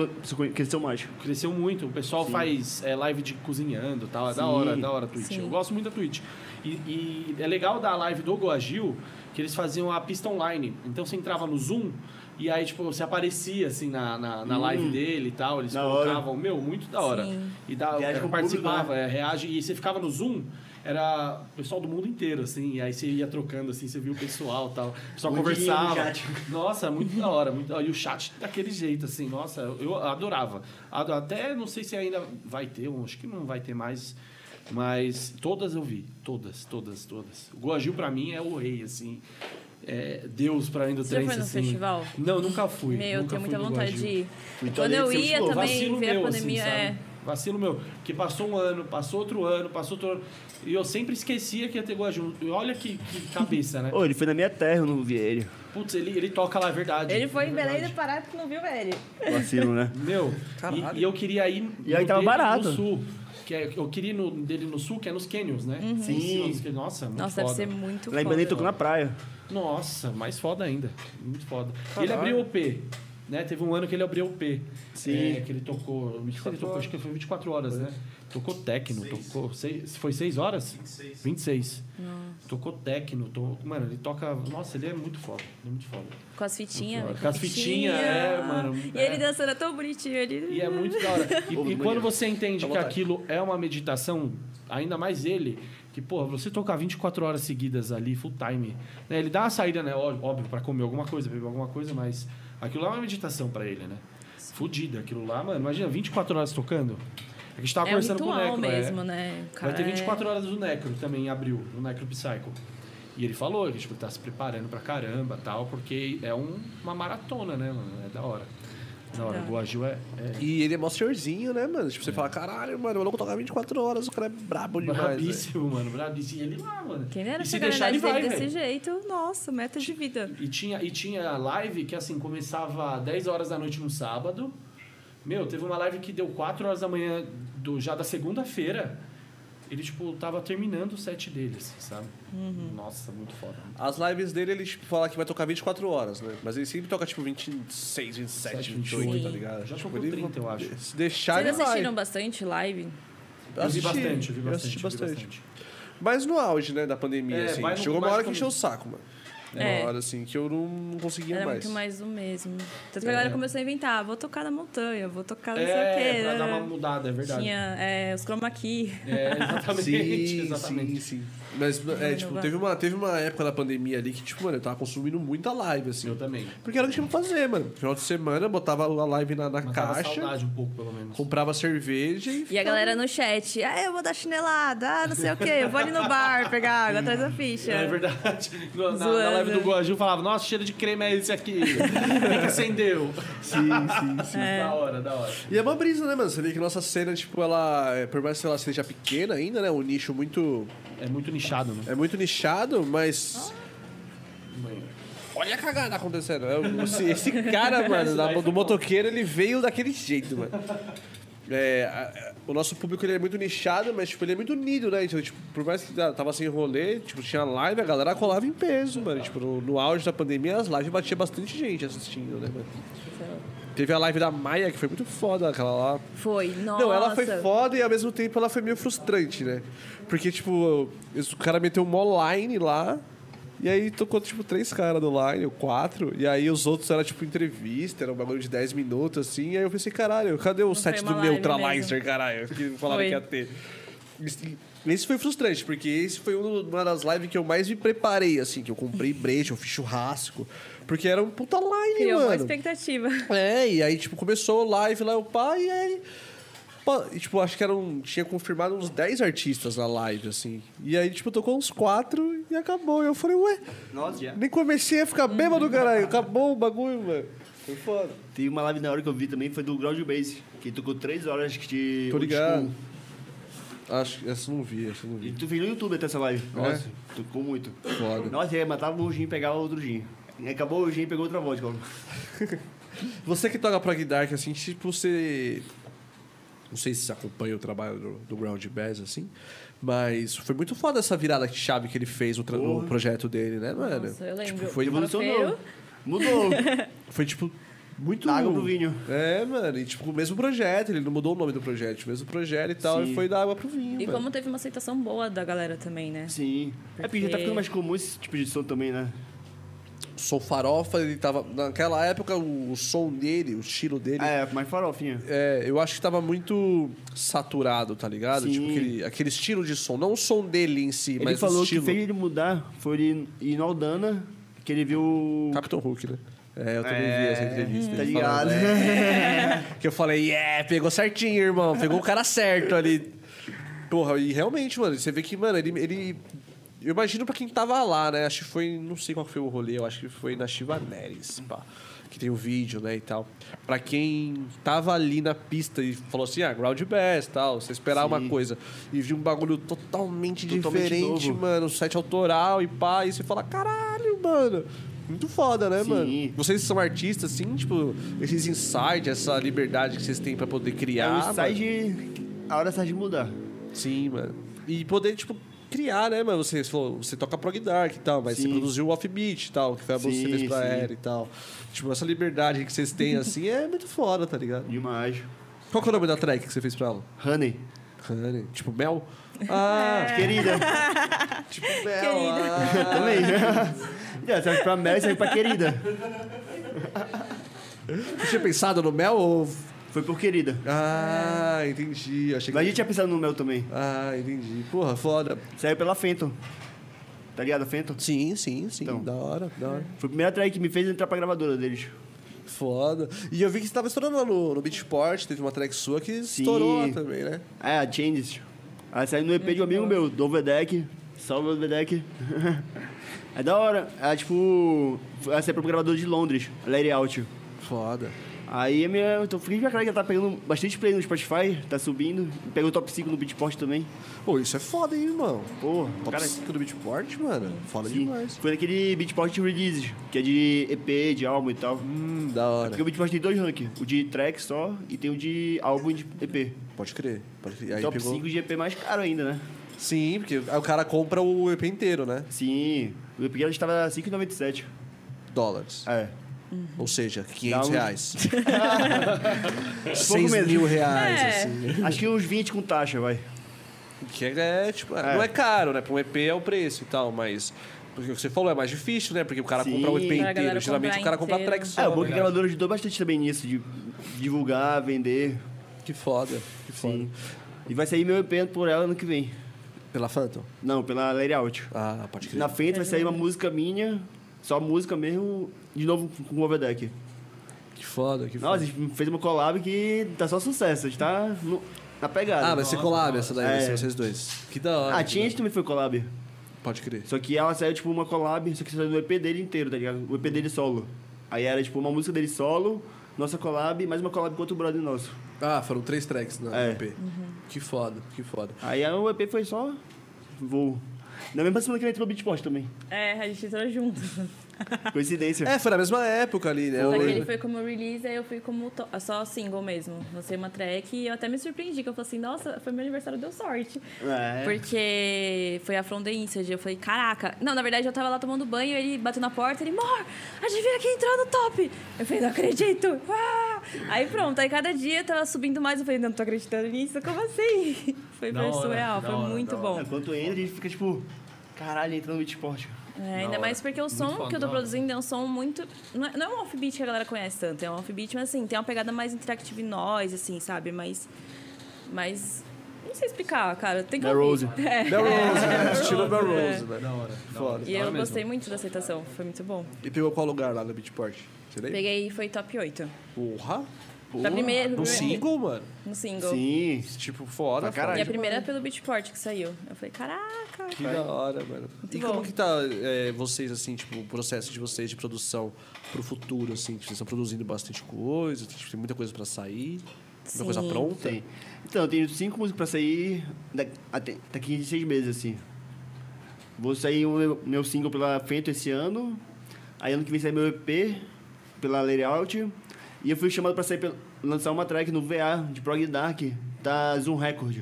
D: cresceu mais.
C: Tipo, Cresceu muito, o pessoal faz é, live de cozinhando e tal. É da hora, é da hora a Twitch.
E: Sim.
C: Eu gosto muito da Twitch. E, e é legal da live do Goagil que eles faziam a pista online. Então você entrava no Zoom, E aí, tipo, você aparecia, assim, na, na, na live dele e tal. Eles
D: Hum. Da
C: colocavam, meu, muito da hora.
E: Sim.
C: E da,
D: Reage com o
C: eu
D: público,
C: participava, é, reage. E você ficava no Zoom, era o pessoal do mundo inteiro, assim. E aí você ia trocando, assim, você via o pessoal e tal. O pessoal
D: Bom dia,
C: conversava.
D: chat.
C: Nossa, muito da hora. Muito... da hora. E o chat daquele jeito, assim, nossa, eu adorava. Ado- Até não sei se ainda vai ter, eu acho que não vai ter mais. Mas todas eu vi. Todas, todas, todas. O Guagil, pra mim, é o rei, assim. É Deus pra mim do
E: Você já
C: trance,
E: foi no
C: assim.
E: festival?
C: Não, nunca fui.
E: Meu, eu
C: nunca
E: tenho
C: fui
E: muita
C: no
E: vontade
C: Guagil.
E: de ir.
D: Então,
E: Quando
D: deve
E: eu
D: ser um
E: ia
D: show.
E: também,
C: Vacilo
E: ver a
C: meu,
E: pandemia.
C: assim,
E: é.
C: sabe? Vacilo meu. Porque passou um ano, passou outro ano, passou outro ano. E eu sempre esquecia que ia ter Guaju. E Olha que, que cabeça, né?
D: Ô, ele foi na minha terra, eu não vi ele.
C: Putz, ele, ele toca lá, é verdade.
H: Ele foi
C: é
H: em Belém
C: verdade.
H: do Pará porque não viu ele.
A: É.
D: Vacilo, né?
C: Meu,
A: Caralho.
C: e, e eu queria ir
D: E aí
C: no
D: tava
C: dele
D: barato.
C: no sul. Que é- eu queria ir no dele no sul, que é nos canyons, né? Sim. Nossa, muito
E: Nossa,
C: foda.
E: deve ser muito
D: Lá em
E: foda.
D: Belém
A: né?
D: tocou na praia.
C: Nossa, mais foda ainda. Muito foda. E
A: Caralho.
C: Ele abriu o P. Né? Teve um ano que ele abriu o P.
D: Sim.
C: É, que ele tocou. eu não sei se Ele tocou acho que foi 24 horas, né? Tocou tecno, tocou. Seis, foi 6 horas? 26. 26. Tocou tecno. To... Mano, ele toca. Nossa, ele é muito foda. Ele é muito foda.
E: Com as fitinhas.
C: Com
E: né?
C: as fitinhas, é, mano,
E: E
C: é.
E: ele dançando é tão bonitinho ali.
C: E é muito da hora. E,
D: Ô,
C: e
D: Lumanha,
C: quando você
A: Tá
C: entende
A: à
C: que
A: vontade.
C: aquilo é uma meditação, ainda mais ele, que, porra, você tocar 24 horas seguidas ali, full time, né? Ele dá uma saída, né? Ó- Óbvio, pra comer alguma coisa, beber alguma coisa, mas aquilo lá é uma meditação pra ele, né? Fudida aquilo lá, mano. Imagina, 24 horas tocando. A gente tava
E: É um
C: conversando com o
E: ritual
C: Neco, é.
E: mesmo, né? O cara
C: Vai ter
E: é-
C: 24 horas do Necro também em abril, no Necro Psycho. E ele falou que tipo, ele tá se preparando pra caramba tal, porque é um- uma maratona, né, mano? É da hora. Da hora.
E: Da
C: O Guaju é- é
A: E ele é mó senhorzinho, né, mano? Tipo, você fala, caralho, mano, o maluco toca 24 horas, o cara é brabo demais. velho."
C: Brabíssimo, mano. Brabíssimo. E ele lá, mano.
E: Quem era
C: e se
E: essa
C: deixar, ele
E: dele
C: vai,
E: desse
C: velho.
E: jeito? Nossa, meta de vida.
C: E tinha, e tinha live que, assim, começava 10 horas da noite no sábado. Meu, teve uma live que deu 4 horas da manhã do, já da segunda-feira. Ele, tipo, tava terminando o set dele, assim, sabe?
E: Uhum.
C: Nossa, muito foda.
A: As lives dele, ele tipo, fala que vai tocar 24 horas, né? Mas ele sempre toca, tipo, 26, 27, 28,
E: Sim.
A: tá ligado?
C: um. Já
A: tipo,
C: tocou 30, eu acho.
A: Se deixar,
E: Vocês
A: ele vai.
E: assistiram bastante live?
C: Eu vi bastante, eu vi
A: eu
C: bastante.
A: assisti
C: eu vi
A: bastante. Mas no auge, né, da pandemia,
C: É,
A: assim.
C: vai no-
A: Chegou uma
C: mais
A: hora que
C: quando-
A: encheu o saco, mano.
E: É.
A: Uma hora, assim, que eu não, não conseguia
E: Era
A: mais.
E: muito mais do mesmo. Tanto que
C: É.
E: a galera começou a inventar, "Ah, vou tocar na montanha, vou tocar não sei o quê.
C: É, pra dar uma
E: né?
C: mudada, é verdade.
E: Tinha é, os chroma key.
C: É, exatamente,
A: Sim,
C: exatamente.
A: sim, sim. Mas, é, tipo, teve uma, teve uma época da pandemia ali que, tipo, mano, eu tava consumindo muita live, assim.
C: Eu também.
A: Porque era o que tinha pra fazer, mano. Final de semana, botava a live na, na
C: Matava a
A: caixa,
C: saudade um pouco, pelo menos.
A: comprava cerveja e...
E: E a galera no chat, ah, eu vou dar chinelada, ah, não sei o quê, eu vou ali no bar pegar água atrás da ficha.
C: É verdade. No- Na, na
E: Zoando.
C: live do Guaju falava, nossa, cheiro de creme é esse aqui. Quem que acendeu?
D: Sim, sim, sim.
C: Da hora, da hora.
A: E é uma brisa, né, mano? Você vê que nossa cena, tipo, ela... é, Por mais que ela seja pequena ainda, né? Um nicho muito...
C: É muito nichado, né?
A: É muito nichado, mas... Olha a cagada acontecendo. É, o- Esse, esse cara, mano, da- do motoqueiro, ele veio daquele jeito, mano. É, a- a- o nosso público ele é muito nichado, mas tipo, ele é muito unido, né? Então, tipo, por mais que ah, tava sem rolê, tipo, tinha live, a galera colava em peso, mano. Tipo, no, no auge da pandemia, as lives batia bastante gente assistindo, né, mano? Teve a live da Maia, que foi muito foda aquela lá.
E: Foi, nossa.
A: Não, ela foi foda e ao mesmo tempo ela foi meio frustrante, né? Porque, tipo, esse- o cara meteu um line lá. E aí tocou, tipo, três caras do line, ou quatro. E aí os outros era, tipo, entrevista, era um bagulho de 10 minutos, assim. E aí eu pensei, caralho, cadê o set
E: foi
A: do
E: uma live
A: Neutralizer, caralho? Que falaram
E: Foi.
A: que ia ter. Esse- Esse foi frustrante, porque esse foi um- uma das lives que eu mais me preparei, assim. Que eu comprei brejo, eu fiz churrasco. Porque era um puta line,
E: Criou uma
A: mano.
E: expectativa.
A: É, e aí, tipo, começou o live lá, o pai, e aí. pô, e, tipo, acho que eram. Tinha confirmado uns 10 artistas na live, assim. E aí, tipo, tocou uns 4 e acabou. E eu falei, ué,
D: Nossa, já.
A: nem comecei a ficar bêbado, caralho. Acabou o bagulho, mano. Foi foda.
D: Teve uma live na hora que eu vi também, foi do Ground Base, que tocou três horas de...
A: Tô
D: old
A: ligado.
D: school.
A: Acho que essa eu não vi, essa eu não
D: E
A: vi.
D: tu fez no YouTube até essa
C: É.
D: live. Nossa, tocou muito.
A: Foda.
D: Nossa, e aí matava um gin e pegava outro gin. E acabou o gin e pegou outra vodka.
A: Você que toca pra guitarra, assim, tipo, você. Não sei se você acompanha o trabalho do, do Ground Bass, assim. Mas foi muito foda essa virada de chave que ele fez no, tra- no
D: Porra.
A: projeto dele, né, mano?
E: Nossa, eu lembro.
A: Tipo, foi
D: Evolucionou. Mudou.
A: Foi tipo muito
D: Da água pro vinho.
A: É, mano, e tipo o mesmo projeto, ele não mudou o nome do projeto, o mesmo projeto e tal,
D: Sim.
A: e foi da água pro vinho.
E: E
A: mano.
E: como teve uma aceitação boa da galera também, né?
D: Sim. É porque já tá ficando mais comum esse tipo de som também, né?
A: som farofa, ele tava. Naquela época, o, o som dele, o estilo dele. É.
D: É, mais farofinha.
A: eu acho que tava muito saturado, tá ligado?
D: Sim.
A: Tipo, aquele, aquele estilo de som. Não o som dele em si,
D: Ele
A: mas o
D: falou que
A: estilo.
D: fez ele mudar, foi ele ir em Aldana, que ele viu...
A: Capitão Hulk, né? É, eu também vi essa entrevista.
D: Tá
A: ele
D: ligado?
A: falando, né? Que eu falei, é, pegou certinho, irmão. Pegou o cara certo ali. Porra, e realmente, mano, você vê que, mano, ele. ele- eu imagino pra quem tava lá, né? Acho que foi. Não sei qual que foi o rolê, eu acho que foi na Chivaneres, pá. Que tem o vídeo, né, e tal. Pra quem tava ali na pista e falou assim, ah, ground best, tal, você esperar uma coisa e viu um bagulho
D: Totalmente
A: totalmente, diferente,
D: novo.
A: mano, site autoral e pá, e você fala, caralho, mano, muito foda, né,
D: Sim.
A: mano? Vocês são artistas, assim, tipo, esses insights, essa liberdade que vocês têm pra poder
D: É
A: criar.
D: o sai
A: ah, mano.
D: de... A hora sai de mudar.
A: Sim, mano. E poder, tipo, criar, né, mano? Você, falou, você toca prog dark e tal, mas você
D: Sim.
A: produziu o offbeat e tal, que foi a música que você
D: Sim,
A: fez pra
D: sim.
A: era e tal. Tipo, essa liberdade que vocês têm, assim, é muito foda, tá ligado?
D: Demais.
A: Qual que é o nome da track que você fez pra ela?
D: Honey.
A: Honey. Tipo, mel? Ah,
D: Querida.
A: tipo mel. ah.
D: Também. né? Já, serve pra Mel e serve pra querida.
A: Você tinha pensado no mel ou...
D: Foi por querida.
A: Ah, entendi. Achei
D: É. Mas a
A: que...
D: gente é tinha pensado no Mel também.
A: Ah, entendi. Porra, foda.
D: Saiu pela Fenton. Tá ligado, a Fenton?
A: Sim, sim, sim.
D: Então.
A: Da hora, da hora.
D: Foi a primeira track que me fez entrar pra gravadora deles.
A: Foda. E eu vi que você tava estourando lá no, no Beatport, teve uma track sua que estourou lá também, né?
D: É, a Changes. Aí saiu no EP de um amigo meu, do Vedek. Salve, Vedek. é da hora. É tipo... Ela saiu pra um gravador de Londres, Larry Out.
A: Foda.
D: Aí a minha, eu tô feliz pra caralho que ela tá pegando bastante play no Spotify, tá subindo. Pegou top 5 no Beatport também.
A: Pô, isso é foda, hein, irmão?
D: Porra,
A: Top
D: cara,
A: 5 do Beatport, mano. Foda
D: Sim,
A: demais.
D: Foi naquele Beatport Releases, que é de EP, de álbum e tal.
A: Hum, da hora.
D: É Porque o Beatport tem dois rankings, o de track só e tem o de álbum e de EP.
A: Pode crer. Pode crer. Aí
D: Top
A: pegou...
D: 5 de EP mais caro ainda, né?
A: Sim, porque aí o cara compra o EP inteiro, né?
D: Sim, o EP ela estava 5,97.
A: Dólares.
D: É.
A: Ou seja, 500
D: Dá um-
A: reais.
D: Pouco
A: 6
D: mesmo.
A: mil reais,
E: É.
A: assim.
D: Acho que uns 20 com taxa, vai.
A: Que é, tipo,
D: É.
A: não é caro, né? Pra um EP é o preço e tal, mas. Porque o que você falou é mais difícil, né? Porque o cara
D: Sim.
A: compra o EP
E: Pra galera
A: inteiro.
E: comprar
A: Geralmente o cara compra a
E: inteiro.
A: track só.
D: é, o bom que
A: né?
D: a gravadora ajudou bastante também nisso, de divulgar, vender.
A: Que foda. Que foda.
D: Sim. E vai sair meu EP por ela ano que vem.
A: Pela Phantom.
D: Não, pela Lady Out.
A: Ah, pode crer.
D: Na frente vai sair uma música minha, só música mesmo, de novo com o Overdeck.
A: Que foda, que foda.
D: Nossa, a gente fez uma collab que tá só sucesso, a gente tá no- na pegada. Ah,
A: ah, vai ser né? collab essa daí, vai
D: É.
A: ser vocês dois. Que da hora.
D: A
A: que
D: Change também foi collab.
A: da hora. Pode crer.
D: Só que ela saiu tipo uma collab, só que saiu do EP dele inteiro, tá ligado? O EP dele solo. Aí era tipo uma música dele solo, nossa collab, mais uma collab com outro brother nosso.
A: Ah, foram três tracks na
D: É.
A: EP.
E: Uhum.
A: Que foda, que foda.
D: Aí o EP foi só voo. Na mesma semana que ele entrou no Beatport também.
E: É, a gente entrou junto.
D: Coincidência.
A: É, foi na mesma época ali, né?
E: Só que
A: Eu-
E: ele foi como release, aí eu fui como to- só single mesmo. Lancei uma track e eu até me surpreendi, que eu falei assim, nossa, foi meu aniversário, deu sorte.
D: É.
E: Porque foi a From the Inside. Eu falei, caraca. Não, na verdade eu tava lá tomando banho, ele bateu na porta, ele, mor, adivinha quem entrou no top? Eu falei, não acredito. Ah! Aí pronto, aí cada dia eu tava subindo mais, eu falei, não, não tô acreditando nisso, como assim? Foi
C: Da
E: foi
C: hora,
E: surreal,
C: da
E: foi
C: hora,
E: muito
C: da hora.
E: bom.
D: É, Quando entra, a gente fica tipo, caralho, entrou no Beatport.
E: É, ainda mais porque o som
C: foda,
E: que eu
C: da
E: tô
C: hora.
E: produzindo é um som muito. Não é, não é um offbeat que a galera conhece tanto, é um offbeat, mas assim, tem uma pegada mais interactive noise, assim, sabe? Mas. Mas. Não sei explicar, cara. Tem que.
D: Da
E: ouvir.
D: Rose.
E: É.
A: Bell Rose, né? Estilo Bell Rose, né?
C: Da hora. da
A: Foda.
C: hora, da
E: E eu
C: hora mesmo.
E: gostei muito da aceitação, foi muito bom.
A: E pegou qual lugar lá no Beatport? Você lembra?
E: Peguei foi top 8.
A: Porra!
E: Da primeira,
A: No single, mano.
E: No single.
D: Sim.
A: Tipo, foda.
D: Pra caralho.
E: E é a primeira pelo Beatport que saiu. Eu falei, caraca.
A: Que da hora, mano. e
E: bom.
A: como que tá é, vocês, assim, tipo, o processo de vocês de produção pro futuro, assim? Tipo, vocês estão produzindo bastante coisa, tipo, tem muita coisa pra sair, muita
E: Sim.
A: coisa pronta.
D: Tem. Então, eu tenho cinco músicas pra sair da- até- daqui a seis meses, assim. Vou sair o meu, meu single pela Fento esse ano. Aí ano que vem sai meu EP pela Layout. E eu fui chamado pra sair pela- lançar uma track no VA de Prog Dark da Zoom Record.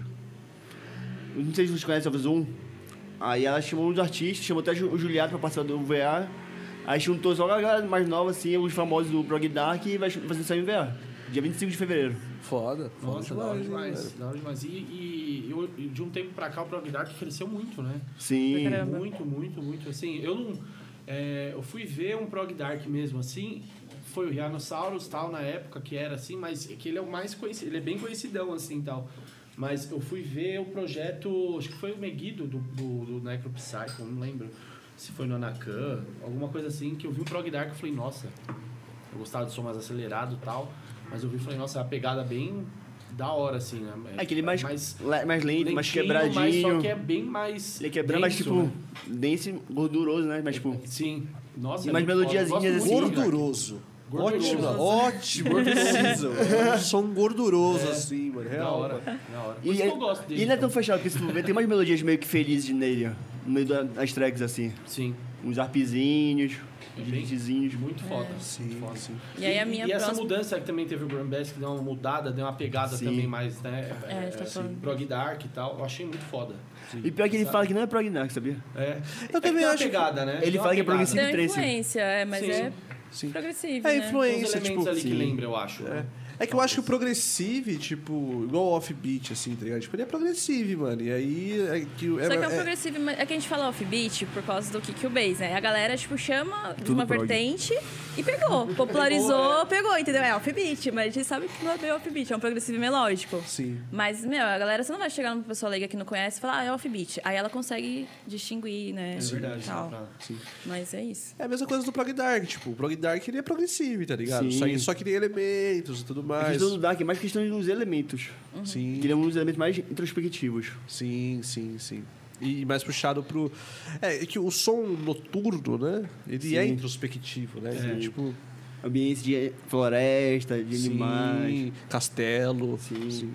D: Eu Não sei se vocês conhecem a Zoom. Aí ela chamou os artistas, chamou até o Juliado pra participar do VA. Aí juntou só a galera mais nova, assim, os famosos do Prog Dark e vai fazer sair no VA. Dia 25 de fevereiro.
A: Foda. foda
C: Nossa, da hora
A: hein,
C: demais.
A: velho.
C: Da hora demais. E, e eu- e de um tempo pra cá, o Prog Dark cresceu muito, né?
D: Sim.
E: Caramba.
C: Muito, muito, muito. Assim, eu não. É, eu fui ver um prog dark mesmo assim, foi o Rhinosaurus tal na época que era assim, mas é que ele é o mais conhecido, ele é bem conhecidão assim tal. Mas eu fui ver o projeto, acho que foi o Meguido do, do, do Necropsycho, não lembro se foi no Anacan, alguma coisa assim, que eu vi um prog dark e falei, nossa, eu gostava do som mais acelerado e tal, mas eu vi e falei, nossa, é uma pegada bem da hora assim, né?
D: É aquele mais,
C: mais
D: le- mais lento, mais
C: lentinho, mas só
D: quebradinho.
C: que é bem mais
D: Ele quebra, mas
C: denso,
D: tipo,
C: né? É,
D: denso, gorduroso, né? Mas tipo,
C: Sim. Nossa,
D: E
C: é
D: umas
C: muito foda.
D: melodiazinhas
C: Eu gosto
D: assim.
C: muito de Dark.
A: Gorduroso.
C: Gorduroso.
A: Ótimo, ótimo. Precisa. mano. Um som gorduroso assim, mano.
C: É. Da
A: Real.
C: hora,
A: mano.
C: da hora. Por
D: E
C: isso
D: é-
C: que eu gosto
D: e
C: dele. então.
D: ele não é tão fechado, porque se tu ver, tem umas melodias meio que felizes nele, ó, no meio da- das tracks, assim.
C: Sim.
D: Uns arpezinhos,
C: É
D: uns
C: bem-
D: riffzinhos.
C: Muito foda.
A: Sim,
C: Foda.
A: sim.
E: E aí a minha
C: e essa
E: próxima.
C: mudança que também teve o Grand Bass, que deu uma mudada, deu uma pegada
D: Sim.
C: também mais, né?
E: É, a gente tá falando.
C: prog dark e tal. Eu achei muito foda.
D: E pior que ele fala que não é prog dark, sabia?
C: É.
A: Eu
C: É que
A: também
C: tem uma
A: acho que-
C: pegada, né?
D: ele
C: Tem uma
D: fala que é
C: pegada.
D: progressivo.
E: Tem uma
D: Trance.
E: influência, é, mas
C: Sim.
E: é
A: sim.
E: progressivo.
A: É
E: né?
C: Tem uns
A: influência,
C: elementos
A: tipo.
C: ali que
D: sim.
C: lembra, eu acho.
A: É.
C: né?
A: É que eu acho que o progressive, tipo, igual o offbeat, assim, tá ligado? Tipo, ele é progressivo, mano. E aí é que o-
E: Só que é um
A: é-
E: progressivo, mas é que a gente fala offbeat por causa do kick o bass, né? A galera, tipo, chama de
D: Tudo
E: uma
D: prog.
E: vertente e pegou. Popularizou, pegou, entendeu? É offbeat, mas a gente sabe que não é bem offbeat, é um progressivo melódico.
A: Sim.
E: Mas, meu, a galera, você não vai chegar numa pessoa leiga que não conhece e falar, ah, é offbeat. Aí ela consegue distinguir, né?
C: É verdade.
E: Tal.
C: dá pra-
E: Mas é isso.
A: É a mesma coisa do Prog Dark, tipo, o Prog Dark ele é progressivo, tá ligado?
D: Sim.
A: Só que, só que tem elementos e tudo
D: A
A: mais.
D: questão do dark é mais questão dos elementos.
A: Sim,
D: Que ele um- é um dos elementos mais introspectivos.
A: sim, sim, sim. E mais puxado pro. É, é que o som noturno, né? Ele é
D: Sim. É.
A: introspectivo, né? Ele, tipo,
D: Ambientes de floresta, de animais.
A: sim, castelo.
D: Sim.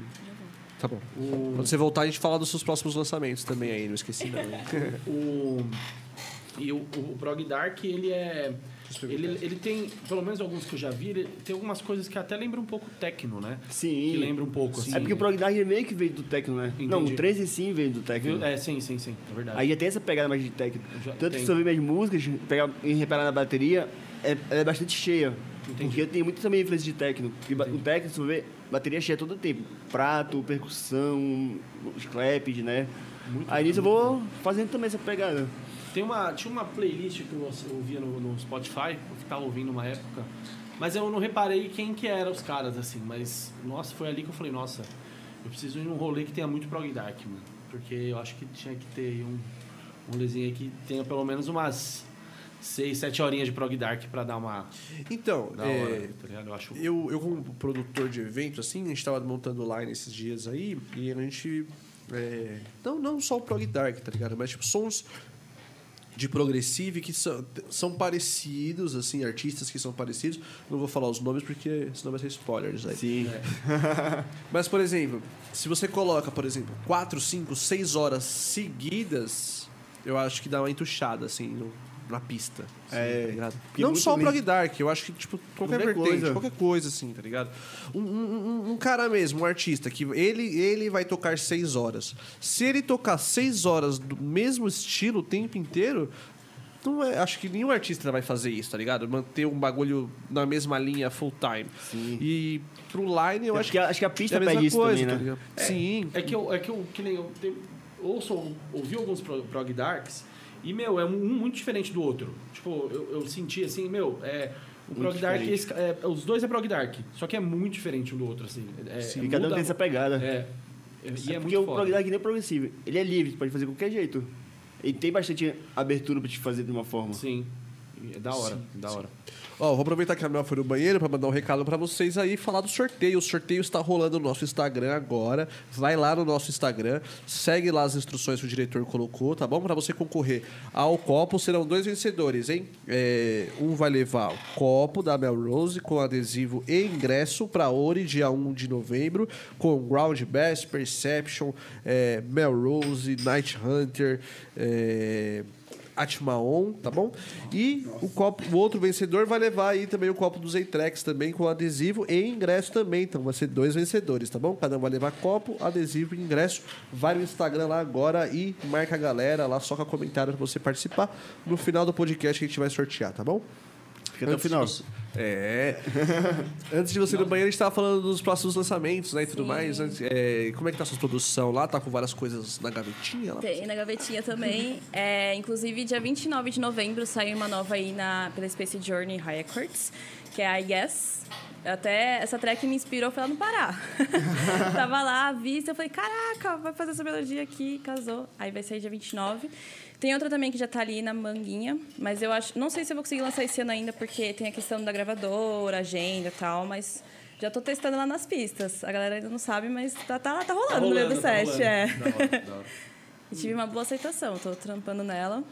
A: Tá bom. Quando você voltar, a gente fala dos seus próximos lançamentos também aí, não esqueci não.
C: O, e o, o Prog Dark, ele é. Ele, ele tem, pelo menos alguns que eu já vi, ele tem algumas coisas que até lembram um pouco techno, né?
D: Sim.
C: Que lembra um pouco, assim.
D: É porque o prog dark ele meio que veio do techno, né? Não,
C: Entendi.
D: o 13 sim veio do
C: Viu?
D: techno.
C: É, sim, sim, sim. É verdade.
D: Aí já tem essa pegada mais de techno.
C: Já
D: Tanto
C: tem.
D: que se você ouvir minhas músicas pegar, e reparar na bateria, é, ela é bastante cheia.
C: Entendi.
D: Porque eu tenho muito também influência de techno. Porque ba- o techno, se você ver, bateria é cheia todo o tempo. Prato, percussão, os claps, né? Aí nisso eu vou fazendo também essa pegada.
C: Tem uma, tinha uma playlist que eu ouvia no, no Spotify, que tava ouvindo uma época, mas eu não reparei quem que eram os caras, assim, mas, nossa, foi ali que eu falei, nossa, eu preciso ir num rolê que tenha muito prog dark, mano, porque eu acho que tinha que ter um, um rolezinho aí que tenha pelo menos umas 6, 7 horinhas de prog dark pra dar uma
A: Então,
C: da
A: é,
C: hora, tá ligado? Eu acho...
A: Eu, eu como produtor de evento, assim, a gente tava montando line esses dias aí, e a gente. é, não, não só o Prog Dark, tá ligado? Mas tipo, sons de progressive que são, são parecidos, assim, artistas que são parecidos. Não vou falar os nomes porque senão vai ser spoilers aí.
D: Sim.
A: Mas, por exemplo, se você coloca, por exemplo, 4, 5, 6 horas seguidas, eu acho que dá uma entuchada, assim, no- na pista. assim,
D: É,
A: tá ligado?
D: porque
A: Não
D: muito
A: só o
D: mesmo.
A: Prog Dark, eu acho que, tipo, qualquer
D: Qualquer
A: vertente,
D: coisa.
A: qualquer coisa, assim, tá ligado? Um, um- um- um cara mesmo, um artista, que ele, ele vai tocar 6 horas. Se ele tocar 6 horas do mesmo estilo o tempo inteiro. Não é- acho que nenhum artista vai fazer isso, tá ligado? Manter um bagulho na mesma linha full time.
D: Sim.
A: E pro line,
D: Eu
A: eu acho
D: acho que, a- acho que a pista
A: é a mesma
D: pede isso
A: coisa, tá
D: também, né?
A: ligado? Sim.
C: É que eu, é que eu, que nem eu, tenho- ouço, ouvi alguns pro- prog darks e, meu, é um muito diferente do outro. Tipo, eu, eu senti assim, meu, é. O prog dark,
D: diferente.
C: esse- é, os dois é prog dark, só que é muito diferente um do outro, assim. É,
D: e cada um tem essa pegada.
C: É, é, e é,
D: É porque
C: muito
D: o
C: foda.
D: prog dark nem é progressivo. Ele é livre, tu pode fazer de qualquer jeito. Ele tem bastante abertura pra te fazer de uma forma.
C: Sim. É da hora, da hora.
A: Ó, vou aproveitar que a Mel foi no banheiro pra mandar um recado pra vocês aí e falar do sorteio. O sorteio está rolando no nosso Instagram agora. Vai lá no nosso Instagram, segue lá as instruções que o diretor colocou, tá bom? Pra você concorrer ao copo, serão dois vencedores, hein? É, um vai levar o copo da Melrose com adesivo e ingresso pra Ori, dia 1 de novembro, com Ground Bass, Perception, é, Melrose, Night Hunter, é, Atmaon, tá bom? E o, copo, o outro vencedor vai levar aí também o copo dos Eitrex também com adesivo e ingresso também. Então vai ser dois vencedores, tá bom? Cada um vai levar copo, adesivo e ingresso. Vai no Instagram lá agora e marca a galera lá, soca comentário pra você participar. No final do podcast a gente vai sortear, tá bom?
D: Fica até o
A: Antes de
D: final.
A: você- É. Antes de você ir no banheiro, a gente tava falando dos próximos lançamentos, né? E tudo
E: Sim.
A: mais. Antes- é, como é que tá a sua produção lá? Tá com várias coisas na gavetinha? Lá?
E: Tem na gavetinha também. É, inclusive, dia 29 de novembro sai uma nova aí na, pela Space Journey Records, que é a Yes. Até essa track me inspirou pra ela não parar. Tava lá, vista, eu falei, caraca, vai fazer essa melodia aqui, casou. Aí vai sair dia 29. Tem outra também que já tá ali na manguinha, mas eu acho. Não sei se eu vou conseguir lançar esse ano ainda, porque tem a questão da gravadora, agenda e tal, mas. Já tô testando lá nas pistas. A galera ainda não sabe, mas tá, tá, tá rolando, no meio
C: rolando,
E: do
C: tá
E: set,
C: rolando.
E: é. E tive uma boa aceitação, tô trampando nela.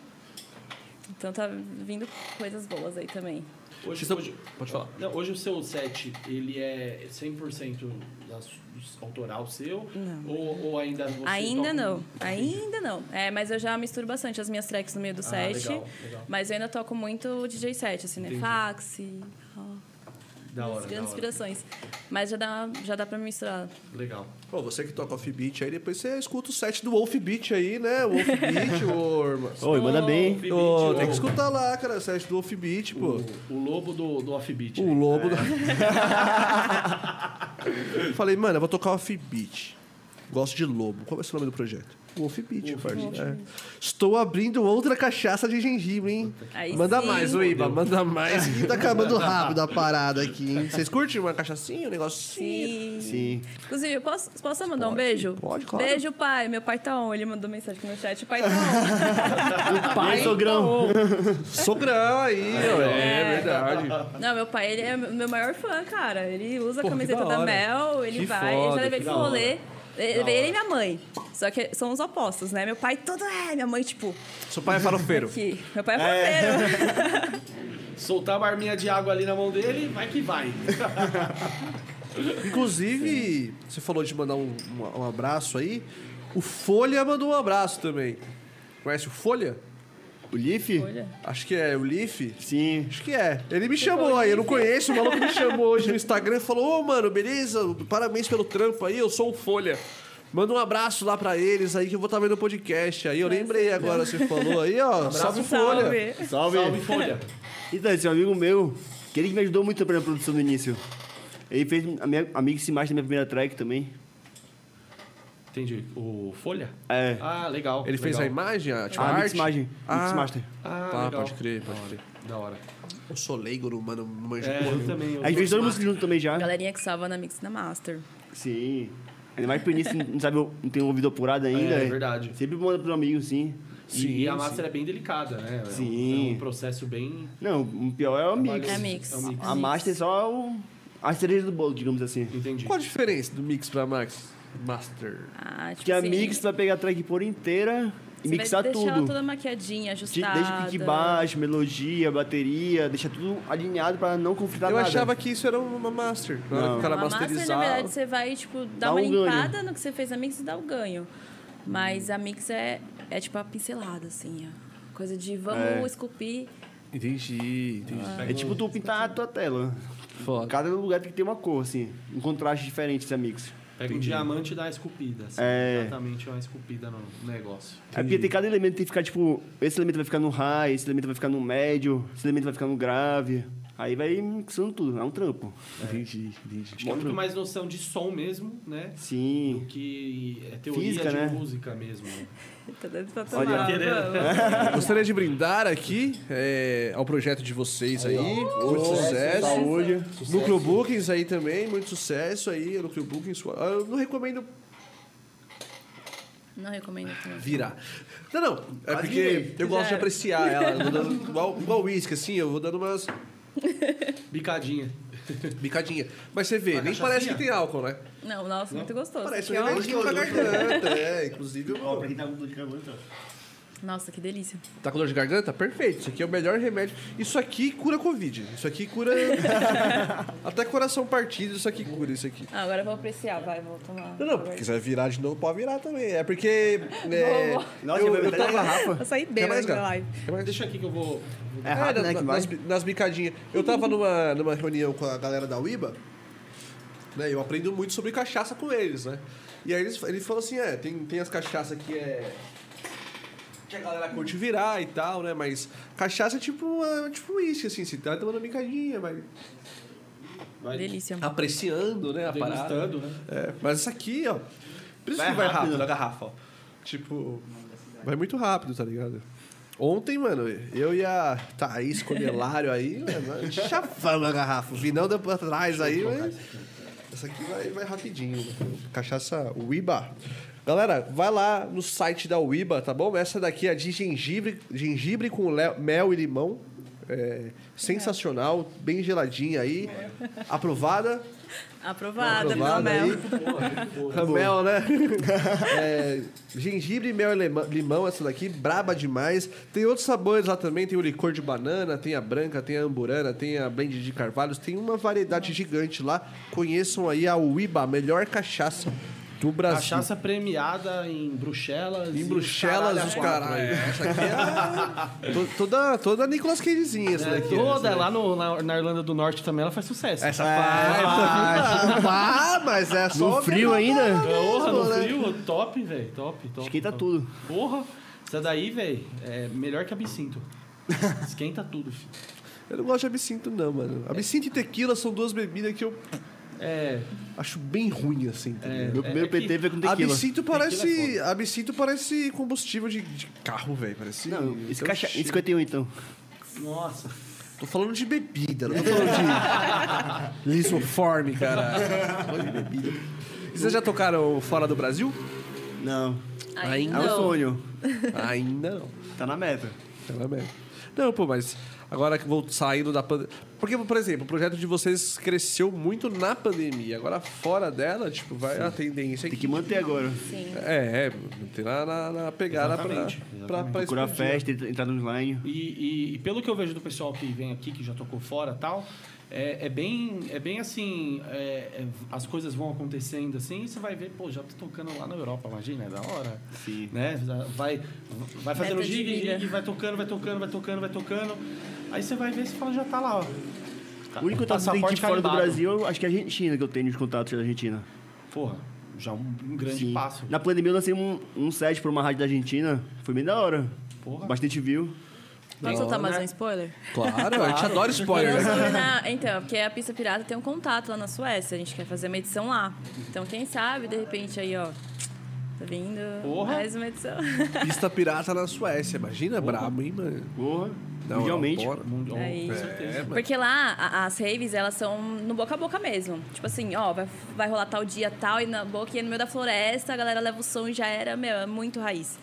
E: Então tá vindo coisas boas aí também.
C: Hoje, hoje-
G: Pode falar.
C: não, hoje o seu set, ele é 100% da su- do autoral seu?
E: Não.
C: Ou, ou ainda você
E: ainda
C: toca- um
E: não, ainda não. É, mas eu já misturo bastante as minhas tracks no meio do
C: Ah,
E: set.
C: legal, legal.
E: Mas eu ainda toco muito DJ set, assim, né?
C: Entendi.
E: Fax, ó,
C: Da hora, da
E: grandes
C: hora.
E: inspirações. Mas já dá, já dá pra me misturar.
C: Legal.
A: Pô, você que toca offbeat aí, depois você escuta o set do Wolfbeat aí, né? O Wolfbeat, ô, irmão.
D: Oi, manda bem.
C: Offbeat,
A: Ô,
C: o-
A: tem que escutar lá, cara, o set do Wolfbeat, pô.
C: O lobo do, do offbeat.
A: O
C: aí.
A: lobo. do- Falei, mano, eu vou tocar offbeat. Gosto de lobo. Qual vai ser o nome do projeto? Wolfbeat, parceiro. É. Estou abrindo outra cachaça de gengibre, hein?
E: Aí
A: manda
E: sim.
A: mais, o Iba, manda mais. que tá acabando rápido a parada aqui, hein? Vocês curtem uma cachaçinha, um negocinho?
E: Sim.
D: Sim.
E: Inclusive, eu posso, posso mandar um beijo?
A: pode, claro.
E: Beijo, pai. Meu pai tá on. Ele mandou mensagem aqui no chat. Pai tá on.
D: Pai, sogrão.
A: Sogrão aí, ó. é,
E: É.
A: verdade.
E: Não, meu pai, ele é meu maior fã, cara. Ele usa
A: Pô,
E: a camiseta
A: que da
E: da
A: hora.
E: Mel, ele
A: Que
E: vai, ele
A: foda,
E: já levei
A: que
E: pro
A: da hora.
E: rolê. Ele, ele e minha mãe. Só que são os opostos, né? Meu pai todo é, minha mãe, tipo,
A: Seu pai é farofeiro.
E: que. Meu pai é parceiro.
C: Soltar uma arminha de água ali na mão dele, vai que vai.
A: Inclusive, você falou de mandar um, um- um abraço aí. O Folha mandou um abraço também. Conhece o Folha?
D: O Leaf?
E: Olha.
A: Acho que é o Leaf.
D: Sim.
A: Acho que é. Ele me chamou aí, eu não conheço, o maluco me chamou hoje no Instagram e falou: Ô, mano, beleza? Parabéns pelo trampo aí, eu sou o Folha. Manda um abraço lá pra eles aí que eu vou estar vendo o podcast aí. Eu lembrei agora, você falou aí, ó. Salve, Folha.
E: Salve.
D: Salve.
C: Salve, Folha.
D: Então, esse amigo meu, que ele que me ajudou muito também na produção do início. Ele fez a minha amiga se mais na minha primeira track também.
C: Entendi. O Folha?
D: É.
C: Ah, legal.
A: Ele fez a
C: legal.
A: imagem, a, tipo,
D: Ah,
A: a
D: Mix
A: arte?
D: Imagem. Mix
A: Ah.
D: Master.
C: Ah,
A: Tá,
C: legal.
A: pode crer, pode crer.
C: Da hora.
A: Eu sou leigo, mano, não manjo
C: É,
A: porra
C: eu também. eu
D: A gente fez
C: gosto
D: toda a
C: mais.
D: música junto também já.
E: Galerinha que salva na Mix e na Master.
D: Sim. Ainda mais pro início, não sabe, não tem ouvido apurado ainda. né?
C: É, verdade.
D: Sempre manda pro amigo, sim.
C: Sim, e a
D: sim.
C: master é bem delicada, né? É um-
D: Sim.
C: É um processo bem.
D: Não, o pior é o amigo.
E: É a Mix.
C: É o Mix.
D: A Master é só o... a cereja do bolo, digamos assim.
C: Entendi.
A: Qual a diferença do mix pra Max? Master.
E: Ah, tipo
D: Que a
E: assim,
D: Mix vai pegar a track por inteira e
E: você
D: mixar
E: vai deixar ela
D: tudo.
E: toda maquiadinha,
D: De-
E: ajustada.
D: Desde pique baixo, melodia, bateria, deixar tudo alinhado pra não conflitar
A: eu
D: nada.
A: achava que isso era uma master. Na hora
D: Não.
A: que o cara
E: a master, na
A: masterizava.
E: verdade, você vai, tipo, dar
D: Dá
E: uma
D: um ganho.
E: limpada no que você fez na mix e dá o ganho. Mas a mix é, é tipo a pincelada, assim, ó. Coisa de vamos
D: É.
E: esculpir.
A: Entendi, entendi.
D: É
C: um,
D: tipo tu pintar a tua tela. Cada lugar tem que ter uma cor, assim. Um contraste diferente É desse mix.
C: Pega um diamante e dá uma esculpida. Assim,
D: É.
C: Exatamente uma esculpida no negócio.
D: É porque tem cada elemento que tem que ficar, tipo, esse elemento vai ficar no high, esse elemento vai ficar no médio, esse elemento vai ficar no grave. Aí vai mixando tudo, é um trampo.
A: Entendi, entendi.
C: Acho que é
D: Outro-
C: muito mais noção de som mesmo, né? Do
D: é. Sim.
C: que é teoria
D: Física,
C: de
D: né?
C: música mesmo. né?
E: Tá dando pra
D: Olha,
E: tomar.
C: querendo.
E: vamos.
A: Gostaria de brindar aqui é, ao projeto de vocês aí. muito sucesso.
D: Saúde.
A: Núcleo Bookings aí também, muito sucesso aí. Núcleo Bookings. Ah, Eu não recomendo
E: Não recomendo também.
A: virar. Não, não. É
D: Quase
A: porque
D: virei.
A: eu gosto
E: Já
A: de
E: era.
A: apreciar ela. Eu vou dando- Igual igual uísque, assim, eu vou dando umas
C: Bicadinha.
A: bicadinhas. Mas você vê,
C: Uma
A: nem parece que
C: cachaçinha?
A: tem álcool, né?
E: Não, nossa, muito gostoso.
A: Parece um
E: Que ó.
A: remedinho pra garganta. É, inclusive... eu-
D: quem tá com dor de cabeça. é-
E: Nossa, que delícia.
A: Tá com dor de garganta? Perfeito. Isso aqui é o melhor remédio. Isso aqui cura Covid. Isso aqui cura. Até coração partido, isso aqui cura isso aqui.
E: Ah, agora eu vou apreciar, vai, vou tomar.
A: Não, não, quiser virar de novo, pode virar também. É porque. É,
E: Vou, vou.
D: Nossa,
A: eu,
D: vai
A: eu
D: meter na
A: tava.
D: garrafa.
E: Eu saí
A: Quer mais,
E: bêbada da
A: cara?
E: live.
A: Quer mais?
C: Deixa aqui que eu vou.
D: É rápido,
A: É,
D: né, que
A: na-
D: vai.
A: nas, nas bicadinhas. Eu tava numa, numa reunião com a galera da UIBA, né? Eu aprendo muito sobre cachaça com eles, né? E aí eles, ele falou assim: é, tem, tem as cachaças que é. que a galera curte virar e tal, né? Mas cachaça é tipo uma, tipo uísque, assim, você tá tomando brincadinha, mas
E: Delícia.
A: Tá apreciando, né, a parada.
C: Degustando, né?
A: É, mas essa aqui, ó, por isso
D: Vai
A: que vai rápido
D: rápido.
A: na garrafa, ó. Tipo, vai muito rápido, tá ligado? Ontem, mano, eu e a Thaís Conelário aí, mano, chafando a garrafa. O Vinão deu pra trás aí, mas... Essa aqui vai, vai rapidinho. Cachaça Uiba. Galera, vai lá no site da Uiba, tá bom? Essa daqui é de gengibre, gengibre com le- mel e limão. É, sensacional, bem geladinha aí. Aprovada.
E: Aprovada, pelo
A: Aprovada
E: mel.
A: aí. Mel, né? É, gengibre, mel e lema- limão, essa daqui, braba demais. Tem outros sabores lá também, tem o licor de banana, tem a branca, tem a amburana, tem a blend de carvalhos, tem uma variedade gigante lá. Conheçam aí a Uiba, a melhor cachaça do Brasil.
C: Cachaça premiada em Bruxelas. e
A: Em
C: os
A: Bruxelas, os
C: a quatro.
A: caralho. Essa aqui é a- to- toda, toda Nicolas Cagezinha, essa
C: É,
A: daqui.
C: toda,
A: essa
C: lá no- na, na Irlanda do Norte também ela faz sucesso. Ah,
A: Essa
D: É,
A: faz, faz, mas é só...
D: No frio ainda?
C: Porra, no
A: né?
C: frio, top, velho. Top, top.
D: Esquenta
C: top.
D: tudo.
C: Porra, essa daí, velho, é melhor que absinto. Esquenta tudo, filho.
A: Eu não gosto de absinto, não, mano. Absinto e tequila são duas bebidas que eu
C: É,
A: acho bem ruim, assim. tá ligado?
D: Meu primeiro
C: é que-
D: PT veio com tequila.
A: Absinto parece, absinto parece combustível de, de carro, velho. Parece.
D: Não, esse
A: tem um
D: caixa...
A: cheiro.
D: esse 51 então.
C: nossa.
A: Tô falando de bebida, não tô falando de lisoforme, cara. Tô falando de bebida. E vocês já tocaram fora do Brasil?
D: Não.
E: Ainda.
D: É um
E: não.
D: sonho.
A: Ainda não.
D: Tá na meta.
A: Pela merda. Não, pô, mas agora que vou saindo da pandemia. Porque, por exemplo, o projeto de vocês cresceu muito na pandemia. Agora, fora dela, tipo, vai a tendência é
D: Tem que manter agora.
E: Sim.
A: É, é, manter na, na, na pegada pra, pra, pra
D: Procurar
A: explodir.
D: festa, ent- entrar no online.
C: E, e- e pelo que eu vejo do pessoal que vem aqui, que já tocou fora tal, é, é bem, é bem assim, é- é- as coisas vão acontecendo assim, e você vai ver, pô, já tô tocando lá na Europa, imagina, é da hora.
D: Sim.
C: Né? Vai, vai fazendo
E: Meta de
C: gig,
E: vida.
C: gig, vai tocando, vai tocando, vai tocando, vai tocando. Aí você vai ver, você fala, já tá lá, ó.
D: O único contato que eu tenho
C: Passaporte
D: de fora do
C: carimbado.
D: Brasil, acho que é a Argentina que eu tenho de contatos da Argentina.
C: Porra, já um, um grande
D: Sim.
C: passo.
D: Na pandemia eu lancei um, um set pra uma rádio da Argentina. Foi bem da hora.
C: Porra.
D: Bastante view.
E: Vamos soltar mais
A: é.
E: um spoiler?
A: Claro, a gente adora spoiler. né?
E: Não, na- Então, porque a pista pirata tem um contato lá na Suécia, a gente quer fazer uma edição lá. Então, quem sabe, de repente, aí, ó, tá vindo
C: Porra.
E: mais uma edição.
A: Pista pirata na Suécia, imagina, brabo, hein, mano?
D: Porra.
A: Não,
D: mundialmente.
A: bora.
C: Mundo-
E: Aí.
C: com
A: É,
C: certeza.
A: mano.
E: Porque lá, a- as raves, elas são no boca a boca mesmo. Tipo assim, ó, vai, vai rolar tal dia, tal, e na boca, e é no meio da floresta, a galera leva o som e já era, meu, é muito raiz.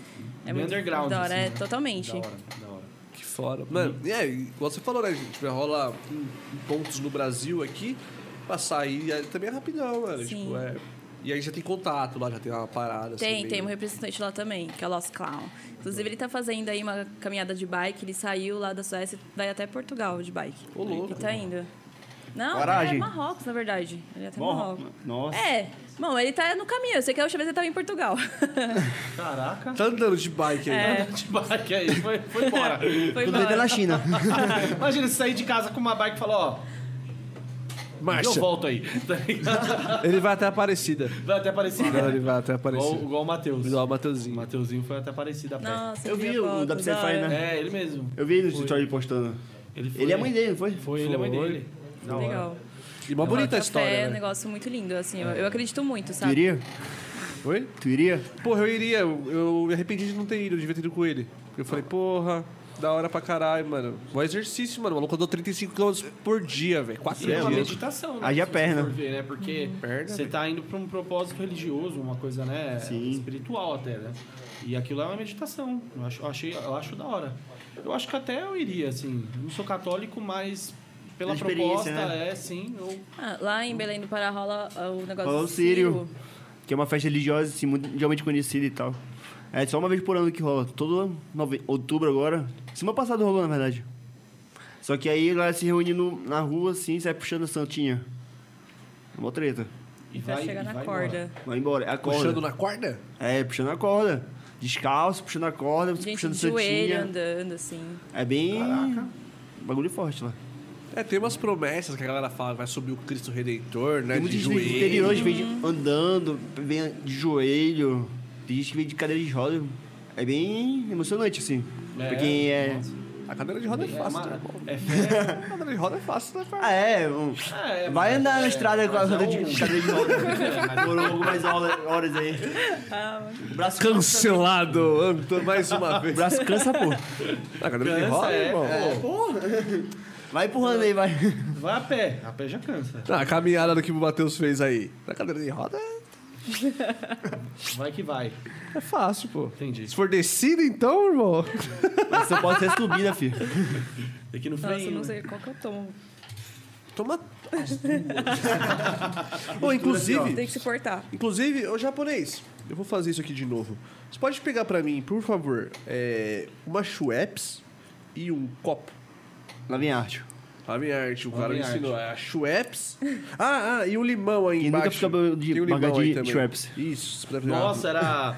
E: É
C: Bem
E: muito
C: underground,
E: Da hora,
C: assim,
E: é,
C: né?
E: totalmente.
C: Da hora, da hora.
A: Que fora. Mano, e é, igual você falou, né, gente? Vai rolar em em pontos no Brasil aqui, passar aí é, também é rapidão, mano.
E: Sim.
A: Tipo, é. E aí já tem contato lá, já tem uma parada.
E: Tem,
A: assim,
E: tem um
A: meio-
E: representante lá também, que é o Lost Clown. Inclusive, ele tá fazendo aí uma caminhada de bike, ele saiu lá da Suécia e vai até Portugal de bike.
A: Ô, louco.
E: Ele tá indo. Não,
D: Coragem.
E: é Marrocos, na verdade. Ele é até
D: Bom,
E: Marrocos.
D: nossa.
E: É, bom, ele tá no caminho. Eu sei que a última vez ele tava em Portugal.
C: Caraca.
A: Tá andando de bike aí.
E: É.
C: De bike aí, foi, foi embora.
E: Foi
D: Tudo bem
E: embora.
D: pela China.
C: Imagina você sair de casa com uma bike e falar, ó, eu
A: Marcha.
C: volto aí. Tá ligado?
A: Ele vai até Aparecida.
C: Vai até
A: Não,
C: parecida.
A: ele vai até
C: Igual,
A: Aparecida.
C: É. igual o Matheus.
A: Igual o
C: O
A: Mateuzinho.
C: Mateuzinho foi até parecida a pé.
E: Nossa,
D: Eu vi
E: a
D: o
E: foto,
D: da
E: da
D: Psyfy,
E: hora.
D: né?
C: É, ele mesmo.
D: Eu vi no story postando.
C: foi-
D: Ele é a mãe dele, não foi?
C: Foi, ele é a mãe
A: Foi.
C: dele.
E: Legal.
A: E uma bonita
E: Café
A: a história,
E: é um
A: né?
E: negócio muito lindo, assim.
D: É.
E: Eu, eu acredito muito,
D: Tu
E: sabe?
D: iria?
A: Oi?
D: Tu iria?
A: Porra, eu iria. Eu, eu me arrependi de não ter ido, eu devia ter ido com ele. Eu falei, porra, da hora pra caralho, mano. Um exercício, mano. O maluco andou 35 km por dia, velho. Quatro
C: E é
A: dias.
C: uma meditação, né?
D: Haja
C: se você
D: perna.
C: for ver, né? Porque
A: Perna,
C: você tá indo pra um propósito religioso, uma coisa, né?
D: Sim.
C: Espiritual até, né? E aquilo é uma meditação. Eu acho, eu achei, eu acho da hora. Eu acho que até eu iria, assim. Não sou católico, mas pela
D: Pela experiência,
C: proposta,
D: né?
C: é, sim. Eu...
E: Ah, lá em Belém do Pará rola ah, o negócio
D: Rola o
E: do
D: Sírio. Que é uma festa religiosa, assim, mundialmente conhecida e tal. É só uma vez por ano que rola. Todo nove... outubro agora. Semana passada rolou, na verdade. Só que aí ela se reúne no- na rua, assim, sai puxando a santinha. É Uma treta.
C: E
E: Pra chegar
C: e
E: na
C: embora.
E: corda.
D: Vai embora. É a corda.
A: Puxando na corda?
D: É, puxando a corda. Descalço, puxando a corda,
E: Gente,
D: puxando
E: de
D: santinha.
E: joelho andando, assim.
D: É bem... Bagulho forte lá.
A: É, tem umas promessas que a galera fala, vai subir o Cristo Redentor, né?
D: Tem muita
A: de
D: gente do
A: joelho.
D: interior que vem de- andando, vem de joelho. Tem gente que vem de cadeira de rodas. é bem emocionante, assim.
C: É,
D: pra quem é.
C: nossa.
A: A cadeira de roda é fácil, né? irmão?
C: É fé.
A: A cadeira de roda é fácil, né,
D: Ah, é, um-
C: É,
D: Vai
C: mas
D: andar na
C: é-
D: estrada com a
C: mas é
D: roda de
C: um-
D: cadeira de roda. Demorou algumas horas horas aí. O braço cansa.
A: Cancelado, Antônio, mais uma
D: O
A: vez.
D: braço cansa, pô.
A: A cadeira de
C: Cansa,
A: roda,
C: é,
A: irmão.
C: é.
D: Vai empurrando aí, vai.
C: Vai a pé. A pé já cansa.
A: Ah, a caminhada do que o Matheus fez aí. Na cadeira de roda é-
C: Vai que vai.
A: é fácil, pô.
C: Entendi.
A: Se for descida, então, irmão.
D: Mas só pode ser subida, filho.
C: Tem que ir no
E: Nossa,
C: freio.
E: não
C: né?
E: sei qual que eu tomo.
A: Toma. Ou,
D: assim,
A: inclusive,
E: Tem que se portar.
A: Inclusive, ô japonês, eu vou fazer isso aqui de novo. Você pode pegar pra mim, por favor, é, uma Schweppes e um copo.
D: Lá vem arte.
A: A minha arte, o
C: Lá
A: cara me
C: vem arte.
A: ensinou. É a Schweppes. Ah, ah, e um limão aí
D: Quem nunca
A: embaixo.
D: fica bebendo de
A: Tem um limão
D: marca
A: aí
D: de
A: também.
D: Schweppes?
A: Isso, você deve
C: Nossa, era...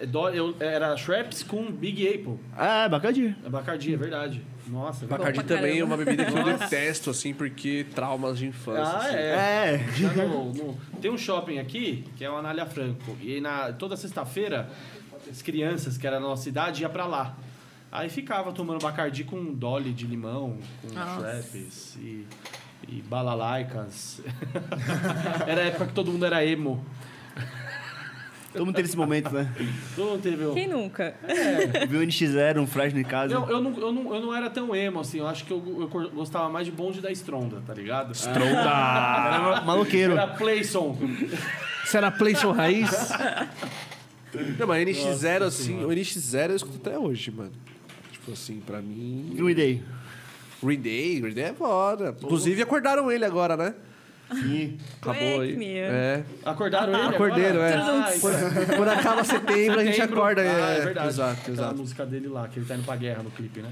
C: é, dó- eu- Era Shreps com Big Apple.
D: Ah, é bacadinho.
C: É Bacardi, é verdade. Nossa, é verdade.
A: Bacardi
E: Bom pra
A: também é uma bebida que eu
C: Nossa.
A: detesto, assim, porque traumas de infância.
C: Ah,
A: assim.
C: é.
D: É.
C: Já no- no- tem um shopping aqui, que é o Anália Franco. E na, toda sexta-feira, as crianças que eram da nossa idade iam pra lá. Aí ficava tomando Bacardi com Dolly de limão, com
E: Nossa.
C: Shreps e, e balalaicas. era a época que todo mundo era emo.
D: Todo mundo teve esse momento, né?
C: Todo mundo teve um...
E: Quem nunca?
D: Viu o NX0, um Fresno em casa.
C: Não, eu não, eu, não, eu não era tão emo, assim. Eu acho que eu, eu cor- gostava mais de bonde da Stronda, tá ligado?
D: Era maluqueiro.
C: Era Playson.
A: Isso era Playson Raiz? Não, mas NX0, assim, o NX0 eu escuto até hoje, mano. Tipo assim, pra mim.
D: E o Idei?
A: Green Day, Green Day é foda. Inclusive, acordaram ele agora, né?
D: Sim.
A: Acabou
E: Wake
A: aí.
E: me.
A: É.
C: Acordaram ele
A: Acordaram,
C: agora?
A: é.
C: Ah,
E: um
C: isso-
A: Quando acaba setembro, a gente
C: Setembro.
A: acorda.
C: Ah,
A: é,
C: é verdade.
A: Exato,
C: Aquela
A: exato.
C: música dele lá, que ele tá indo pra guerra no clipe, né?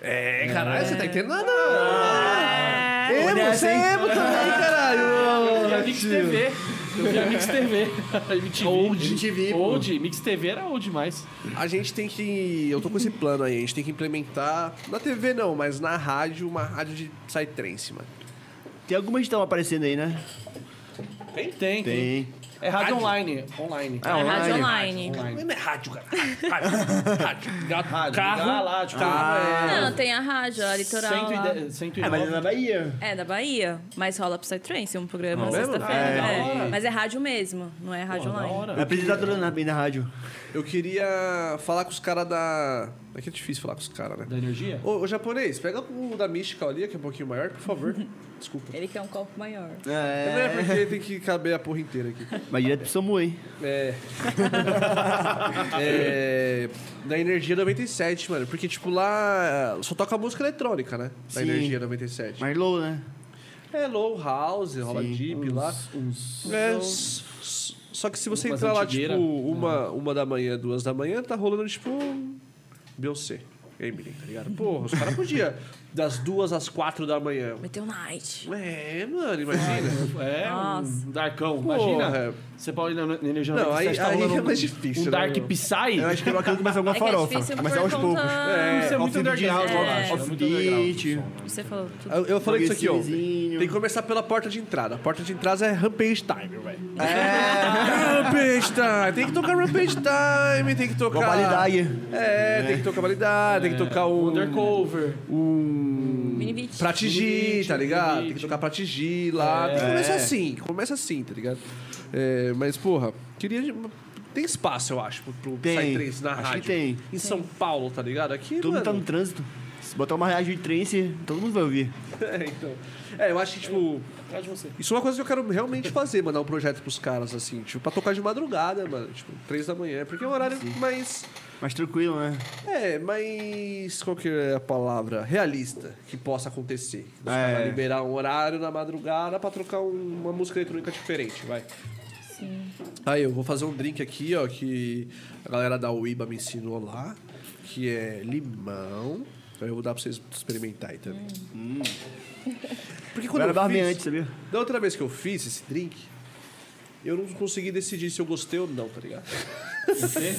A: É, caralho, você tá entendendo? É. Emo, você é emo também,
C: Eu via
A: caralho.
C: Mix TV. Eu via Mix TV. MTV. Old.
D: MTV, pô.
C: Old. Mix TV era old demais.
A: A gente tem que. Eu tô com esse plano aí, a gente tem que implementar. Na TV não, mas na rádio, uma rádio de psytrance, mano.
D: Tem algumas que estão aparecendo aí, né?
C: Tem, tem.
D: Tem.
C: É rádio online. Online.
D: Ah,
E: É rádio
C: É
E: online.
C: online.
A: Não é rádio, cara. Rádio, rádio. Ah, Gato,
C: Rádio.
A: carro.
C: Galáctico.
E: Não, tem a rádio, a litoral. lá.
C: 110, 109.
D: Ah, mas é na Bahia.
E: É, da Bahia. Mas rola Psytrance, um programa
A: Não,
E: sexta-feira.
D: mesmo?
E: É.
C: Ah, é.
E: Mas é rádio mesmo, não é rádio
C: Pô, da
E: online.
D: A
C: hora.
D: apresentadora na, na rádio.
A: Eu queria falar com os caras da. É que é difícil falar com os caras, né?
C: Da energia?
A: Ô, ô, japonês, pega o da Mystical ali, que é um pouquinho maior, por favor. Desculpa.
E: Ele quer um copo maior.
A: Não é
D: É.
A: porque tem que caber a porra inteira aqui.
D: Vai direto pro SAMU, hein?
A: É. é. Da Energia 97, mano. Porque, tipo, lá só toca música eletrônica, né? Da
D: Sim.
A: Energia 97.
D: Mais low, né?
A: É low house, rola
D: Sim.
A: deep lá.
C: Uns...
A: É, s- s- só que se você
C: Umas
A: entrar lá,
C: antigueira.
A: tipo, uma, uma da manhã, duas da manhã, tá rolando, tipo, Beyoncé. Eminem, tá ligado? Porra, os caras podiam das duas às quatro da manhã.
E: Meteu um night.
A: É, mano, imagina.
C: É,
E: Nossa.
C: um darkão.
A: Porra.
C: Imagina. Você pode ir na na energia
A: Não,
C: 97,
A: aí-
C: tá
A: aí
C: rolando
A: é mais
C: um-
A: difícil,
C: Um
A: né,
C: dark
A: meu?
C: psy.
D: Eu acho que bacana começar alguma
E: É que é
D: farofa.
E: difícil
D: Começar aos
E: por
D: poucos.
E: conta...
C: Isso é muito
D: off-beat,
C: underground, eu acho.
E: é.
C: É muito
D: Off-beat.
C: underground o som, né?
E: Você falou tudo.
A: Eu, eu falei isso aqui, ó.
D: Progressivezinho.
A: Tem que começar pela porta de entrada. A porta de entrada é Rampage Time, velho. É, Rampage Time. Tem que tocar Rampage Time, tem que tocar...
D: Validade.
A: É, tem que tocar validade, tem que tocar um o...
C: Undercover.
E: Mini beat.
A: Pratigi,
C: Limite,
A: tá ligado?
C: limite.
A: Tem que tocar Pratigi lá.
C: É.
A: Tem que começar assim, começa assim, tá ligado? É, mas, porra, queria. Tem espaço, eu acho, pro- pro
D: Tem.
A: Psytrance na
D: Acho que
A: rádio.
D: tem.
A: Em São Paulo, tá ligado? Aqui,
D: Todo mundo tá no
A: mano...
D: trânsito. Se botar uma rádio de trance, todo mundo vai ouvir.
A: É, então. É, eu acho que, tipo...
C: Atrás de você.
A: Isso é uma coisa que eu quero realmente fazer, mandar um projeto pros caras, assim. Tipo, pra tocar de madrugada, mano. Tipo, três da manhã. Porque é um horário mais...
D: Mais tranquilo, né?
A: É, mas qual que é a palavra realista que possa acontecer? Os caras
D: É.
A: liberar um horário na madrugada pra trocar um- uma música eletrônica diferente, vai. Aí eu vou fazer um drink aqui, ó, que a galera da Uiba me ensinou lá, que é limão. Aí eu vou dar pra vocês experimentar aí também. Porque
D: Eu
A: quando
D: era
A: eu fiz,
D: barbeante, sabia?
A: da outra vez que eu fiz esse drink, eu não consegui decidir se eu gostei ou não, tá ligado?
C: Você?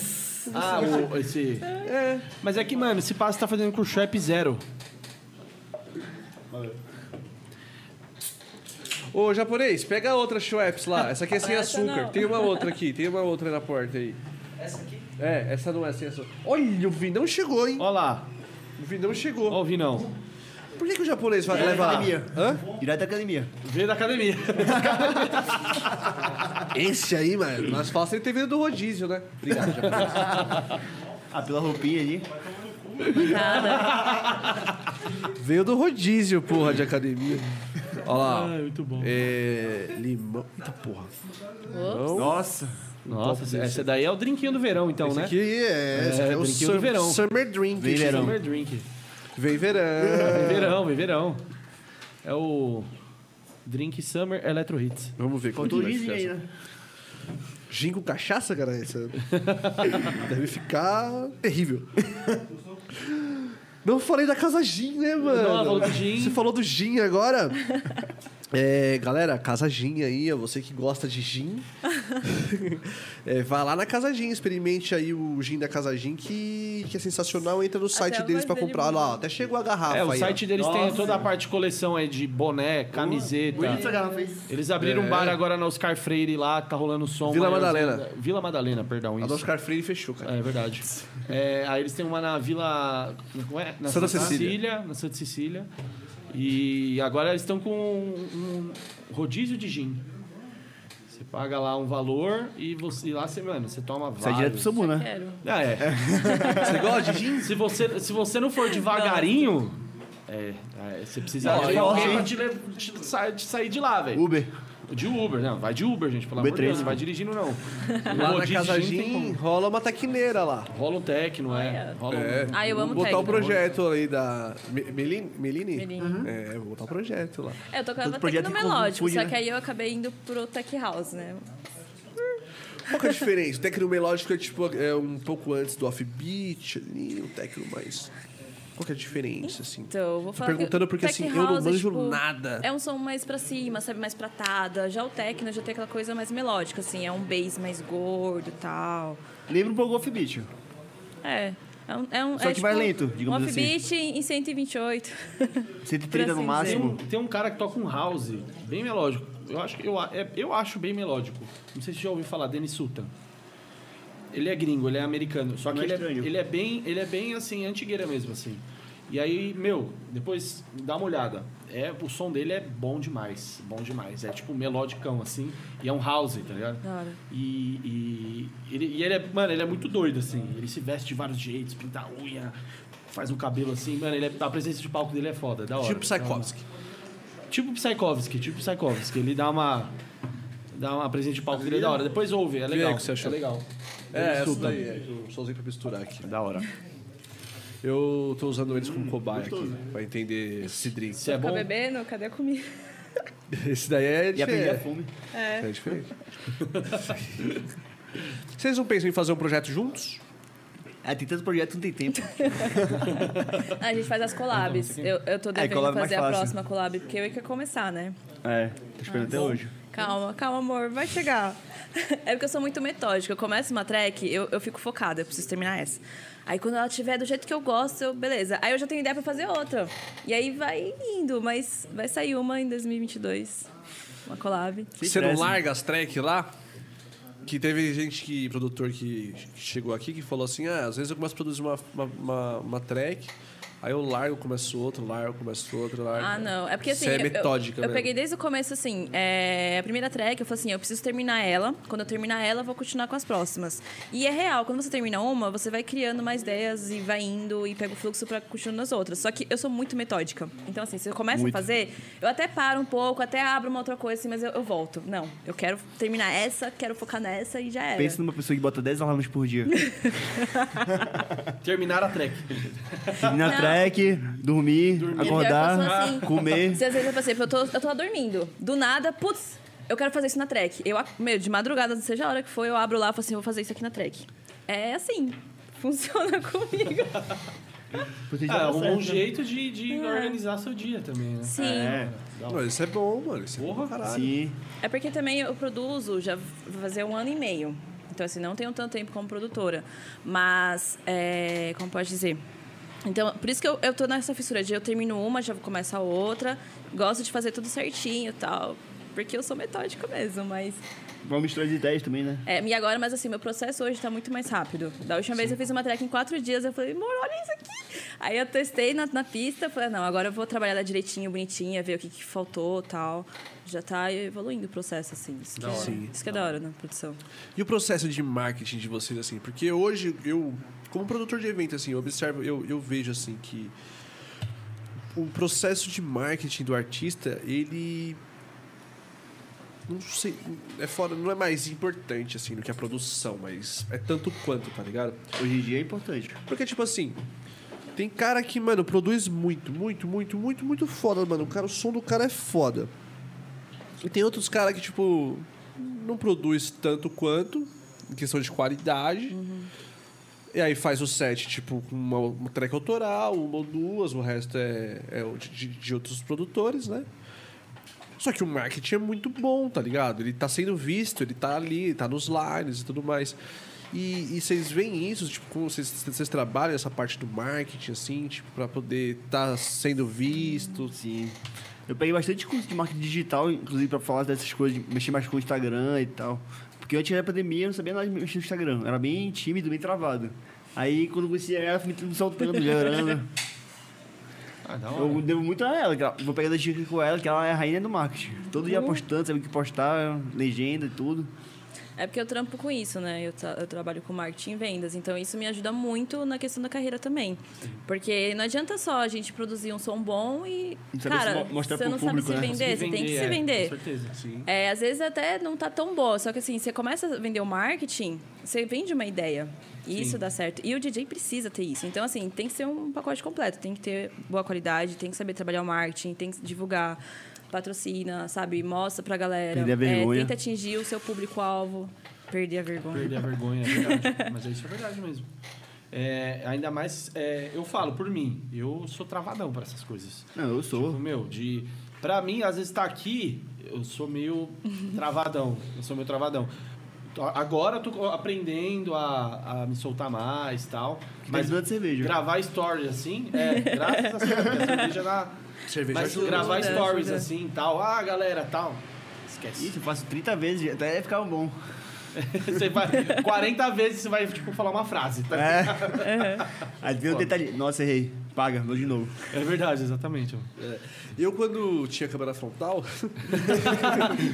C: Ah, o, esse.
A: É,
C: Mas é que, mano, esse passo tá fazendo com o Shrap Zero.
A: Ô, japonês, pega a outra Schweppes lá. Essa aqui é sem
E: Essa
A: açúcar.
E: não.
A: Tem uma outra aqui, tem uma outra na porta aí. Essa aqui? É, essa não é assim. Essa... Olha, o Vinão chegou, hein?
C: Ó lá,
A: O Vinão chegou.
C: ó o Vinão.
A: Por que, que o japonês vai
D: Direto da
A: levar...
D: É, academia.
A: Hã?
D: Direto da academia.
C: Veio da academia.
A: Esse aí, mano. Mas fala se ele ter vindo do rodízio, né? Obrigado, japonês.
D: Ah, pela roupinha ali.
E: Nada.
A: Veio do rodízio, porra, de academia. Olha lá.
C: Ai, Ah, muito bom.
A: É... Limão... Eita, porra.
E: Ops.
D: Nossa.
C: Nossa, essa- essa daí é o drinquinho do verão, então,
A: Esse
C: né?
A: aqui é... Esse
C: É,
A: aqui é o
C: brinquedo do
A: summer,
C: verão.
A: summer Drink.
D: Vem verão.
C: Summer drink.
A: Vem
C: Vem
A: verão.
C: verão, vem verão. É o Drink Summer Electro Hits.
A: Vamos ver como
D: Faltou o
A: que vai
D: risinho
A: ficar
D: aí,
A: essa.
D: né?
A: Gin com cachaça, cara, essa. Deve ficar terrível. Não falei da Casa Gin, né, mano?
C: Não, ela falou do gin.
A: Você falou do Gin agora. É, galera, Casa Gin aí, é você que gosta de gin. É, vá lá na Casa Gin, experimente aí o gin da Casa Gin, que, que é sensacional. Entra no site
E: a
A: deles pra
E: voz dele
A: comprar. Olha
E: muda.
A: lá, ó, até chegou a garrafa
C: É, o
A: aí,
C: site
A: ó.
C: deles tem
D: Nossa.
C: toda a parte de coleção aí de boné, camiseta.
D: Bonita essa garrafa aí.
C: Eles abriram um bar agora na Oscar Freire lá, tá rolando som.
A: É. Vila
C: aí,
A: Madalena.
C: Vila Madalena, perdão,
A: A do
C: isso.
A: Oscar Freire fechou, cara.
C: É verdade. É, aí eles têm uma na Vila. Como é? Na
A: Santa Cecília.
C: Na Santa Cecília. E agora eles estão com um, um rodízio de gin. Você paga lá um valor e, você, e lá você, mano, você toma vários.
D: Sai direto pro Samu, né?
E: Quero.
C: Ah, é.
A: Você gosta de gin?
C: Se você, se você não for devagarinho, é, é, você precisa
D: Não,
C: de
D: eu
C: alguém
D: achei-
C: pra te, le- te sa- te sair de lá, velho.
D: Uber.
C: De Uber, não. Vai de Uber, gente, pelo
D: Uber
C: amor de Deus.
D: três,
C: Não vai dirigindo, não.
A: Lá na
C: Rodízio
A: Casa
C: de gin tem
A: Gin
C: como.
A: rola uma taquineira lá.
C: Rola um tecno, é.
E: Olha.
C: Rola um...
A: É.
E: Ah, eu amo
A: Vou botar
E: tag.
A: o projeto aí da. Me- Melin- Melini?
E: Melini.
A: É, vou botar o projeto lá.
E: É, eu
D: Todo
E: tocava
D: projeto
E: tecno melódico,
D: confunde,
E: só
D: né?
E: que aí eu acabei indo pro tech house, né?
A: Qual que é a diferença? O tecno melódico é tipo é um pouco antes do offbeat e o tecno mais. Qual que é a diferença, assim?
E: Então, eu vou
A: Tô
E: falar. que
A: perguntando
E: o
A: porque,
E: tech
A: assim, eu não
E: house
A: manjo nada.
E: É um som mais pra cima, sabe? Mais pratada. Já o techno já tem aquela coisa mais melódica, assim. É um bass mais gordo e tal.
D: Lembra um pouco o offbeat.
E: É. É um, é um,
D: Só
E: é
D: que vai lento, digamos assim.
E: um offbeat em 128.
D: 130 no
E: Pra assim dizer.
C: Tem, um,
D: máximo.
C: tem um cara que toca um house bem melódico. Eu acho, que- eu, a- é- eu acho bem melódico. Não sei se você já ouviu falar, Dennis Sultan. Ele é gringo, ele é americano. Só que
D: Não é
C: ele, é,
D: estranho.
C: ele é bem, ele é bem assim, antigueira mesmo, assim. E aí, meu, depois dá uma olhada. É, o som dele é bom demais. Bom demais. É tipo melodicão, assim. E é um house, tá ligado?
E: Da hora.
C: E, e ele, e ele é, mano, ele é muito doido, assim. Ele se veste de vários jeitos, pinta a unha, faz o cabelo assim, mano. Ele é- a presença de palco dele é foda, é da hora.
A: Tipo Psychowski.
C: Tipo Psychovski, tipo Psychovski. Ele dá uma. Dá uma presença de palco dele é da hora. Depois ouve, é legal.
A: aí o que você achou.
C: É legal.
A: É, essa
C: Suta.
A: daí, é, um solzinho pra misturar aqui.
C: Da hora.
A: Eu tô usando eles como cobaia aqui, pra entender esse drink.
C: Se é
E: Tá
C: bom.
E: bebendo? Cadê a comida?
A: Esse daí é
D: E aprendi a
A: diferente.
D: fome.
A: É diferente. Vocês não pensam em fazer um projeto juntos?
D: É, tem tanto projeto, não tem tempo.
E: Ah, a gente faz as collabs. Eu, eu tô devendo
D: collab é mais
E: fazer a
D: fácil.
E: próxima collab, porque eu ia que começar, né?
D: É, tô esperando até hoje.
E: Calma, calma, amor, vai chegar. É porque eu sou muito metódica. Eu começo uma track, eu, eu fico focada, eu preciso terminar essa. Aí quando ela tiver do jeito que eu gosto, eu, beleza. Aí eu já tenho ideia pra fazer outra. E aí vai indo, mas vai sair uma em 2022. Uma collab.
A: Você não
D: pressa.
A: larga as track lá? Que teve gente que, produtor que chegou aqui, que falou assim: ah, às vezes eu começo a produzir uma, uma, uma, uma track, aí eu largo, começo outra, largo, começo outra, largo.
E: Ah, não. É porque assim.
A: Você é
E: eu- eu-
A: metódica,
E: Eu,
A: né?
E: peguei desde o começo, assim. é, a primeira track, eu falei assim: eu preciso terminar ela. Quando eu terminar ela, eu vou continuar com as próximas. E é real, quando você termina uma, você vai criando mais ideias e vai indo e pega o fluxo pra continuar nas outras. Só que eu sou muito metódica. Então, assim, se eu começo
D: Muito.
E: a fazer, eu até paro um pouco, até abro uma outra coisa, assim, mas eu, eu volto. Não, eu quero terminar essa, quero focar nessa e já era.
D: É. Pensa numa pessoa que bota 10 alarmes por dia.
C: Terminar a track.
D: Ir na track, dormir,
E: É pior que eu
D: acordar,
E: sou assim.
D: comer.
E: Se às vezes eu passei, eu tô, eu tô lá dormindo. Do nada, putz, eu quero fazer isso na track. Eu, ac- meu, de madrugada, seja a hora que for, eu abro lá e falo assim, vou fazer isso aqui na track. É assim. Funciona comigo.
D: Você já
C: Ah,
D: tá
C: arrumou
D: certo,
C: um
D: né?
C: jeito de, de organizar seu dia também, né?
E: É. Sim. É.
D: É,
A: Não, isso é bom, mano. Isso é bom, pra caralho.
D: sim.
E: porque também eu produzo já vai fazer um ano e meio. Então, assim, não tenho tanto tempo como produtora. Mas, é, como pode dizer? Então, por isso que eu, eu tô nessa fissura de eu termino uma, já começo a outra. Gosto de fazer tudo certinho e tal. Porque eu sou metódica mesmo, mas.
D: Vamos misturar de ideias também, né?
E: É, e agora, mas assim, meu processo hoje tá muito mais rápido. Da última vez eu fiz uma track em quatro dias, eu falei, amor, olha isso aqui. Aí eu testei na, na pista, falei, "Ah, não, agora eu vou trabalhar ela direitinho, bonitinha, ver o que, que faltou tal. Já tá evoluindo o processo, assim. Isso, que, é,
A: hora.
E: isso que é da hora na produção.
A: E o processo de marketing de vocês, assim? Porque hoje eu, como produtor de evento, assim, eu observo, eu, eu vejo, assim, que o processo de marketing do artista, ele. Não sei. É fora, não é mais importante, assim, do que a produção, mas é tanto quanto, tá ligado?
D: Hoje em dia é importante.
A: Porque, tipo assim, tem cara que, mano, produz muito, muito, muito, muito, muito foda, mano. O, cara, o som do cara é foda. E tem outros caras que, tipo, não produz tanto quanto, em questão de qualidade. E aí faz o set, tipo, com uma, uma track autoral, uma ou duas, o resto é, é o de- de, de outros produtores, né? Só que o marketing é muito bom, tá ligado? Ele tá sendo visto, ele tá ali, ele tá nos lines e tudo mais. E, e vocês veem isso, tipo, como vocês, vocês trabalham essa parte do marketing, assim, tipo, pra poder tá sendo visto.
D: Sim. Eu peguei bastante curso de marketing digital, inclusive, pra falar dessas coisas, de mexer mais com o Instagram e tal. Porque antes da pandemia eu não sabia nada de mexer no Instagram. Era bem tímido, bem travado. Aí quando eu conheci ela, eu fiquei me soltando, melhorando.
C: Ah, da hora.
D: Eu devo muito a ela, que ela- vou pegando as dicas com ela, que ela é a rainha do marketing. Todo dia postando, sabe o que postar, legenda e tudo.
E: É porque eu trampo com isso, né? Eu, tra- eu trabalho com marketing e vendas, então isso me ajuda muito na questão da carreira também. Porque não adianta só a gente produzir um som bom e,
D: Não saber
E: cara,
D: se mo- mostrar
E: você
D: pro
E: não
D: público,
E: sabe se
D: né?
E: vender, é. você tem que se vender.
C: é, Com certeza. Sim.
E: É, às vezes até não tá tão boa, só que assim, você começa a vender o marketing, você vende uma ideia. E isso dá certo. E o DJ precisa ter isso. Então, assim, tem que ser um pacote completo. Tem que ter boa qualidade, tem que saber trabalhar o marketing, tem que divulgar, patrocina, sabe? Mostra pra galera. É,
D: Perder a vergonha.
E: tenta atingir o seu público-alvo. Perder a vergonha.
C: Perder a vergonha, é verdade. Mas isso é verdade mesmo. É, ainda mais, é, eu falo por mim, eu sou travadão pra essas coisas.
D: Não, eu
C: Tipo,
D: sou.
C: meu, de. Pra mim, às vezes tá aqui, eu sou meio travadão. Eu sou meio travadão. Tô- Agora eu tô aprendendo a, a me soltar mais e tal.
D: Mas
C: Mas
D: não é de cerveja.
C: gravar stories assim, é, graças a cerveja, a cerveja na.
A: Cerveja
C: Mas
A: ajuda.
C: gravar
E: ajuda,
C: stories
E: ajuda.
C: assim e tal, ah, galera, tal. Esquece.
D: Isso, eu faço 30 vezes, até ficar bom.
C: Você vai 40 vezes você vai tipo, falar uma frase. Tá?
D: É. Às vezes eu um detalhe. Nossa, errei. Paga, vou de novo.
C: É verdade, exatamente.
A: É. Eu, quando tinha câmera frontal,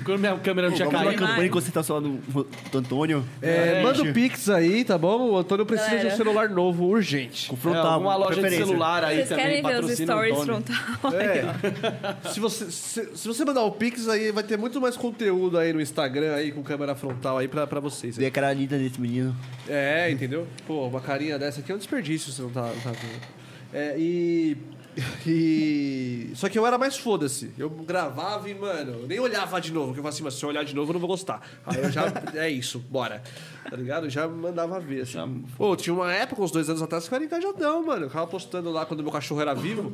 C: Quando minha câmera não tinha
D: Vamos lá,
C: caído.
D: campanha
E: mais.
D: e consertar o celular do, do Antônio.
A: É,
C: É,
A: manda o
D: gente.
A: Pix aí, tá bom? O Antônio precisa de
E: Galera.
A: um celular novo, urgente.
C: É,
D: Confrontar
C: alguma
D: uma
C: loja de
D: preferência.
C: celular aí
E: Vocês
C: também
E: querem ver os
C: patrocina o
E: stories
C: Antônio.
E: frontal?
A: É. se, você, se, se você mandar o Pix aí, vai ter muito mais conteúdo aí no Instagram aí com câmera frontal aí pra, pra vocês.
D: Vê a é cara linda desse menino.
A: É, entendeu? Pô, uma carinha dessa aqui é um desperdício, você não tá, não tá vendo. É, e. E. Só que eu era mais foda-se. Eu gravava e, mano, eu nem olhava de novo, porque eu falava assim, mas se eu olhar de novo eu não vou gostar. Aí eu já. é isso, bora. Tá ligado? Eu já mandava ver, assim. Pô, tinha uma época, uns dois anos atrás, que eu era engajadão, mano. Eu ficava postando lá quando meu cachorro era vivo.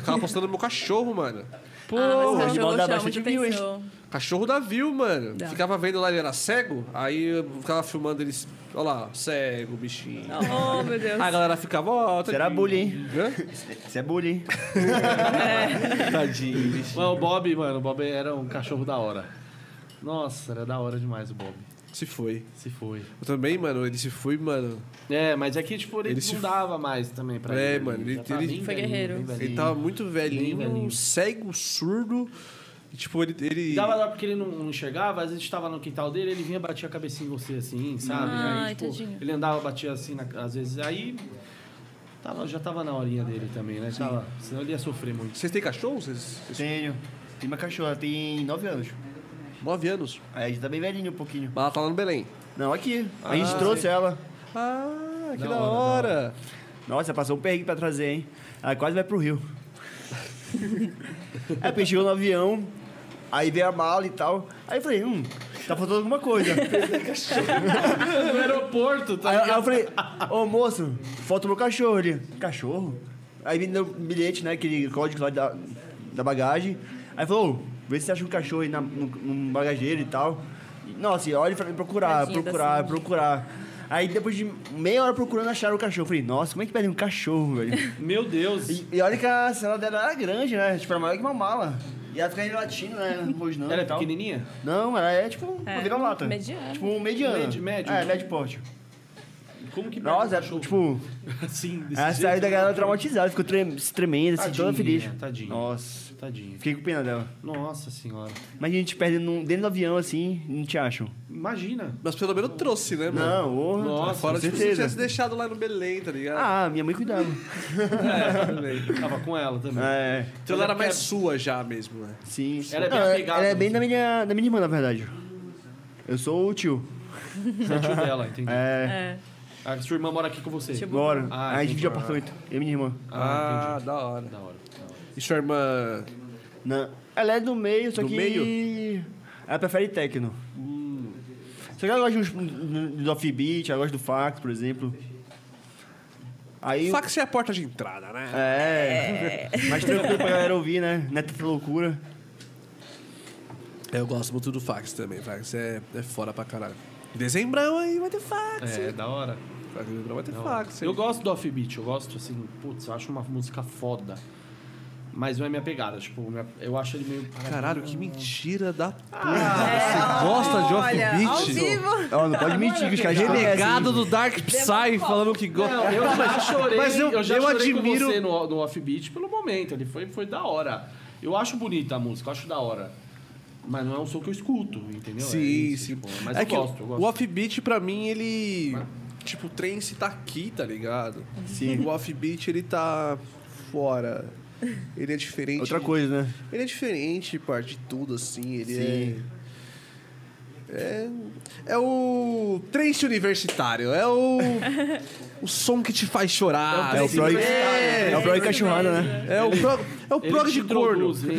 A: Ficava postando meu cachorro, mano. Pô,
E: ah, mas
D: hoje
E: cachorro
D: manda
E: chama
D: bastante
E: muita
D: view, hein?
E: atenção.
A: Cachorro da Vil, mano.
E: Dá.
A: Ficava vendo lá, ele era cego, aí eu ficava filmando ele. Olha lá, cego, bichinho.
E: Oh, meu Deus.
A: Aí a galera ficava, ó, oh,
D: Será bullying, hein? Isso é bullying, hein?
A: Tadinho, bicho.
C: Mano, o Bob, mano, o Bob era um cachorro da hora. Nossa, era da hora demais o Bob.
A: Se foi.
C: Se foi.
A: Eu também, mano, ele se foi, mano.
C: É, mas é que, tipo, ele,
A: Ele
C: não
A: se-
C: dava mais também pra
A: É,
C: ele.
A: mano, ele-
C: já tá
A: ele-
C: bem
E: Foi
C: velhinho,
E: guerreiro.
C: bem velhinho.
A: Ele tava muito velhinho,
C: Bem velhinho.
A: cego, surdo. E, tipo, ele. ele...
C: E Dava lá porque ele não, não enxergava, às vezes a gente tava no quintal dele, ele vinha batia a cabecinha em você, assim, sabe?
E: Ai,
C: aí, tipo,
E: tadinho.
C: ele andava, batia assim, na- às vezes, aí... Tava, já tava na horinha dele também, né? Tava, senão ele ia sofrer muito.
A: Vocês têm cachorro? Vocês...
D: Tenho. Tem uma cachorra, ela tem 9 anos.
A: Nove anos.
D: Aí a gente tá bem velhinho um pouquinho.
A: Mas ela tá lá no Belém.
D: Não, aqui. a gente
C: Ah,
D: trouxe ela.
A: Ah, que
C: Da
A: da
C: hora, da
A: hora.
D: Nossa, passou um perrengue pra trazer, hein? Ela quase vai pro Rio. aí porque chegou no avião, aí veio a mala e tal. Aí eu falei, hum, tá faltando alguma coisa.
C: No aeroporto,
D: Aí, aí eu falei, ô moço, falta o meu cachorro ali. Cachorro? Aí me deu um bilhete, né? Aquele código lá da, da bagagem. Aí falou, ô, vê se você acha um cachorro aí na, no, num bagageiro e tal. Nossa, e olha pra mim procurar,
E: Tadinho da
D: procurar,
E: senhora.
D: procurar. Aí depois de meia hora procurando, acharam o cachorro. Eu falei, nossa, como é que perde um cachorro, velho?
C: Meu Deus.
D: E, e olha que a cela dela era grande, né? Tipo, era maior que uma mala. E ela fica aí latindo, né? Rosnando
C: Ela é
D: e tal.
C: pequenininha?
D: Não, ela é tipo uma
E: É,
D: vira-lata.
E: mediana.
D: Tipo um mediano.
C: Médio- médio.
D: É, médio porte.
C: Como que
D: Nossa,
C: show?
D: ela, tipo...
C: assim, desse
D: Ela
C: jeito?
D: saiu da galera traumatizada, ficou trem- se tremendo, assim, toda
C: Tadinha,
D: feliz.
C: tadinha.
D: Nossa.
C: Tadinha.
D: Fiquei com pena dela.
C: Nossa senhora.
D: Mas a gente perde num- dentro do avião, assim, não te acham.
C: Imagina.
A: Mas pelo menos trouxe, né, mano?
D: Não, porra.
C: Nossa,
A: Fora,
D: com
A: tipo, se
D: certeza.
A: tivesse deixado lá no Belém, tá ligado? É,
D: Ah, minha mãe cuidava.
C: Ah, é. Tava com ela também.
D: É,
A: então ela era mais sua já mesmo, né?
D: sim.
C: Ela é bem
D: Não,
C: apegada,
D: Ela é
C: né?
D: bem da minha, da minha irmã, na verdade. Eu sou o tio.
C: Você é tio dela, entendi.
D: É,
E: É.
C: A sua irmã mora aqui com você.
E: Tipo-
D: bora.
C: Ah,
D: Aí a gente
C: entendi.
D: divide apartamento, eu e minha irmã.
C: Ah,
A: da hora.
C: entendi. Da hora. da hora.
A: E sua irmã.
D: Não. Ela é do meio, só
A: Do
D: que...
A: meio?
D: Ela prefere techno.
C: Hum.
D: Só que ela gosta dos- do offbeat, ela gosta do fax, por exemplo. Aí...
A: Fax é a porta de entrada, né?
D: É, mais tranquilo pra galera ouvir, né? Não é tanta loucura.
A: Eu gosto muito do fax também. Fax é, é fora pra caralho. Dezembrão aí vai ter fax.
C: É,
A: hein?
C: da hora.
A: Vai- Dezembrão vai ter
C: da hora.
A: fax. hein?
C: Eu gosto do offbeat, eu gosto assim, putz, eu acho uma música foda. Mas não é minha pegada, tipo, minha- eu acho ele meio.
A: Caralho, que mentira da porra. Você gosta de
E: Ao
A: offbeat?
E: vivo.
D: Ó, não pode mentir que os caras
A: Renegado do Dark Psy falando que gosta.
C: Não, eu já chorei.
A: Mas eu-
C: já
A: eu
C: chorei
A: admiro-
C: com você no, no offbeat pelo momento. Ele foi, foi da hora. Eu acho bonita a música, eu acho da hora. Mas não é um som que eu escuto, entendeu?
A: Sim,
C: é isso,
A: sim.
C: tipo, mas
A: é
C: eu
A: que
C: gosto, eu gosto.
A: o offbeat, pra mim, ele... Tipo, o trance tá aqui, tá ligado? Sim. O offbeat, ele tá fora. Ele é diferente.
D: Outra
A: de-
D: coisa, né?
A: Ele é diferente, parte de tudo, assim. Ele
D: Sim.
A: é... É... É o trance universitário. É o... o som que te faz chorar.
D: É o
A: assim.
D: Freud.
A: É,
D: É o Freud cachorrada, né?
A: é o prog, é o
C: Ele
A: prog
C: te
A: de corno.
C: introduz, né?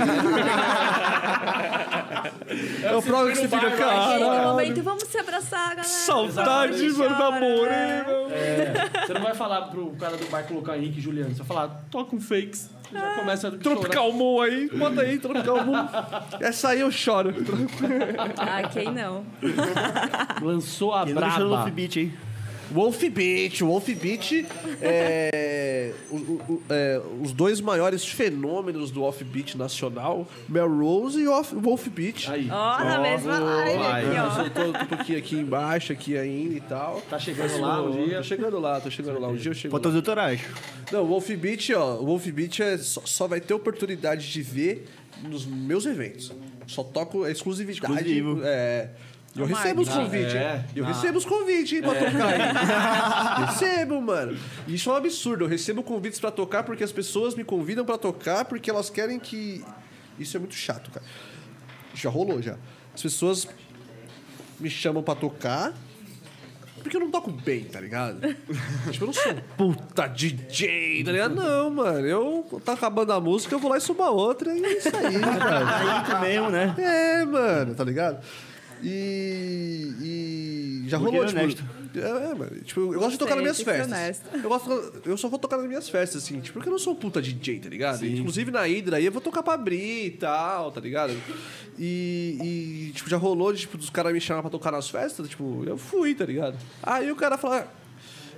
A: É o prog que você fica,
E: Aquele
A: cara...
E: momento, vamos se abraçar, galera.
A: Saudade, mano, da
E: Chora.
A: morena.
C: É, você não vai falar pro cara do bar colocar Henrique e Juliano, você vai falar, toca um fakes. Já começa a chorar.
A: Tropical Moon aí, bota aí, Tropical Moon. Essa aí eu choro.
E: Ah, quem não?
C: Lançou a
D: Ele não deixou no
C: braba.
D: offbeat, hein?
A: Wolf Beat, Wolf Beat é, o- o- o- é, os dois maiores fenômenos do Wolf Beat nacional, Melrose e Wolf, Wolf Beat.
C: Aí,
E: Ó, tá na mesma live
C: vai.
E: aqui,
A: Eu
E: ó.
A: sou todo um pouquinho aqui embaixo, aqui ainda e tal.
C: tá chegando lá um dia.
A: Tô chegando lá, tô chegando lá. Um dia eu chego
D: Bota
A: lá.
D: os doutorais.
A: Não, o Wolf Beat, ó, o Wolf Beat é, só, só vai ter oportunidade de ver nos meus eventos. Só toco a exclusividade.
D: Exclusivo.
A: É. E Eu
E: Marca.
A: recebo os
E: Ah,
A: convites.
C: é?
A: hein? E Eu
C: Ah. É.
A: recebo os convites, hein, pra tocar aí. recebo, mano. Isso é um absurdo. Eu recebo convites pra tocar porque as pessoas me convidam pra tocar porque elas querem que. Isso é muito chato, cara. Já rolou já. As pessoas me chamam pra tocar porque eu não toco bem, tá ligado? tipo, eu não sou um puta DJ, tá ligado? Não, mano. Eu tá acabando a música, eu vou lá e subo a outra e é isso aí, mano.
D: Aí mesmo, né?
A: É, mano, tá ligado? E. e já
D: Porque
A: rolou,
D: é
A: tipo.
D: honesto.
A: É, é, mano. Tipo, eu gosto de tocar nas
E: Sei,
A: minhas
E: tem que ser
A: festas. Eu, gosto, eu só vou tocar nas minhas festas, assim, tipo, porque eu não sou um puta DJ, tá ligado? Inclusive na Hydra aí eu vou tocar pra abrir e tal, tá ligado? E, e, tipo, já rolou, de, tipo, dos caras me chamar pra tocar nas festas, tipo, eu fui, tá ligado? Aí o cara fala.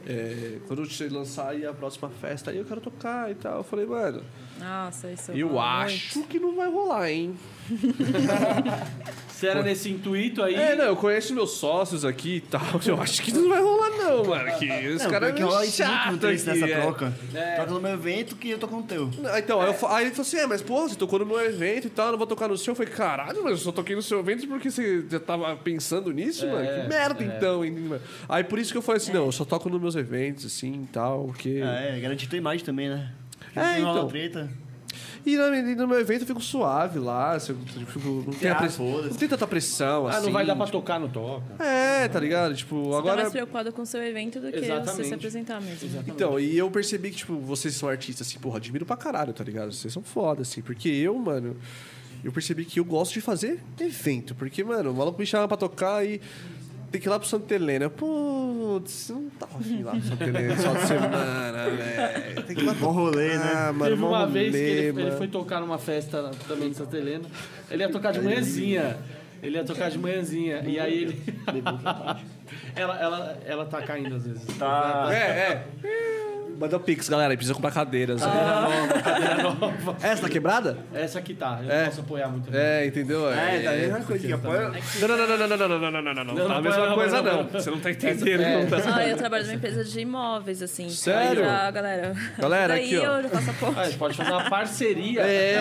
A: é, quando você lançar aí a próxima festa, aí eu quero tocar e tal. Eu falei, mano,
E: Nossa, isso
A: eu acho que não vai rolar, hein?
C: Você era nesse intuito aí.
A: É, não, eu conheço meus sócios aqui e tal. Eu acho que não vai rolar, não, mano. Que os
D: Não,
A: caras
D: porque rola
A: é
D: isso muito no
A: chato
D: trance
A: aqui,
D: nessa
A: é.
D: troca. Troca no meu evento que eu tô com o teu.
A: Ah, Então, aí eu fa- aí ele falou assim: é, mas pô, você tocou no meu evento e tal, eu não vou tocar no seu. Eu falei: caralho, mas eu só toquei no seu evento porque você já tava pensando nisso, mano?
C: É,
A: Que merda, então, hein, mano? Aí por isso que eu falei assim: não, eu só toco nos meus eventos, assim e tal, porque.
D: É, é, garantir tua imagem também, né? Porque
A: É,
D: se rola
A: então.
D: treta.
A: E no, e no meu evento eu fico suave lá, se eu, eu fico, não, tem a
D: Ah,
A: press-
D: foda-se.
A: não tem tanta pressão,
C: Ah,
A: assim.
C: não vai dar pra tocar, não toca.
A: É, tá ligado? Tipo,
E: Você tá
A: agora.
E: mais preocupado com o seu evento do que você
C: Exatamente.
E: se apresentar mesmo.
A: Então, e eu percebi que, tipo, vocês são artistas, assim, porra, admiro pra caralho, tá ligado? Vocês são foda, assim, porque eu, mano, eu percebi que eu gosto de fazer evento, porque, mano, o maluco me chama pra tocar e tem que ir lá pro Santa Helena. Putz, eu não tava afim lá pro Santa Helena só de semana, velho. Tem que ir lá
D: Bom rolê, né?
A: Ah, mano,
C: Teve
A: vamos
C: uma vez que ele, ele
A: mano.
C: foi tocar numa festa também de Santa Helena. Ele ia tocar de manhãzinha. Ele ia tocar de manhãzinha. E aí ele. ela, ela, ela tá caindo às vezes.
D: Tá.
A: É, é. Manda o Pix, galera. Precisa comprar cadeiras.
D: Ah.
A: Essa tá quebrada?
C: Tá Essa aqui tá, eu
A: É.
C: não posso apoiar muito.
A: É, entendeu?
D: É, tá a mesma coisa que apoia.
G: Não, não, não, não, não, não, não, não, não, não, não.
C: Não,
G: Tá a
C: não,
G: mesma
C: não,
G: coisa,
C: não,
G: não.
C: não.
G: Você não tá entendendo.
C: É.
G: não tá-
E: Ah, eu trabalho numa empresa de imóveis, assim.
A: Sério?
E: Aí já, galera.
A: Galera,
E: Daí
A: aqui, ó.
E: eu já faço a
C: Ah, a gente
E: ponte.
C: pode fazer uma parceria.
A: É.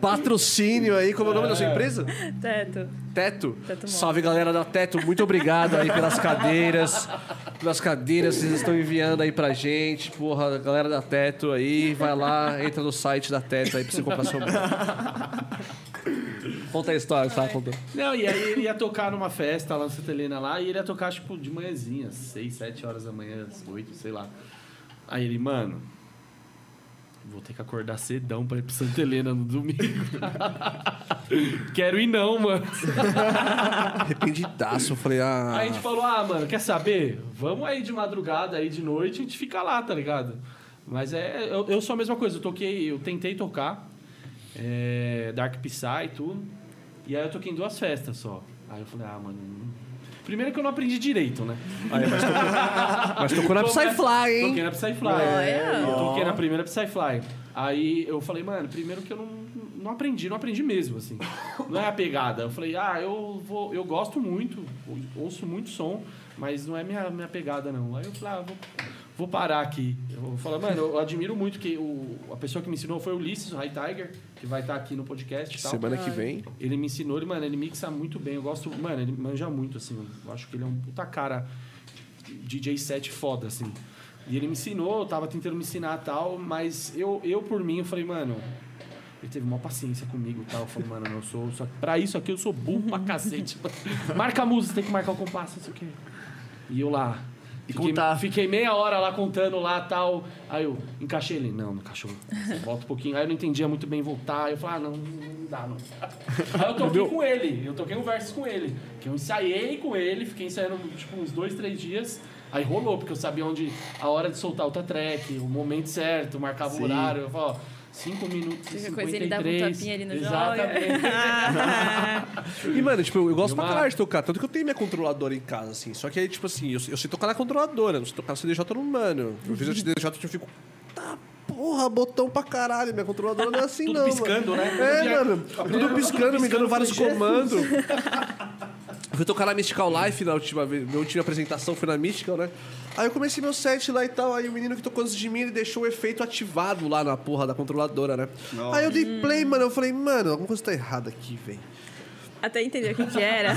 A: Patrocínio aí, como é o nome da sua empresa?
E: Teto.
A: Teto.
E: Teto Móvel.
A: Salve galera da Teto, muito obrigado aí pelas cadeiras. Pelas cadeiras que vocês estão enviando aí pra gente. Porra, galera da Teto aí, vai lá, entra no site da Teto aí pra você comprar seu móvel. Conta a história que você tava contando.
C: Não, e aí ele ia tocar numa festa lá na Santa Helena lá, e ele ia tocar, tipo, de manhãzinha, 6, 7 horas da manhã, 8, sei lá. Aí ele, mano, vou ter que acordar cedão pra ir pra Santa Helena no domingo. Quero ir não, mano.
A: Arrependidaço, eu falei, ah.
C: Aí a gente falou, ah, mano, quer saber? Vamos aí de madrugada, aí de noite, a gente fica lá, tá ligado? Mas é, eu, eu sou a mesma coisa, eu toquei, eu tentei tocar é, Dark Psy e tudo, e aí eu toquei em duas festas só. Aí eu falei, ah, mano... não- Primeiro que eu não aprendi direito, né?
A: Mas
C: é
A: tocou na Psyfly, hein?
C: Toquei na Psyfly.
E: Olha.
C: Eu toquei na primeira Psyfly. Aí eu falei, mano, primeiro que eu não, não aprendi, não aprendi mesmo, assim. Não é a pegada. Eu falei, ah, eu vou, eu gosto muito, ou- ouço muito som, mas não é minha, minha pegada, não. Aí eu falei, ah, vou, vou parar aqui. Eu vou falar, mano, eu admiro muito que o, a pessoa que me ensinou foi o Ulisses, o High Tiger, que vai estar aqui no podcast e tal.
A: Semana que vem.
C: Ele me ensinou, ele, mano, ele mixa muito bem. Eu gosto, mano, ele manja muito, assim. Eu acho que ele é um puta cara DJ set foda, assim. E ele me ensinou, eu tava tentando me ensinar tal, mas eu, eu por mim, eu falei, mano. Ele teve uma paciência comigo e tal. Eu falei, mano, eu sou. Só, pra isso aqui eu sou burro pra cacete. Marca a música, tem que marcar o compasso, não sei o quê. E eu lá.
D: E
C: fiquei,
D: contar.
C: Fiquei meia hora lá contando lá tal. Aí eu encaixei ele. Não, não encaixou. Você Volta um pouquinho. Aí eu não entendia muito bem voltar. Aí eu falei, ah, não, não dá, não. Aí eu toquei com ele. Eu toquei um verso com ele. Que eu ensaiei com ele. Fiquei ensaiando, tipo, uns dois, três dias. Aí rolou, porque eu sabia onde... A hora de soltar outra track, o momento certo, marcava o horário. Eu falava, ó... 5 minutos e
E: Qualquer coisa, ele dava um
C: 53.
E: tapinha ali no Ah,
C: Exatamente.
A: E, mano, tipo, eu, eu gosto
C: E uma-
A: pra caralho de tocar. Tanto que eu tenho minha controladora em casa, assim. Só que aí, tipo assim, eu, eu sei tocar na controladora, não sei tocar no CDJ no mano. Eu fiz o CDJ e eu fico. Tá, porra, botão pra caralho. Minha controladora não é assim,
C: Tudo
A: não.
C: piscando,
A: mano.
C: né?
A: É,
C: E a-
A: mano.
C: a primeira-
A: Tudo
C: tudo
A: piscando, me dando
C: piscando,
A: vários
C: falei,
A: comandos. Eu Fui tocar na Mystical Life na última vez. Minha última apresentação foi na Mystical, né? Aí eu comecei meu set lá e tal. Aí o menino que tocou antes de mim, ele deixou o efeito ativado lá na porra da controladora, né? Aí eu dei play, mano. Eu falei, mano, alguma coisa tá errada aqui, velho.
E: Até entender o que que era.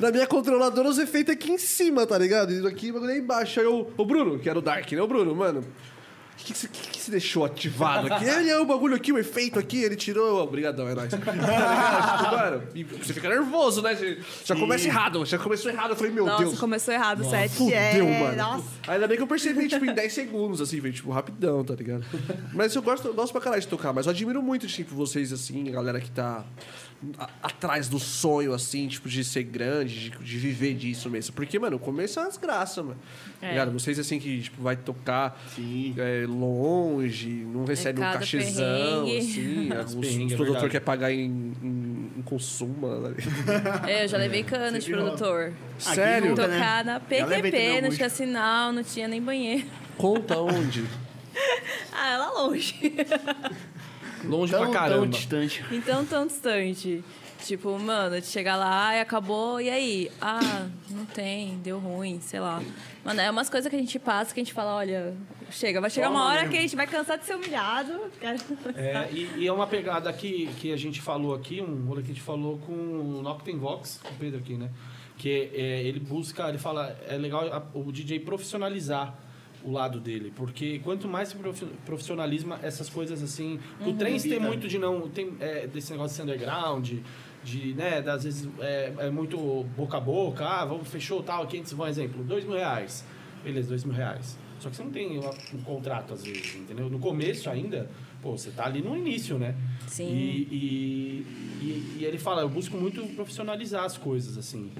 A: Na minha controladora, os efeitos aqui em cima, tá ligado? Isso aqui, o bagulho aí embaixo. Aí eu, o Bruno, que era o Dark, né? O Bruno, mano. O que, que, você- que, que você deixou ativado aqui? Ele é o bagulho aqui, o efeito aqui, ele tirou. Obrigadão, é nóis. Tá ligado? Tipo, mano, e você fica nervoso, né? Você já começa errado, já começou errado. Eu falei, meu
E: Nossa,
A: Deus.
E: começou errado o set.
A: Fudeu,
E: É,
A: mano.
E: Nossa.
A: Ainda bem que eu percebi, tipo, em 10 segundos, assim, velho, tipo, rapidão, tá ligado? Mas eu gosto, eu gosto pra caralho de tocar, mas eu admiro muito, tipo, vocês, assim, a galera que tá a- atrás do sonho, assim, tipo, de ser grande, de, de viver disso mesmo. Porque, mano, o começo é uma desgraça, mano.
E: É.
A: Ligado? Vocês, assim, que, tipo, vai tocar
D: Sim.
A: é, longe, não recebe um
E: cada
A: cachezão,
E: perrengue.
A: assim, os,
C: perrengue,
A: os
C: é
A: produtores
C: verdade.
A: querem pagar em, em, em consumo, tá ligado?
E: É, eu já levei cana de
D: Sempre rola.
E: produtor.
A: Sério?
D: nunca, né?
E: Tocar na
D: Já levei também
E: PQP, não
D: alguns.
E: tinha sinal, não tinha nem banheiro.
A: Conta onde?
E: Ah, ela longe.
C: Longe
D: Tão, tão
C: pra caramba.
D: distante.
E: Então, tão distante. Tipo, mano, de chegar lá e acabou, e aí? Ah, não tem, deu ruim, sei lá. Mano, é umas coisas que a gente passa que a gente fala, olha, chega, vai chegar uma hora que a gente vai cansar de ser humilhado.
C: É, e, e é uma pegada que, que a gente falou aqui, um rolê que a gente falou com o Noctenvox, com o Pedro aqui, né? Que é, ele busca, ele fala, é legal a- o DJ profissionalizar o lado dele, porque quanto mais se profi- profissionalisma, essas coisas assim. O trens tem muito de não. Tem, é, desse negócio de underground, de, né, das vezes é, é muito boca a boca, ah, vamos, fechou tal, 500, um exemplo, dois mil reais. Beleza, dois mil reais. Só que você não tem uma- um contrato, às vezes, entendeu? No começo ainda, pô, você tá ali no início, né?
E: Sim.
C: E, e, e- e ele fala, eu busco muito profissionalizar as coisas, assim.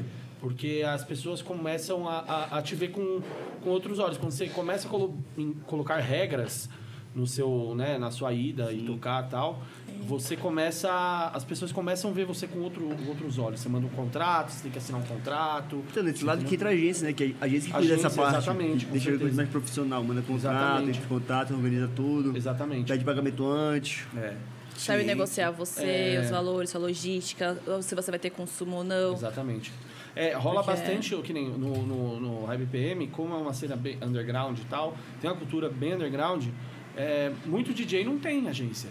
C: Porque as pessoas começam a, a, a te ver com, com outros olhos. Quando você começa a colo- em- colocar regras, no seu, né, na sua ida e tocar e tal, você começa. a- As pessoas começam a ver você com outro, outros olhos. Você manda um contrato, você tem que assinar um contrato.
D: Então, desse lado que entra a agência, né? Que a agência que cuida
C: Agência,
D: dessa parte.
C: exatamente,
D: que
C: com
D: deixa ele
C: certeza.
D: mais profissional, manda contrato,
C: Exatamente.
D: entra em contato, organiza tudo.
C: Exatamente.
D: Pede pagamento antes.
C: É,
E: Sabe
D: Sim.
E: negociar você, os valores, a logística, se você vai ter consumo ou não.
C: exatamente. É, rola
E: Porque-
C: bastante, que nem no, no, no High BPM, como é uma cena bem underground e tal, tem uma cultura bem underground, é, muito DJ não tem agência.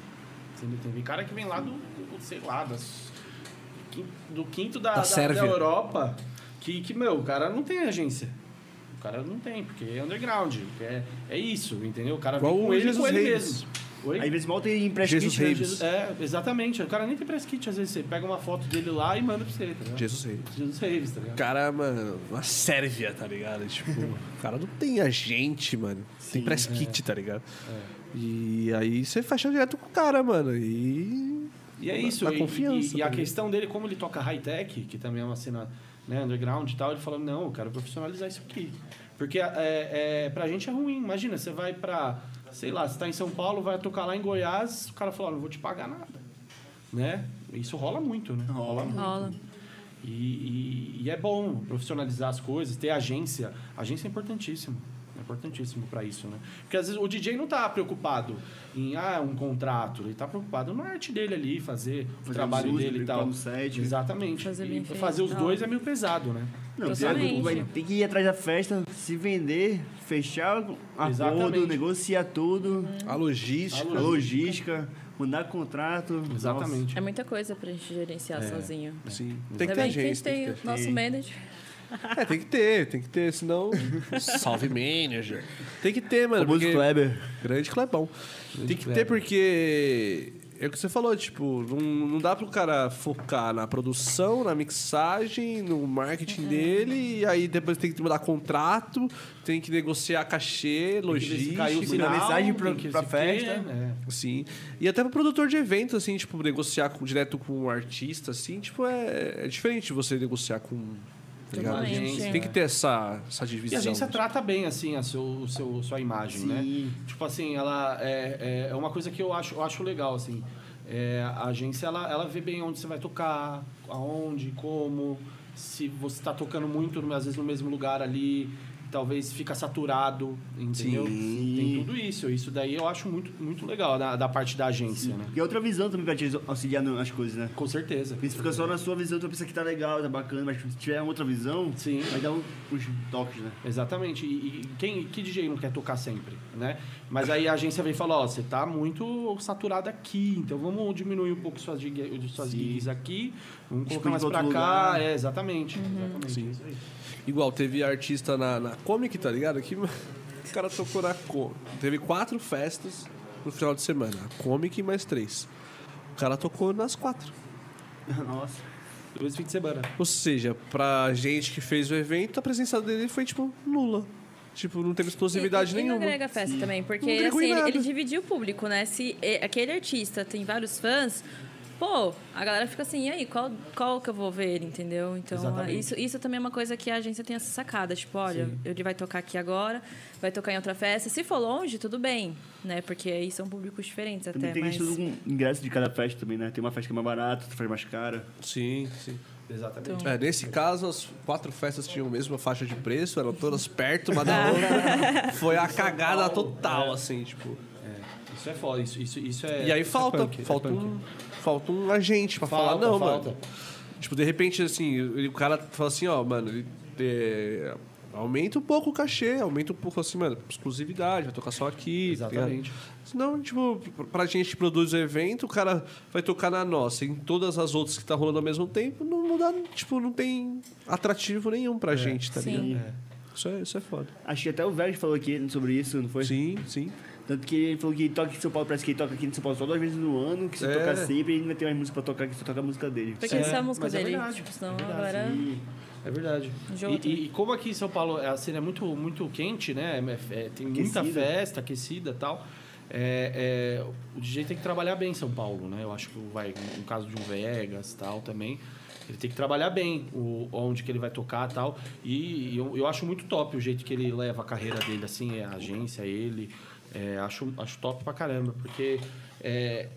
C: Entendeu? Tem cara que vem lá do, do- sei lá, das, quin- do quinto da,
H: Da
C: da, da,
H: Sérvia.
C: Europa, que, que, meu, o cara não tem agência. O cara não tem, porque é underground. É, é isso, entendeu? O cara
A: Igual
C: vem
A: o
C: com ele,
A: Jesus
C: com ele
A: Reis.
C: mesmo. Oi?
D: Aí, vezes mal tem empréstimo.
A: Jesus
D: kit, né?
A: Reis.
C: É, exatamente. O cara nem tem press kit, às vezes você pega uma foto dele lá e manda pra você, tá ligado?
A: Jesus Reis.
C: Jesus Reis, tá
A: O
C: ligado?
A: cara, mano, uma Sérvia, tá ligado? Tipo, o cara não tem agente, mano. tem press kit, tá ligado? E aí você fecha direto com o cara, mano. E.
C: E é isso.
A: Dá
C: e,
A: confiança tá
C: e- e a
A: também.
C: questão dele, como ele toca high-tech, que também é uma cena né, underground e tal, ele falou, não, eu quero profissionalizar isso aqui. Porque é, é, pra gente é ruim. Imagina, você vai pra... Sei lá, você tá em São Paulo, vai tocar lá em Goiás, o cara fala, ó, não vou te pagar nada. Né? Isso rola muito, né? Rola muito.
E: Rola.
C: E, e- e é bom profissionalizar as coisas, ter agência. Agência é importantíssimo. É importantíssimo para isso, né? Porque às vezes o DJ não tá preocupado em ah, um contrato, ele tá preocupado na arte dele ali, fazer, o
D: Fazer
C: trabalho
D: música,
C: dele e
D: brincar
C: tal.
D: no set. né?
C: Exatamente.
E: Fazer
C: E
E: bem feito,
C: fazer os
E: tal.
C: dois é meio pesado, né?
D: Não,
E: Exatamente.
D: vai- tem que ir atrás da festa, se vender, fechar acordo,
C: Exatamente.
D: negociar tudo,
A: A logística.
D: a logística, mandar contrato.
C: Exatamente.
E: É muita coisa pra gente gerenciar sozinho.
A: Sim. Tem que ter
E: Ainda bem que a
A: agente.
E: gente tem o nosso manager.
A: É, tem que ter, tem que ter, senão. Salve manager. Tem que ter, mano.
D: Famoso
A: porque-
D: Kleber.
A: Grande Clebão. tem que ter porque. É o que você falou, tipo, não, não dá pro cara focar na produção, na mixagem, no marketing dele, e aí depois tem que mudar contrato, tem que negociar cachê, logística.
D: sinal, mensagem pra-
C: tem que
D: pra
C: se ter,
D: festa.
C: né?
A: Sim. E até pro produtor de evento, assim, tipo, negociar com- direto com um artista, assim, tipo, é, é diferente de você negociar com. Tá ligado?
E: Totalmente.
A: Você Tem que ter essa, essa
C: E
A: divisão. né?
C: a agência trata bem, assim, a seu, o seu, sua imagem, né? Tipo assim, ela é, é- é uma coisa que eu acho, eu acho legal, assim. É, a agência, ela, ela vê bem onde você vai tocar, aonde, como, se você está tocando muito, às vezes, no mesmo lugar ali, talvez fica saturado, entendeu?
D: Sim.
C: Tem tudo isso. Isso daí eu acho muito, muito legal da, da parte da agência, né?
D: E é outra visão também pra te auxiliar no- nas coisas, né?
C: Com certeza.
D: Porque se fica só na sua visão, tu pensa que tá legal, tá bacana, mas se tiver outra visão,
C: Sim.
D: vai dar um- uns toques, né?
C: Exatamente. E, e quem, que DJ não quer tocar sempre, né? Mas aí a agência vem e fala, ó, você tá muito saturado aqui, então vamos diminuir um pouco suas, gig- suas gigs aqui, vamos
A: Tipo,
D: Expandir
C: colocar mais
D: pra
C: pra
D: outro
C: cá.
D: lugar.
C: É, exatamente. exatamente é isso aí.
A: Igual, teve artista na, na Comic, tá ligado? Aqui, o cara tocou na Comic. Teve quatro festas no final de semana. A Comic e mais três. O cara tocou nas quatro.
D: Nossa.
C: Dois fins de semana.
A: Ou seja, pra gente que fez o evento, a presença dele foi, tipo, nula. Tipo, não teve exclusividade
E: e, e
A: nenhuma.
E: não agrega festa também, porque
A: Não agregou
E: assim,
A: em
E: ele,
A: nada.
E: ele dividiu o público, né? Se e- aquele artista tem vários fãs, pô, a galera fica assim, e aí, qual, qual que eu vou ver, entendeu? Então,
C: Exatamente.
E: isso, isso também é uma coisa que a agência tem essa sacada, tipo, olha, ele vai tocar aqui agora, vai tocar em outra festa. Se for longe, tudo bem, né? Porque aí são públicos diferentes
D: Também
E: até,
D: tem
E: mas...
D: questão do ingresso de cada festa também, né? Tem uma festa que é mais barata, outra festa mais cara.
A: Sim, sim.
C: Exatamente.
A: É, nesse caso, as quatro festas tinham a mesma faixa de preço, eram todas perto uma da outra. Foi a cagada total, assim, tipo.
C: Isso é foda, isso, isso, isso é...
A: E aí
C: isso é
A: falta,
C: punk, é
A: falta,
C: punk.
A: um, falta um agente pra
C: Falta,
A: falar, não,
C: falta.
A: mano. Tipo, de repente, assim, ele- o cara fala assim, ó, mano, ele, é, aumenta um pouco o cachê, aumenta um pouco, assim, mano, exclusividade, vai tocar só aqui. tá ligado?
C: Exatamente.
A: Senão, tipo, pra gente que produz o evento, o cara vai tocar na nossa. Em todas as outras que tá rolando ao mesmo tempo, não muda, tipo, não tem atrativo nenhum
C: É.
A: pra gente, tá ligado?
E: Sim.
A: Isso é, isso é foda.
D: Acho que até o Vegas falou aqui sobre isso, não foi?
A: Sim, sim.
D: Tanto que ele falou que toca aqui em São Paulo, parece que ele toca aqui em São Paulo só duas vezes no ano, que se
A: É.
D: tocar sempre, ele não tem mais música pra tocar, que só toca a música dele.
E: Porque isso é a música
C: mas é
E: dele,
C: verdade,
E: tipo, senão
C: é verdade.
E: agora...
D: E
C: É verdade.
E: Jogo
C: E-
E: também.
C: E, e como aqui em São Paulo a cena é muito, muito quente, né? É- é- tem muita
D: Aquecida.
C: festa, aquecida e tal. É, é, o DJ tem que trabalhar bem em São Paulo, né? Eu acho que vai, no caso de um Vegas e tal também. Ele tem que trabalhar bem o, onde que ele vai tocar e tal. E eu, eu acho muito top o jeito que ele leva a carreira dele, assim, a é agência, ele. É, acho, acho top pra caramba, porque é,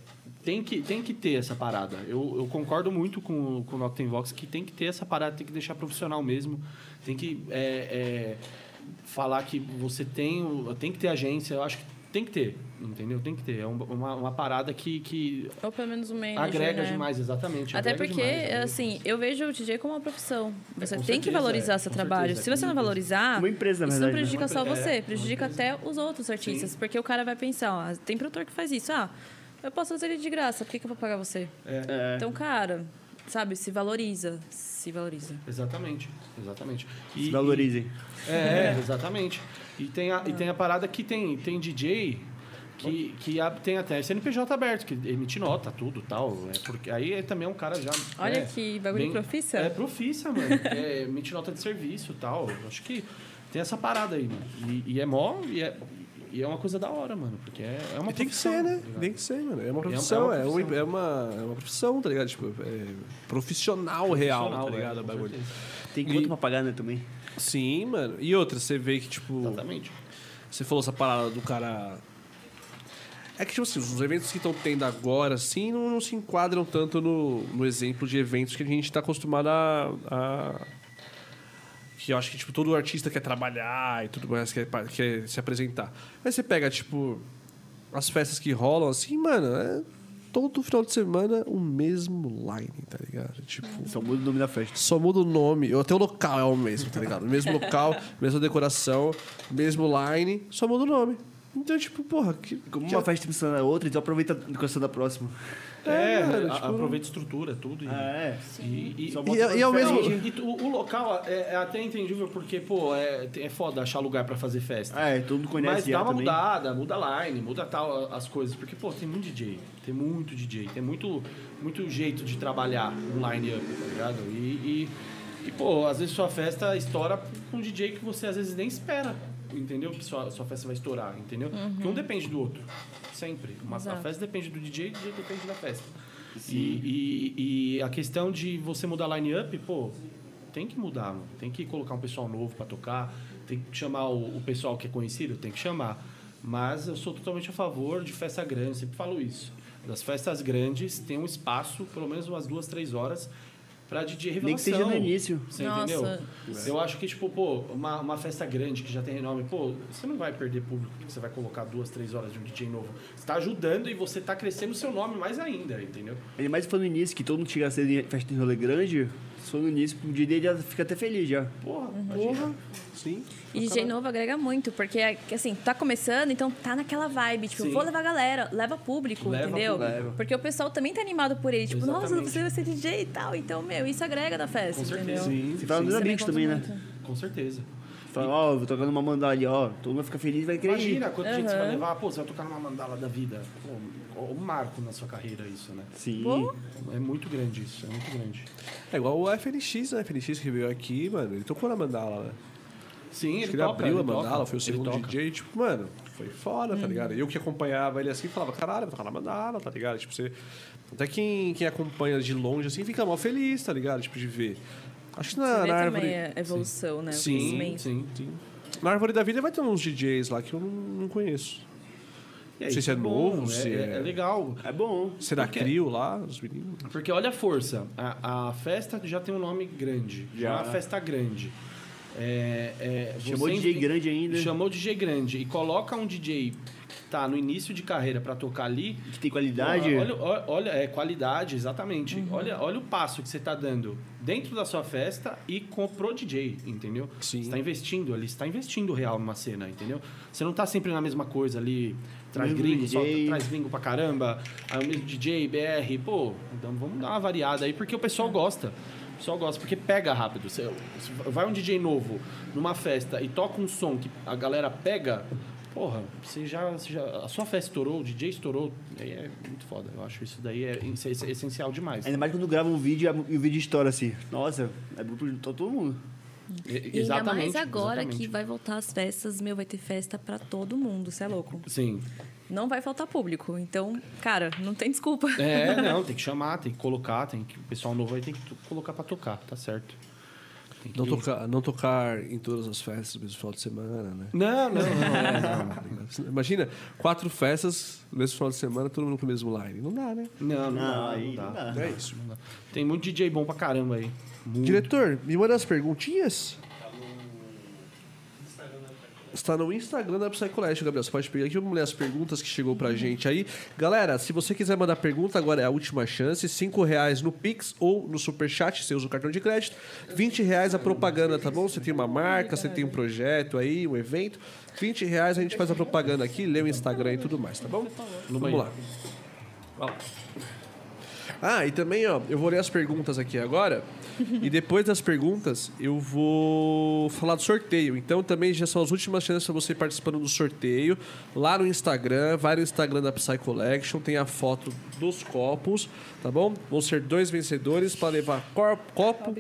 C: tem, que, tem que ter essa parada. Eu, eu concordo muito com, com o Noctenvox que tem que ter essa parada, tem que deixar profissional mesmo, tem que é, é, falar que você tem, o- tem que ter agência, eu acho que tem que ter, entendeu? Tem que ter. É um- uma, uma parada que, que
E: Ou pelo menos o manager,
C: agrega
E: né?
C: demais, exatamente.
E: Até
C: agrega
E: porque,
C: demais, né?
E: assim, eu vejo o DJ como uma profissão. Você
C: com
E: tem que
C: certeza,
E: valorizar
C: é,
E: seu
C: com
E: trabalho.
C: certeza,
E: Se você
C: com
E: não
C: certeza.
E: valorizar,
D: Uma empresa, na
E: isso não
D: verdade, né?
E: prejudica só
C: É,
E: você,
C: uma
E: prejudica até os outros artistas. Porque o cara vai pensar, ó, tem produtor que faz isso. Ah, eu posso fazer ele de graça, por que, que eu vou pagar você?
D: É.
E: Então, cara, sabe, se valoriza. Se valoriza.
C: Exatamente, exatamente. E-
D: Se valorizem.
C: É, exatamente. E tem a, e tem a parada que tem, tem DJ que, que a- tem até CNPJ aberto, que emite nota, tudo tal. É porque, aí é também é um cara já.
E: Olha
C: é,
E: que bagulho
C: bem-
E: profissa.
C: É profissa, mano. É, emite nota de serviço tal. Acho que tem essa parada aí, mano. E, e é mó. E é, e é uma coisa da hora, mano. Porque é, é uma
A: E tem que
C: profissão,
A: ser, né?
C: tá ligado?
A: Tem que ser, mano. É uma profissão, é, um-
C: profissão.
A: é uma, é uma profissão, tá ligado? Tipo, é profissional real,
C: Profissional,
A: tá ligado? o
C: é, com
A: bagulho.
C: certeza.
D: Tem conta pra pagar, né, também.
A: Sim, mano. E outra, você vê que, tipo,
C: Exatamente.
A: você falou essa parada do cara. É que, tipo assim, os eventos que estão tendo agora, assim, não, não se enquadram tanto no, no exemplo de eventos que a gente tá acostumado a. a- Que eu acho que, tipo, todo artista quer trabalhar e tudo mais, quer, pa- quer se apresentar. Aí você pega, tipo, as festas que rolam, assim, mano, é todo final de semana o mesmo line, tá ligado? Tipo.
D: Só muda o nome da festa.
A: Só muda o nome, ou até o local é o mesmo, tá ligado? Mesmo local, mesma decoração, mesmo line, só muda o nome. Então, tipo, porra, que.
D: Como
A: que
D: uma festa precisa da outra, então aproveita a educação da próxima.
C: É,
A: mano,
C: a-
A: tipo-
C: aproveita a estrutura, tudo. e-
D: é.
C: E,
D: Só
A: bota E- e ao
C: Não,
A: mesmo-
C: e- e tu- o local é, é até entendível porque, pô, é, é foda achar lugar pra fazer festa.
D: É, todo mundo conhece
C: Mas dá
D: ela
C: uma
D: também.
C: mudada, muda a line, muda tal as coisas. Porque, pô, tem muito DJ, tem muito DJ, tem muito, muito jeito de trabalhar o line-up, tá ligado? E, e, e, pô, às vezes sua festa estoura com um DJ que você às vezes nem espera, entendeu? Que sua, sua festa vai estourar, entendeu? Porque um depende do outro, sempre. Uma, a
E: Exato.
C: festa depende do DJ, o DJ depende da festa. E, e- e a questão de você mudar line-up, pô, tem que mudar, mano. Tem que colocar um pessoal novo pra tocar, tem que chamar o, o pessoal que é conhecido, tem que chamar. Mas eu sou totalmente a favor de festa grande, sempre falo isso. Das festas grandes tem um espaço, pelo menos umas duas, três horas, pra DJ revelação.
D: Nem que seja no início.
C: Você
E: Nossa.
C: entendeu? Eu acho que, tipo, pô, uma, uma festa grande que já tem renome, pô, você não vai perder público porque você vai colocar duas, três horas de um DJ novo. Você tá ajudando e você tá crescendo o seu nome mais ainda, entendeu?
D: Ainda mais se for no início, que todo mundo chega cedo em festa de rolê grande, se for no início, o dia dele já fica até feliz já.
C: Porra, porra.
A: Sim.
C: Tipo,
E: E DJ novo agrega muito, porque assim, tá começando, então tá naquela vibe, tipo,
C: Sim.
E: vou levar a galera, leva público,
C: Leva
E: entendeu?
C: público.
D: Leva.
E: Porque o pessoal também tá animado por ele, tipo, nossa,
C: Exatamente.
E: você vai ser DJ e tal, então, meu, isso agrega na festa,
C: Com
E: entendeu?
C: certeza.
D: Você fala dos
E: Isso é
D: amigos
E: também
D: também,
E: conta
D: né?
C: Com certeza.
D: Fala, ó, vou tocar numa mandala ali, ó. Todo mundo fica feliz e vai querer
C: Imagina
D: ir.
C: quanto gente você vai
E: Aham.
C: levar, pô, você vai tocar numa mandala da vida. Pô, um marco na sua carreira isso, né?
D: Sim.
E: Boa.
C: É muito grande isso, é muito grande.
A: É igual o FNX, né? FNX que veio aqui, mano, ele tocou na mandala, né?
C: Sim,
A: Acho
C: ele,
A: que ele
C: toca,
A: abriu
C: ele
A: a mandala,
C: toca,
A: foi o
C: ele é um
A: segundo
C: toca. Uhum.
A: DJ, tipo, mano, foi foda, tá ligado? Eu que acompanhava ele assim, falava, caralho, vai tocar na mandala, tá ligado? Tipo, você. Até quem, quem acompanha de longe assim fica mal feliz, tá ligado? Tipo, de ver. Acho que na,
E: Você vê
A: na árvore.
E: também
C: é.
E: a evolução, né? o
C: Sim,
E: crescimento.
C: sim.
A: Na Árvore da Vida vai ter uns DJs lá que eu não, não conheço.
C: E
A: Não sei se é
C: isso bom,
A: novo, se
C: é,
A: é-
C: é legal.
D: É bom.
A: Será
C: Por quê?
A: Crio lá, os meninos?
C: Porque olha a força. A, a festa já tem um nome grande. Já é
D: Já.
C: uma festa grande. É, é,
D: Chamou
C: você
D: DJ
C: entre-
D: grande né? ainda.
C: Chamou o DJ grande. E coloca um DJ que tá no início de carreira pra tocar ali.
D: Que tem qualidade.
C: Olha, olha, olha- é qualidade, exatamente. Olha, olha o passo que você tá dando dentro da sua festa e com pro DJ, entendeu?
A: Sim.
C: Você tá investindo ali, você tá investindo real numa cena, entendeu? Você não tá sempre na mesma coisa ali, traz
D: Mesmo
C: gringo, só,
D: DJ.
C: traz gringo pra caramba, aí o mesmo DJ, BR, pô, então vamos dar uma variada aí, porque o pessoal gosta. O pessoal gosta, porque pega rápido. Você, você vai um DJ novo numa festa e toca um som que a galera pega, porra, você já, você já- A sua festa estourou, o DJ estourou, aí é muito foda. Eu acho isso daí é, ess- ess- essencial demais.
D: Ainda mais quando grava um vídeo e o vídeo estoura assim. Nossa, é bom pra todo mundo.
C: E-
E: E ainda mais agora
C: exatamente.
E: que vai voltar as festas, meu, vai ter festa pra todo mundo, você é louco.
C: Sim.
E: Não vai faltar público, então, cara, não tem desculpa.
C: É, não, tem que chamar, tem que colocar, tem que, o pessoal novo aí tem que to- colocar pra tocar, tá certo.
A: Não tocar, não tocar em todas as festas no mesmo final de semana, né?
C: Não, não, não.
A: Imagina, quatro festas no mesmo final de semana, todo mundo com o mesmo line. Não dá, né?
C: Não, não,
D: Não,
C: dá,
D: aí
C: não dá.
D: não dá.
A: Não é isso.
C: Tem muito DJ bom pra caramba aí.
A: Diretor, me manda as perguntinhas. Está no Instagram da Psycolégio, Gabriel. Você pode pegar aqui, vamos ler as perguntas que chegou pra gente aí. Galera, se você quiser mandar pergunta, agora é a última chance. Cinco reais no Pix ou no Superchat, você usa o cartão de crédito. 20 reais a propaganda, tá bom? Você tem uma marca, você tem um projeto aí, um evento. 20 reais a gente faz a propaganda aqui, lê o Instagram e tudo mais, tá bom? Vamos lá. Ah, e também, ó, eu vou ler as perguntas aqui agora. e depois das perguntas, eu vou falar do sorteio. Então também já são as últimas chances para você ir participando do sorteio. Lá no Instagram, vai no Instagram da Psy Collection, tem a foto dos copos, tá bom? Vão ser dois vencedores para levar cor- copo,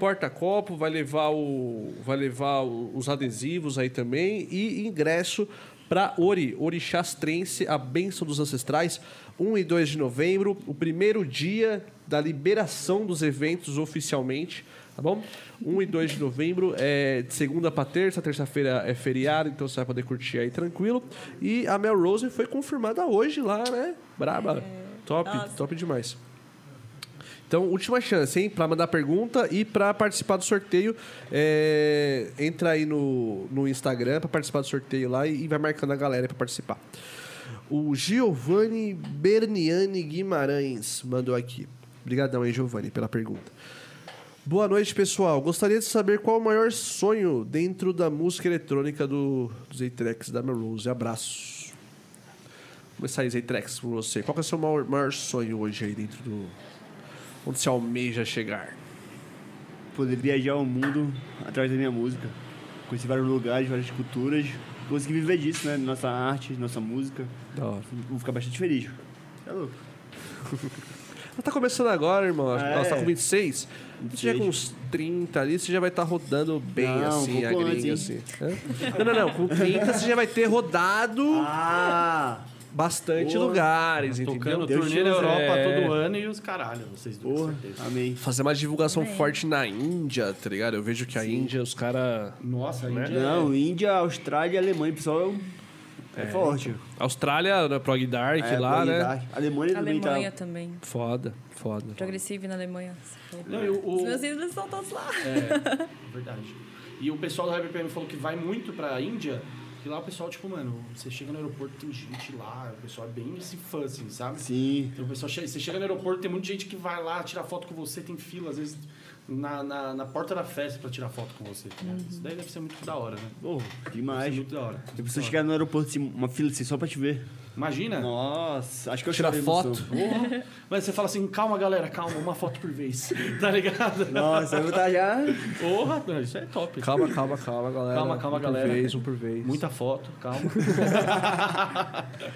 A: porta-copo, vai levar o. Vai levar o- os adesivos aí também e ingresso para Ori, Orixás Trense, a bênção dos ancestrais, 1 e 2 de novembro, o primeiro dia da liberação dos eventos oficialmente, tá bom? 1 e 2 de novembro, é de segunda para terça, terça-feira é feriado, então você vai poder curtir aí tranquilo. E a Mel Rose foi confirmada hoje lá, né? Braba. Top,
E: Nossa.
A: top demais. Então, última chance, hein? Pra mandar pergunta e pra participar do sorteio. É... Entra aí no, no Instagram pra participar do sorteio lá e, e vai marcando a galera pra participar. O Giovanni Berniani Guimarães mandou aqui. Obrigadão, hein, Giovanni, pela pergunta. Boa noite, pessoal. Gostaria de saber qual o maior sonho dentro da música eletrônica do, dos A-Tracks da Melrose. Abraço. Começar aí, A-Tracks, por você. Qual que é o seu maior, maior sonho hoje aí dentro do, onde se almeja chegar.
D: Poder viajar o mundo através da minha música. Conhecer vários lugares, várias culturas. Conseguir viver disso, né? Nossa arte, nossa música.
A: Da hora.
D: Vou ficar bastante feliz. Tá louco?
A: Ela tá começando agora, irmão. Ela
D: É.
A: Ela tá com 26. Se tiver é com uns 30 ali, você já vai estar rodando bem,
D: Não,
A: assim,
D: um
A: a
D: pouco
A: gringa,
D: antes,
A: assim. Hã? Não, não, não. Com 30 você já vai ter rodado
D: Ah!
A: bastante
D: Boa.
A: lugares, entendeu?
C: Tocando
D: Deus
C: turnê na
D: te use.
C: Europa
A: É.
C: todo ano e os caralho, vocês dois, com
D: Porra,
C: certeza.
D: amém.
A: Fazer uma divulgação forte na Índia, tá ligado? Eu vejo que a Índia, os caras...
C: Nossa, a Índia é-
D: Não, Índia, Austrália e Alemanha, pessoal. É, forte.
A: Austrália, né? Prog Dark
D: É,
A: lá, né?
D: Alemanha Alemanha também
E: Alemanha
D: tá.
E: também.
A: Foda, foda.
E: Progressive na Alemanha. você falou.
C: Não, e o- o-
E: Os meus ídolos estão todos lá.
C: É, verdade. E o pessoal do Hyper PM falou que vai muito pra Índia, que lá o pessoal, tipo, mano, você chega no aeroporto, tem gente lá, o pessoal é bem esse fã, assim, sabe?
D: Sim.
C: Então, o pessoal che- você chega no aeroporto, tem muita gente que vai lá tirar foto com você, tem fila, às vezes, na, na, na porta da festa pra tirar foto com você. tá ligado? Isso daí deve ser muito da hora, né?
D: Pô,
C: Deve
D: demais.
C: ser muito da hora.
D: Eu preciso chegar no aeroporto, assim, uma fila assim, só pra te ver.
C: Imagina.
D: Nossa, acho que eu
A: Tirar
D: chorei,
A: foto?
D: moção.
C: Porra. Mas você fala assim, calma, galera, calma, uma foto por vez. Tá ligado?
D: Nossa, eu vou estar já.
C: Porra, não, isso é top.
A: Calma, calma, calma, galera.
C: Calma, calma,
A: um
C: galera.
A: Por vez, um por vez.
C: Muita foto, calma.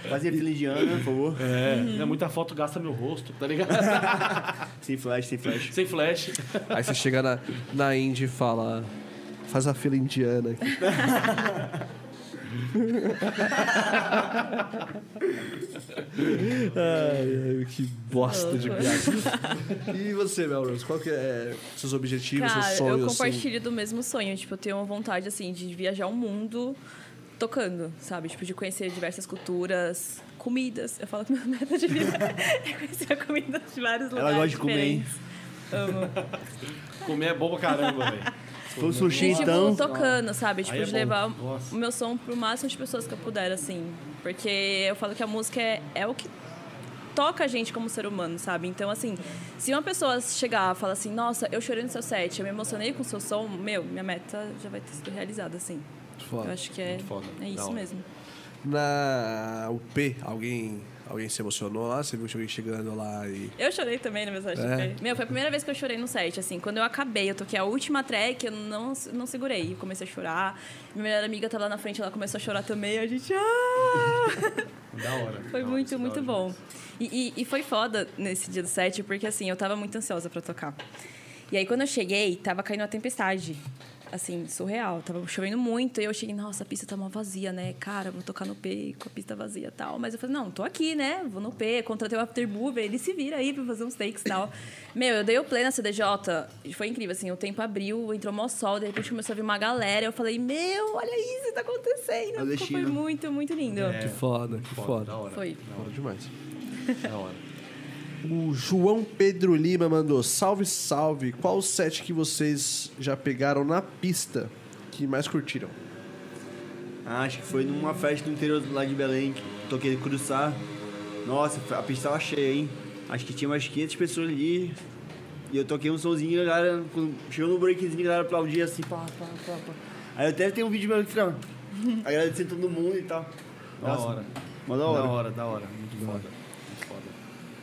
D: Fazer fila indiana, por favor.
C: É, né, muita foto gasta meu rosto, tá ligado?
D: Sem flash, sem flash.
C: Sem flash.
A: Aí você chega na, na Índia e fala. Faz a fila indiana aqui. ai, ai, que bosta de piada. E você, Melrose, qual que é seus objetivos,
E: Cara,
A: seus
E: eu
A: sonhos? assim?
E: compartilho do mesmo sonho. Tipo, eu tenho uma vontade, assim, de viajar o mundo tocando, sabe? Tipo, de conhecer diversas culturas, comidas. Eu falo que minha meta de vida é conhecer a comida de vários
D: Ela
E: lugares
D: gosta de comer, hein?
E: diferentes. Amo.
C: Comer é bom pra caramba, velho.
D: Se for sushi,
E: E, tipo,
D: então.
E: tocando, sabe? Tipo,
C: Aí é
E: de
C: bom.
E: levar
C: Nossa.
E: o meu som pro máximo de pessoas que eu puder, assim. Porque eu falo que a música é, é o que toca a gente como ser humano, sabe? Então, assim, se uma pessoa chegar e falar assim, nossa, eu chorei no seu set, eu me emocionei com o seu som, meu, minha meta já vai ter sido realizada, assim. Eu
A: Foda.
E: acho que é,
C: Muito foda.
E: é
C: Da
E: isso
C: hora.
E: mesmo.
A: Na UP, alguém, alguém se emocionou lá? Você viu alguém chegando lá e.
E: Eu chorei também no meu set.
A: É?
E: Meu, foi a primeira vez que eu chorei no set, assim. Quando eu acabei, eu toquei a última track, eu não, não segurei. Comecei a chorar. Minha melhor amiga tá lá na frente, ela começou a chorar também. A gente... Ah!
C: Da é hora.
E: Foi muito, muito bom. E, e- e foi foda nesse dia do set, porque assim, eu tava muito ansiosa pra tocar. E aí, quando eu cheguei, tava caindo uma tempestade. assim, surreal. Tava chovendo muito e eu cheguei, nossa, a pista tá mó vazia, né? Cara, vou tocar no P com a pista vazia e tal. Mas eu falei, não, tô aqui, né? Vou no P, contratei o Aftermovie, ele se vira aí pra fazer uns takes e tal. Meu, eu dei o play na CDJ, e foi incrível, assim, o tempo abriu, entrou mó sol, de repente começou a vir uma galera. Eu falei, meu, olha isso, tá acontecendo.
D: Olha a
E: Ficou- Foi
D: China.
E: muito, muito lindo.
A: Que foda, que foda.
C: Da hora.
E: Foi.
A: Foda demais.
C: Da hora.
A: O João Pedro Lima mandou: Salve, salve. Qual o set que vocês já pegaram na pista que mais curtiram?
D: Ah, Acho que foi numa festa no interior lá de Belém, que toquei cruzar. Nossa, a pista tava cheia, hein? Acho que tinha umas 500 pessoas ali. E eu toquei um sonzinho, a galera, quando chegou no breakzinho, a galera aplaudia assim, pá, pá, pá, pá. Aí eu até tem um vídeo meu que fica agradecendo todo mundo e tal.
C: Da hora.
D: Mó da hora.
C: Da hora, da hora. Muito foda. Muito foda.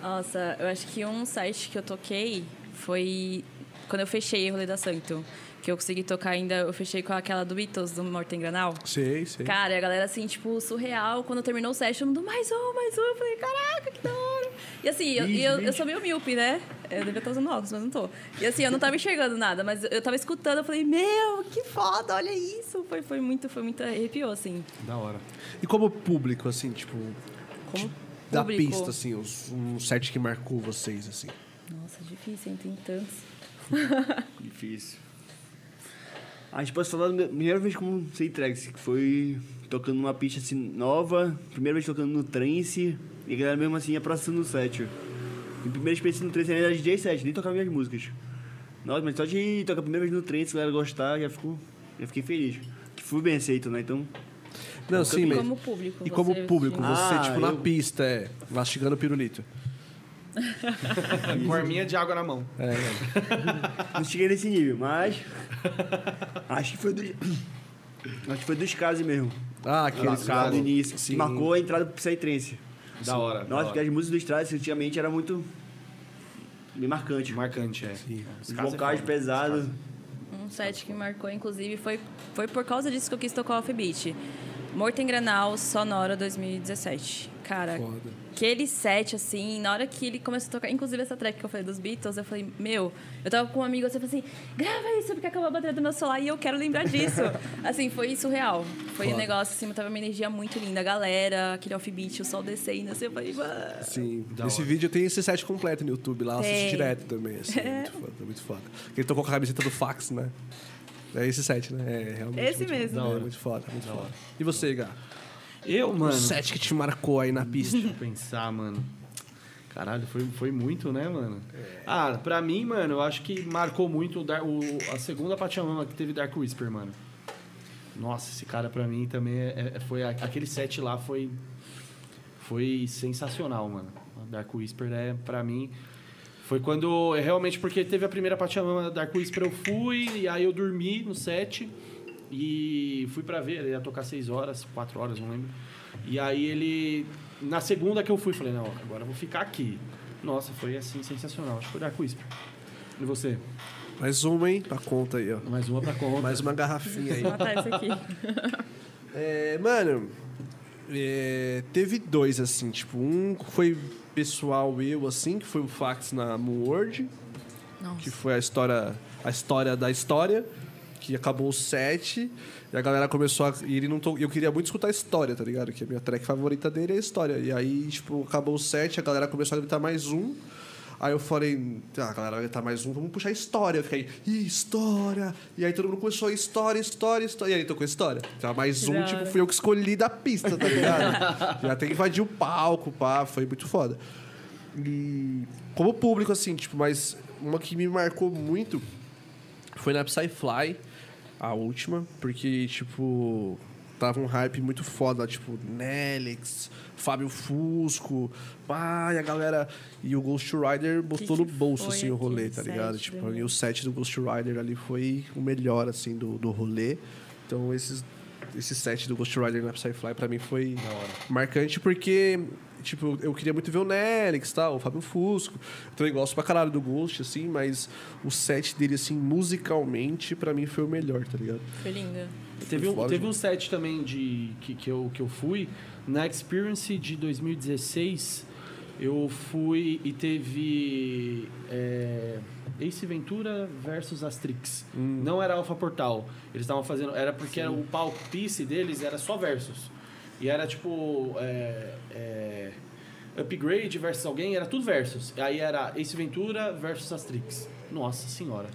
E: Nossa, eu acho que um site que eu toquei foi quando eu fechei o Rolê da Santo. Que eu consegui tocar ainda, eu fechei com aquela do Beatles, do Morten Granal.
A: Sei, sei.
E: Cara, e a galera assim, tipo, surreal. Quando terminou o set, todo mundo, mais um, mais um. Eu falei, caraca, que da hora. E assim, eu, e eu, eu sou meio míope, né? Eu devia estar usando óculos, mas não tô. E assim, eu não tava enxergando nada, mas eu tava escutando. Eu falei, meu, que foda, olha isso. Foi, foi muito, foi muito, arrepiou, assim.
C: Da hora.
A: E como público, assim, tipo,
E: Como
A: da
E: público.
A: pista, assim, os- um set que marcou vocês, assim.
E: Nossa, difícil, hein? Tem tantos.
D: Difícil. A gente pode falar da minha- primeira vez como sem tracks, que foi tocando numa pista assim nova, primeira vez tocando no trance, e a galera mesmo assim ia pra cima no set. E primeira experiência no trance era DJ set, nem tocava minhas músicas. Nossa, mas só de tocar a primeira vez no trance, a galera gostar, já, ficou, já fiquei feliz. Que fui bem aceito, né? Então,
A: Não, sim, mas.
E: Como público.
A: E como
E: Tipo, você-
A: público, você,
D: Ah,
A: tipo, na
D: eu-
A: pista, é, mastigando pirulito.
C: Com a arminha de água na mão.
A: É,
D: não cheguei nesse nível, mas. Acho que foi dos. Acho que foi dos casos mesmo.
A: Ah,
C: Tá
A: aquele
D: Lá, lá no início,
A: Sim.
D: que marcou a entrada pro Psytrance.
C: Da hora. da
D: Nossa, porque
C: hora.
D: as músicas do Stratus antigamente era muito. bem marcante.
C: Marcante, é.
D: Os vocais pesados.
E: Um set que me marcou, inclusive, foi, foi por causa disso que eu quis tocar off-beat. Morten Granal, Sonora 2017. Cara,
A: Foda.
E: aquele set, assim, na hora que ele começou a tocar, inclusive essa track que eu falei dos Beatles, eu falei, meu, eu tava com um amigo, assim, eu falei assim, grava isso, porque acabou a bateria do meu celular e eu quero lembrar disso. assim, foi surreal. Foi um negócio, assim, tava uma energia muito linda. A galera, aquele off-beat, o sol descendo, assim, eu falei, mano...
A: Sim. Esse vídeo tem esse set completo no YouTube lá, eu assisto
E: Tem.
A: direto também. Assim, é muito foda, é muito foda. Porque ele tocou com a camiseta do fax, né? É esse set, né? É realmente.
E: Esse
A: muito-
E: mesmo.
A: É, muito foda, muito foda. E você, Gá?
C: Eu,
A: O
C: mano.
A: set que te marcou aí na pista.
C: Deixa eu pensar, mano. Caralho, foi, foi muito, né, mano? Ah, pra mim, mano, eu acho que marcou muito o Dar- o- a segunda Pachamama que teve Dark Whisper, mano. Nossa, esse cara pra mim também é- é- foi... a- Aquele set lá foi... Foi sensacional, mano. A Dark Whisper é, pra mim... Foi quando... é Realmente, porque teve a primeira Pachamama da Dark Whisper, eu fui e aí eu dormi no set e fui pra ver. Ele ia tocar 6 horas, 4 horas, não lembro. E aí ele... Na segunda que eu fui, falei, não, agora eu vou ficar aqui. Nossa, foi assim, sensacional. Acho que foi Dark Whisper. E você?
A: Mais uma, hein? Pra conta aí, ó.
C: Mais uma pra conta.
A: Mais uma garrafinha aí.
E: Vou matar isso aqui.
A: É, mano, é, teve dois, assim, tipo, um foi pessoal eu, assim, que foi o fax na Moon World, que
E: Nossa.
A: foi a história, a história da história, que acabou o set, e a galera começou a... E ele não to- eu queria muito escutar a história, tá ligado? Que a minha track favorita dele é a história. E aí, tipo, acabou o set, a galera começou a gritar mais um, Aí eu falei, ah, galera, vai tá mais um, vamos puxar história. Eu fiquei, "Ih, história. E aí todo mundo começou, história, história, história. E aí tocou história. Então, mais
E: Que
A: um,
E: da
A: tipo,
E: hora.
A: fui eu que escolhi da pista, tá ligado? Já até invadi o palco, pá, foi muito foda. E como público, assim, tipo, mas uma que me marcou muito foi na Psyfly, a última, porque, tipo, tava um hype muito foda, tipo, Nelix, Fábio Fusco, pá, e a galera. E o Ghost Rider botou
E: que
A: no bolso,
E: foi
A: assim, o rolê,
E: aquele
A: tá ligado?
E: set
A: Tipo,
E: do
A: pra mim, o set do Ghost Rider ali foi o melhor, assim, do, do rolê. Então, esses, esse set do Ghost Rider na Psyfly, pra mim, foi marcante, porque, tipo, eu queria muito ver o Nelix, tal, o Fábio Fusco. Então, Eu também gosto pra caralho do Ghost, assim, mas o set dele, assim, musicalmente, pra mim, foi o melhor, tá ligado?
E: Foi lindo.
C: Teve um,
A: Foda
C: teve um set também de, que, que, eu, que eu fui. Na Experience de 2016, eu fui e teve. é, Ace Ventura versus Astrix. Não era Alpha Portal. Eles estavam fazendo. Era porque era o palpice deles era só versus. E era tipo. é, é, upgrade versus alguém, era tudo versus. Aí era Ace Ventura versus Astrix. Nossa senhora.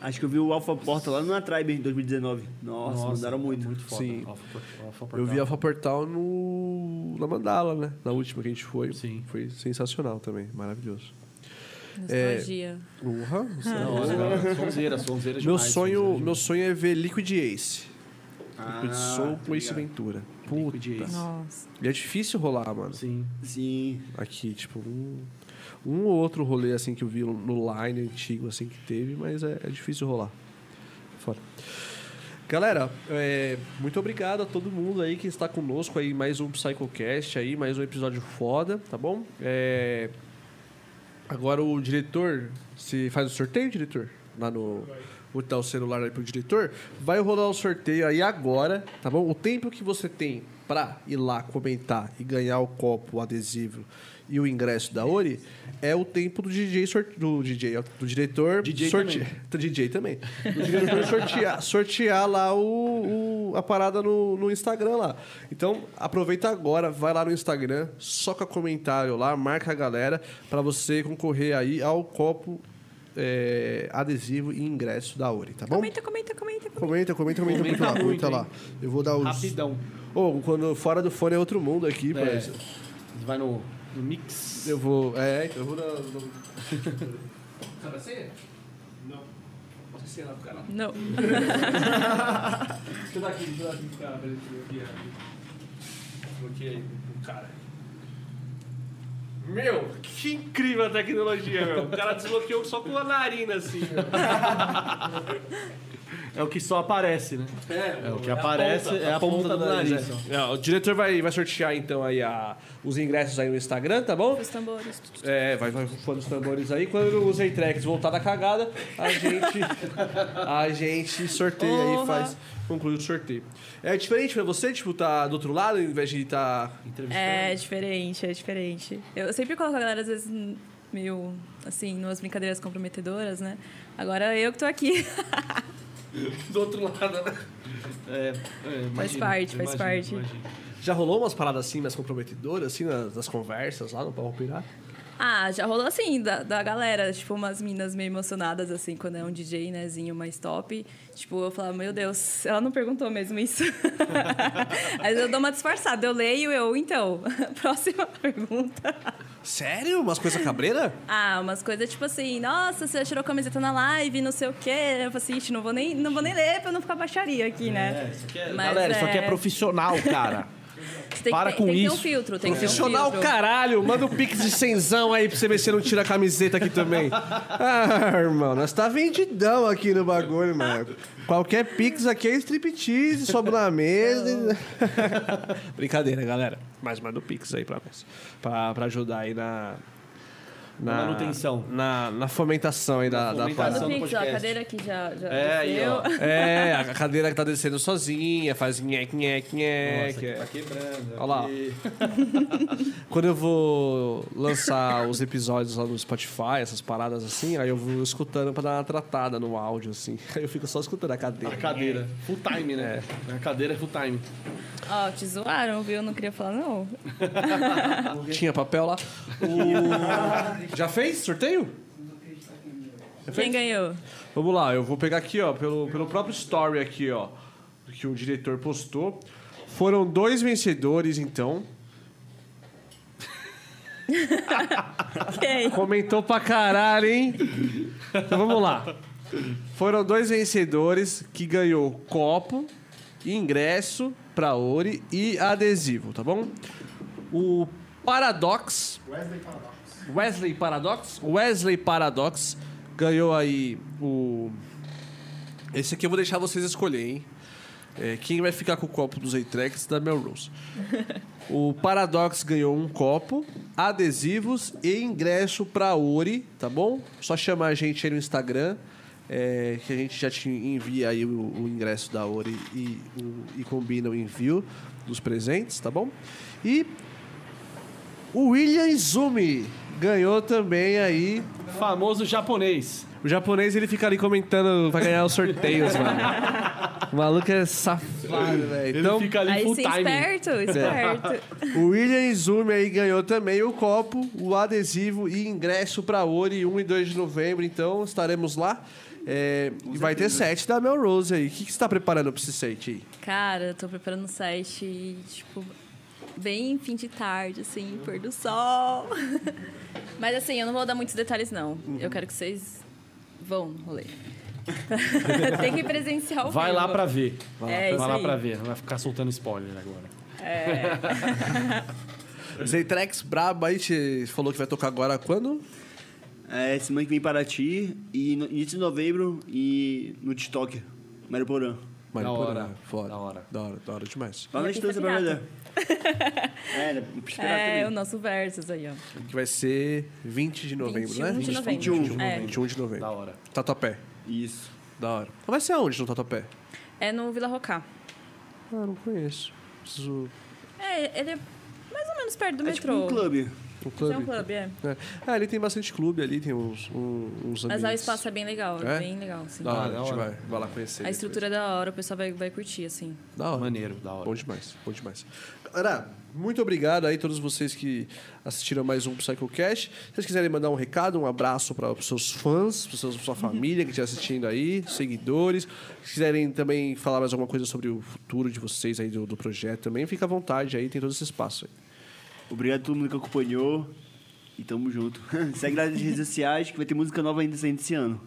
D: Acho que eu vi o Alpha Porta lá na Tribe em 2019. Nossa, mudaram
C: tá
D: muito.
C: Muito foda.
A: Sim.
C: Alpha Por- Alpha
A: Eu
C: Portal.
A: vi a Portal no na Mandala, né? Na última que a gente foi.
C: Sim.
A: Foi sensacional também, maravilhoso. É.
E: Nostalgia.
A: Urra,
E: Ah.
C: Não, não, Sonzeira, sonzeira
A: meu
C: é demais,
A: sonho,
C: sonzeira
A: meu sonho é ver Liquid Ace.
D: Ah,
A: Liquid Soul
D: tá
A: com Ace
D: ligado.
A: Ventura.
C: demais.
A: Puta.
C: Liquid Ace.
E: Nossa.
A: E é difícil rolar, mano.
C: Sim.
D: Sim.
A: Aqui, tipo, um, um ou outro rolê assim que eu vi no line antigo assim que teve, mas é, é difícil rolar. Fora. Galera, é, muito obrigado a todo mundo aí que está conosco aí, mais um PsychoCast aí, mais um episódio foda, tá bom? É, agora o diretor, se faz o sorteio, diretor? Lá no... Vou dar o celular aí pro diretor. Vai rolar o sorteio aí agora, tá bom? O tempo que você tem pra ir lá comentar e ganhar o copo, o adesivo e o ingresso da Ori é o tempo do DJ sorte... do DJ, ó, do diretor
C: DJ
A: sorte...
C: também.
A: Do DJ também. Do diretor sortear, sortear lá o, o- a parada no, no Instagram lá. Então, aproveita agora, vai lá no Instagram, soca comentário lá, marca a galera pra você concorrer aí ao copo é, adesivo e ingresso da Ori, tá bom?
E: Comenta, comenta, comenta. comenta.
A: Comenta, comenta, comenta, muito
C: Comenta
A: lá,
C: muito,
A: comenta lá. Eu vou dar os...
C: Rapidão.
A: Ô, quando fora do fone é outro mundo aqui,
C: É.
A: parece.
C: Vai no, no mix.
A: Eu vou... É, então eu vou dar... Sabe assim? Não. Posso ensinar pro canal?
E: Não.
A: Deixa eu dar aqui, deixa eu dar aqui pro cara, pra ele bloquear aqui. Bloqueei o cara.
G: Meu, que incrível a tecnologia, meu. O cara desbloqueou só com a narina, assim.
C: É o que só aparece, né?
G: É,
C: É o que aparece, é a ponta, do nariz. né? ó.
G: o diretor vai, vai sortear, então, aí a, os ingressos aí no Instagram, tá bom?
E: Os tambores.
G: É, vai, vai rufando os tambores aí. Quando os Entrex voltar da cagada, a gente, a gente sorteia aí,
E: Porra.
G: faz, conclui o sorteio. É diferente pra você, tipo, tá do outro lado, ao invés de estar... Tá...
E: É diferente, é diferente. Eu sempre coloco a galera, às vezes, n- meio assim, numas brincadeiras comprometedoras, né? Agora eu que tô aqui.
G: Do outro lado, né?
C: É, é, imagina,
E: parte, faz
C: imagina,
E: parte.
C: imagina.
G: Já rolou umas paradas assim, mais comprometedoras, assim, nas, nas conversas lá no Pau Pirá?
E: Ah, já rolou assim, da, da galera, tipo, umas minas meio emocionadas, assim, quando é um DJ, nézinho mais top. Tipo, eu falava, meu Deus, ela não perguntou mesmo isso. Aí eu dou uma disfarçada, eu leio, eu, então, próxima pergunta.
G: Sério? Umas coisas cabreira?
E: Ah, umas coisas tipo assim, nossa, você tirou camiseta na live, não sei o quê. Eu falei assim, "Ixi, não vou nem, não vou nem ler pra não ficar baixaria aqui, né?
C: É, isso aqui é-
E: Mas
H: Galera, isso aqui é
E: é-
H: profissional, cara.
E: Você tem
H: Para
E: que, ter-
H: com
E: tem
H: isso.
E: que ter um filtro, tem que ter um filtro.
G: Profissional, caralho! Manda um pix de cenzão aí pra você ver se não tira a camiseta aqui também.
A: Ah, irmão, nós tá vendidão aqui no bagulho, mano. Qualquer pix aqui é striptease, sobe na mesa.
G: Brincadeira, galera. Mas manda o Pix aí pra nós. Pra, pra ajudar aí na.
C: Na manutenção.
G: Na, na fomentação aí da, da
C: fomentação.
E: Faz o
G: parada.
C: do
E: pix, ó, a
C: podcast.
E: cadeira aqui já, já
C: É, aí, ó.
E: desceu.
G: É, a cadeira que tá descendo sozinha, faz nhec, nhec,
C: Nossa,
G: nhec.
C: aqui tá quebrando.
G: Olha lá.
C: aqui.
G: Quando eu vou lançar os episódios lá no Spotify, essas paradas assim, aí eu vou escutando pra dar uma tratada no áudio, assim. Aí eu fico só escutando a cadeira.
C: A cadeira. Full time, né? A cadeira é full time.
E: Ó, te zoaram, viu? Não queria falar, não.
G: Tinha papel lá. O- Já fez sorteio?
E: Quem ganhou?
G: Vamos lá, eu vou pegar aqui, ó, pelo, pelo próprio story aqui, ó, que o diretor postou. Foram dois vencedores, então.
E: Quem?
G: Comentou pra caralho, hein? Então vamos lá. Foram dois vencedores que ganhou copo, ingresso pra Ori e adesivo, tá bom? O Paradox. Wesley Paradox. Wesley Paradox ganhou aí o. Esse aqui eu vou deixar vocês escolherem, hein? É, quem vai ficar com o copo dos Eitrex da Melrose? O Paradox ganhou um copo, adesivos e ingresso pra Ori, tá bom? Só chamar a gente aí no Instagram, é, que a gente já te envia aí o, o ingresso da Ori e, o- e combina o envio dos presentes, tá bom? E o William Izumi
A: ganhou também aí.
C: Famoso japonês.
A: O japonês ele fica ali comentando pra ganhar os sorteios, mano. O maluco é safado, velho. Então,
C: Então, Ele fica ali
E: Aí
C: full
E: sim,
C: time.
E: esperto,
C: É.
E: esperto.
A: o William Izumi aí ganhou também o copo, o adesivo e ingresso pra Ori 1 e 2 de novembro. Então, estaremos lá. É, e vai ter sete da Melrose aí. O que, que você tá preparando pra esse set aí?
E: Cara, eu tô preparando um site, tipo, bem fim de tarde, assim, pôr do sol. Mas assim, eu não vou dar muitos detalhes, não. Eu quero que vocês vão no rolê. Tem que presenciar o
C: Vai lá pra ver.
E: Vai lá É pra ver. isso
C: Vai lá
E: aí.
C: pra ver. Não vai ficar soltando spoiler agora.
A: Zaytrex brabo aí, te falou que vai tocar agora quando?
D: É, semana que vem em Paraty, e no, início de novembro, e no TikTok, Mariporã.
A: Mano,
C: hora,
A: porra, né? foda.
C: da hora.
A: Da hora, da hora demais.
D: Fala na
E: E a pista
D: distância pra
E: pirata.
D: melhor. É, era pista
E: É, o
D: pirata
E: nosso Versus aí, ó.
A: Que vai ser 20 de novembro,
E: 21
A: né?
E: de novembro.
D: 21 de
E: É.
A: 21 de novembro.
C: Da hora.
A: Tatuapé.
D: também. um. Isso.
A: Da hora. Mas Vai ser aonde no Tatuapé?
E: É no Vila Rocá.
A: Ah, não conheço. Preciso...
E: É, ele é mais ou menos perto do
D: É tipo
E: metrô.
D: um clube.
A: Um
E: Isso É um
A: clube.
E: clube, é.
A: É. Ah, ali tem bastante clube ali, tem uns, um- uns ambientes.
E: Mas lá o espaço é bem legal, é
A: É?
E: bem legal, assim.
A: Da hora,
C: Ah, da
A: a gente
C: hora.
A: vai, vai lá conhecer.
E: A
A: depois.
E: estrutura é da hora, o pessoal vai, vai curtir, assim.
A: Da hora.
C: Maneiro, da hora.
A: Bom demais, bom demais. Galera, muito obrigado aí a todos vocês que assistiram mais um PsychoCast. Se vocês quiserem mandar um recado, um abraço para os seus fãs, para sua
E: Uhum.
A: família que está assistindo aí, seguidores. Se quiserem também falar mais alguma coisa sobre o futuro de vocês aí do, do projeto também, fica à vontade aí, tem todo esse espaço aí.
D: Obrigado a todo mundo que acompanhou. E tamo junto. Segue lá nas redes sociais, que vai ter música nova ainda saindo esse ano.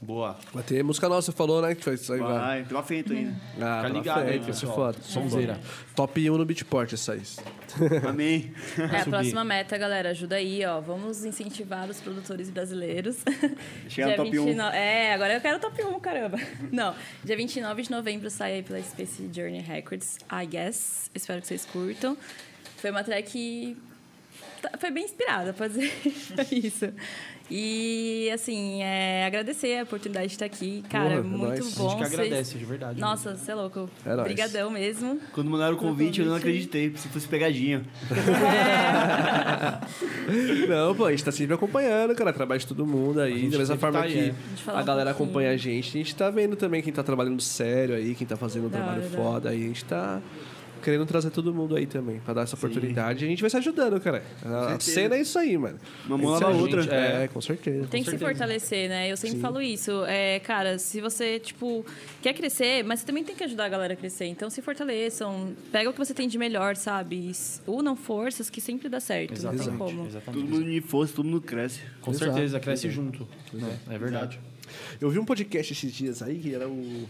C: Boa.
A: Vai ter música nossa, falou, né? Que vai sair. vai.
D: Vai, tem uma feita ainda.
A: Ah,
C: Fica
A: tá
C: ligado aí,
A: feito, vai ser
C: pessoal.
A: foda.
C: Sonzeira.
A: Top 1 no Beatport essa aí.
D: Amém.
E: É, a
C: subir.
E: próxima meta, galera, ajuda aí, ó. Vamos incentivar os produtores brasileiros.
D: Chegar no
E: Dia
A: um.
D: top 1.
E: 29 É, agora eu quero top 1, caramba. Não, dia 29 de novembro sai aí pela Space Journey Records, I guess. Espero que vocês curtam. Foi uma track Tá- Foi bem inspirada, pode dizer isso. E, assim, é, agradecer a oportunidade de estar aqui. Cara,
A: Porra, é
E: muito
A: nóis.
E: bom.
C: A gente que
E: vocês-
C: agradece, de verdade.
E: Nossa, você é louco.
A: É nóis.
E: Obrigadão mesmo.
D: Quando mandaram o convite, eu não
E: né?
D: acreditei, se fosse pegadinha.
A: Não, pô, a gente tá sempre acompanhando, cara, trabalho de todo mundo aí. Da mesma
C: sempre
A: forma
C: tá aí,
A: que
C: é.
E: A gente fala
A: a
E: um
A: galera
E: pouquinho.
A: acompanha a gente, a gente tá vendo também quem tá trabalhando sério aí, quem tá fazendo um
E: Da
A: trabalho
E: hora, da
A: foda aí. A gente tá querendo trazer todo mundo aí também, pra dar essa oportunidade. E a gente vai se ajudando, cara. A cena é isso aí, mano.
D: Uma mão
A: A gente
D: lava
A: se
D: a
A: ajuda.
D: outra.
A: É, com certeza.
E: Tem que se fortalecer, né? Eu sempre falo isso. É, cara, se você, tipo, quer crescer, mas você também tem que ajudar a galera a crescer. Então se fortaleçam. Pega o que você tem de melhor, sabe? Unam forças que sempre dá certo. Não tem como.
D: Todo
C: Exatamente.
D: mundo de força, todo mundo cresce.
C: Com
A: Exato.
C: certeza, cresce junto. né? É verdade.
A: Eu vi um podcast esses dias aí que era o.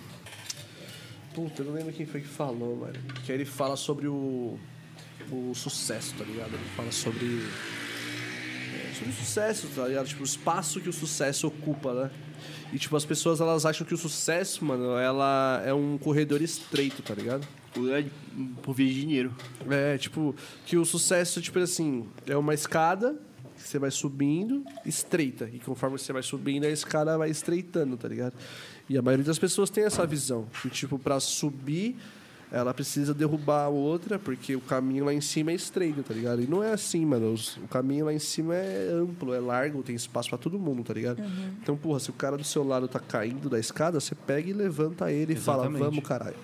A: Puta, eu não lembro quem foi que falou, mano. Que aí ele fala sobre o. O sucesso, tá ligado? Ele fala sobre. é, sobre o sucesso, tá ligado? Tipo, o espaço que o sucesso ocupa, né? E, tipo, as pessoas elas acham que o sucesso, mano, ela é um corredor estreito, tá ligado?
D: Tudo é por via de dinheiro.
A: É, tipo, que o sucesso, tipo assim, é uma escada que você vai subindo, estreita. E conforme você vai subindo, a escada vai estreitando, tá ligado? E a maioria das pessoas tem essa visão. Que, tipo, pra subir, ela precisa derrubar a outra, porque o caminho lá em cima é estreito, tá ligado? E não é assim, mano. Os- O caminho lá em cima é amplo, é largo, tem espaço pra todo mundo, tá ligado? Então, porra, se o cara do seu lado tá caindo da escada, você pega e levanta ele e fala,
C: Exatamente.
A: vamos, caralho.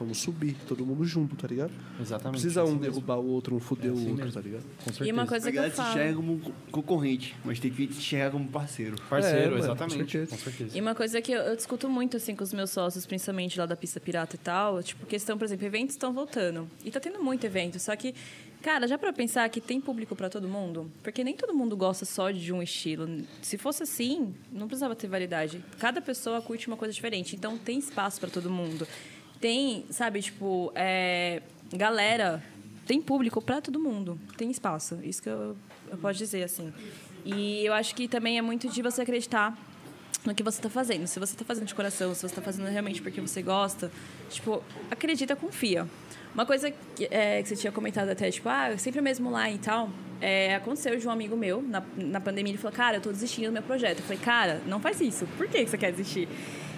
A: Vamos subir, todo mundo junto, tá ligado?
C: Exatamente.
A: Precisa
C: é
A: um
C: assim mesmo.
A: derrubar o outro, um fuder o
C: assim
A: outro,
C: mesmo.
A: tá ligado?
C: Com certeza.
E: E uma coisa
D: A
E: que eu
D: galera se
E: falo.
D: enxerga como co- concorrente, mas tem que se enxergar como parceiro.
A: É,
C: Parceiro,
A: mano,
C: exatamente.
A: com certeza.
C: Com certeza.
E: E uma coisa que eu, eu discuto muito, assim, com os meus sócios, principalmente lá da pista pirata e tal, tipo, questão, por exemplo, eventos estão voltando. E tá tendo muito evento, só que, cara, já pra pensar que tem público pra todo mundo? Porque nem todo mundo gosta só de um estilo. Se fosse assim, não precisava ter variedade. Cada pessoa curte uma coisa diferente, então tem espaço pra todo mundo. Tem, sabe, tipo, é, galera tem público para todo mundo, tem espaço. Isso que eu, eu posso dizer assim. E eu acho que também é muito de você acreditar no que você está fazendo. Se você está fazendo de coração, se você está fazendo realmente porque você gosta, tipo, acredita, confia. Uma coisa que, é, que você tinha comentado até, tipo, ah, sempre mesmo lá e tal. é, aconteceu de um amigo meu, na, na pandemia, ele falou, cara, eu tô desistindo do meu projeto. Eu falei, cara, não faz isso. Por que que você quer desistir?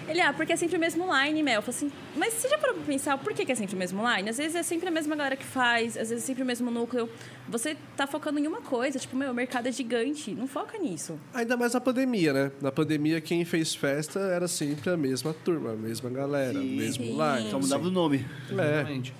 E: Ele, ah, porque é sempre o mesmo online, Mel. Eu falei assim, mas você já parou pra pensar por que, que é sempre o mesmo online? Às vezes é sempre a mesma galera que faz, às vezes é sempre o mesmo núcleo. Você tá focando em uma coisa, tipo, meu, o mercado é gigante, não foca nisso.
A: Ainda mais na pandemia, né? Na pandemia, quem fez festa era sempre a mesma turma, a mesma galera, o mesmo
E: Sim.
A: lar. então,
D: Só mudava o nome.
A: É.
C: Exatamente.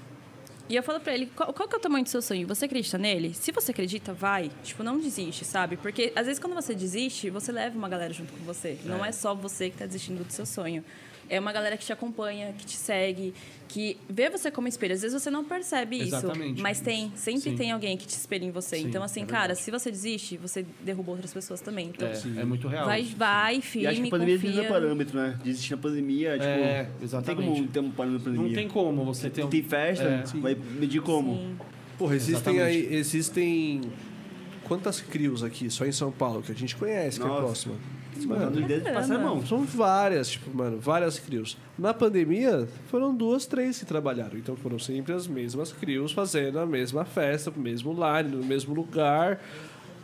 E: E eu falo pra ele, qual, qual que é o tamanho do seu sonho? Você acredita nele? Se você acredita, vai. Tipo, não desiste, sabe? Porque às vezes quando você desiste, você leva uma galera junto com você. Não é só você que tá desistindo do seu sonho. É uma galera que te acompanha, que te segue, que vê você como espelho. Às vezes você não percebe
C: Exatamente.
E: isso, mas tem, sempre
C: Sim.
E: tem alguém que te espelha em você.
C: Sim,
E: então assim,
C: é
E: cara,
C: verdade.
E: se você desiste, você derruba outras pessoas também. Então,
C: É, é muito real.
E: vai, vai,
D: E acho que
E: firme,
D: a pandemia
E: confia.
D: não é parâmetro, né? Desistir na pandemia, tipo.
C: É,
D: Não tem
C: exatamente.
D: como ter um parâmetro na
C: Não
D: pandemia.
C: tem como você ter um...
D: Tem festa,
C: É.
D: vai medir como?
E: Sim.
A: Porra, existem
C: Exatamente.
A: aí. Existem. Quantas crios aqui, só em São Paulo, que a gente conhece, que é
D: Nossa.
A: próxima?
D: Mano, os dedos passar a mão.
A: Não, são várias, tipo, mano, várias crios. Na pandemia, foram duas, três que trabalharam. Então foram sempre as mesmas crios fazendo a mesma festa, no mesmo line, no mesmo lugar,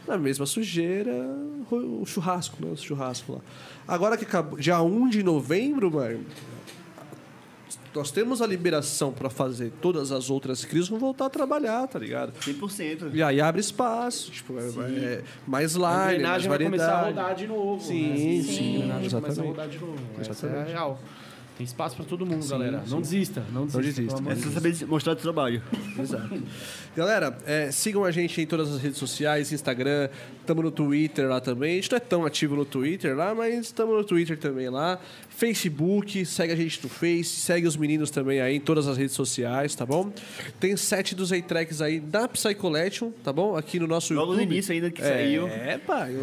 A: na mesma sujeira, o churrasco, né? O churrasco lá. Agora que acabou, dia 1 de novembro, mano, nós temos a liberação pra fazer todas as outras crios, vão voltar a trabalhar, tá ligado?
D: 100%.
A: E aí abre espaço, tipo, é- é mais line,
C: A
A: mais
C: engrenagem vai
A: variedade.
C: começar a rodar de novo.
A: Sim,
C: né?
A: sim,
C: A engrenagem começa a
A: exatamente.
C: rodar de novo. Essa é a
A: Exatamente.
C: real. Tem espaço pra todo mundo, galera. Não desista, não desista.
A: desista.
C: pelo amor
D: É
C: de
D: só
C: Deus.
D: saber se- mostrar o trabalho.
A: Exato. Galera, é, sigam a gente em todas as redes sociais, Instagram, estamos no Twitter lá também. A gente não é tão ativo no Twitter lá, mas estamos no Twitter também lá. Facebook, segue a gente no Face, segue os meninos também aí em todas as redes sociais, tá bom? Tem sete dos tracks aí da Psy Collection, tá bom? Aqui no nosso
D: Logo no
A: YouTube.
D: início ainda que saiu.
A: É, pai.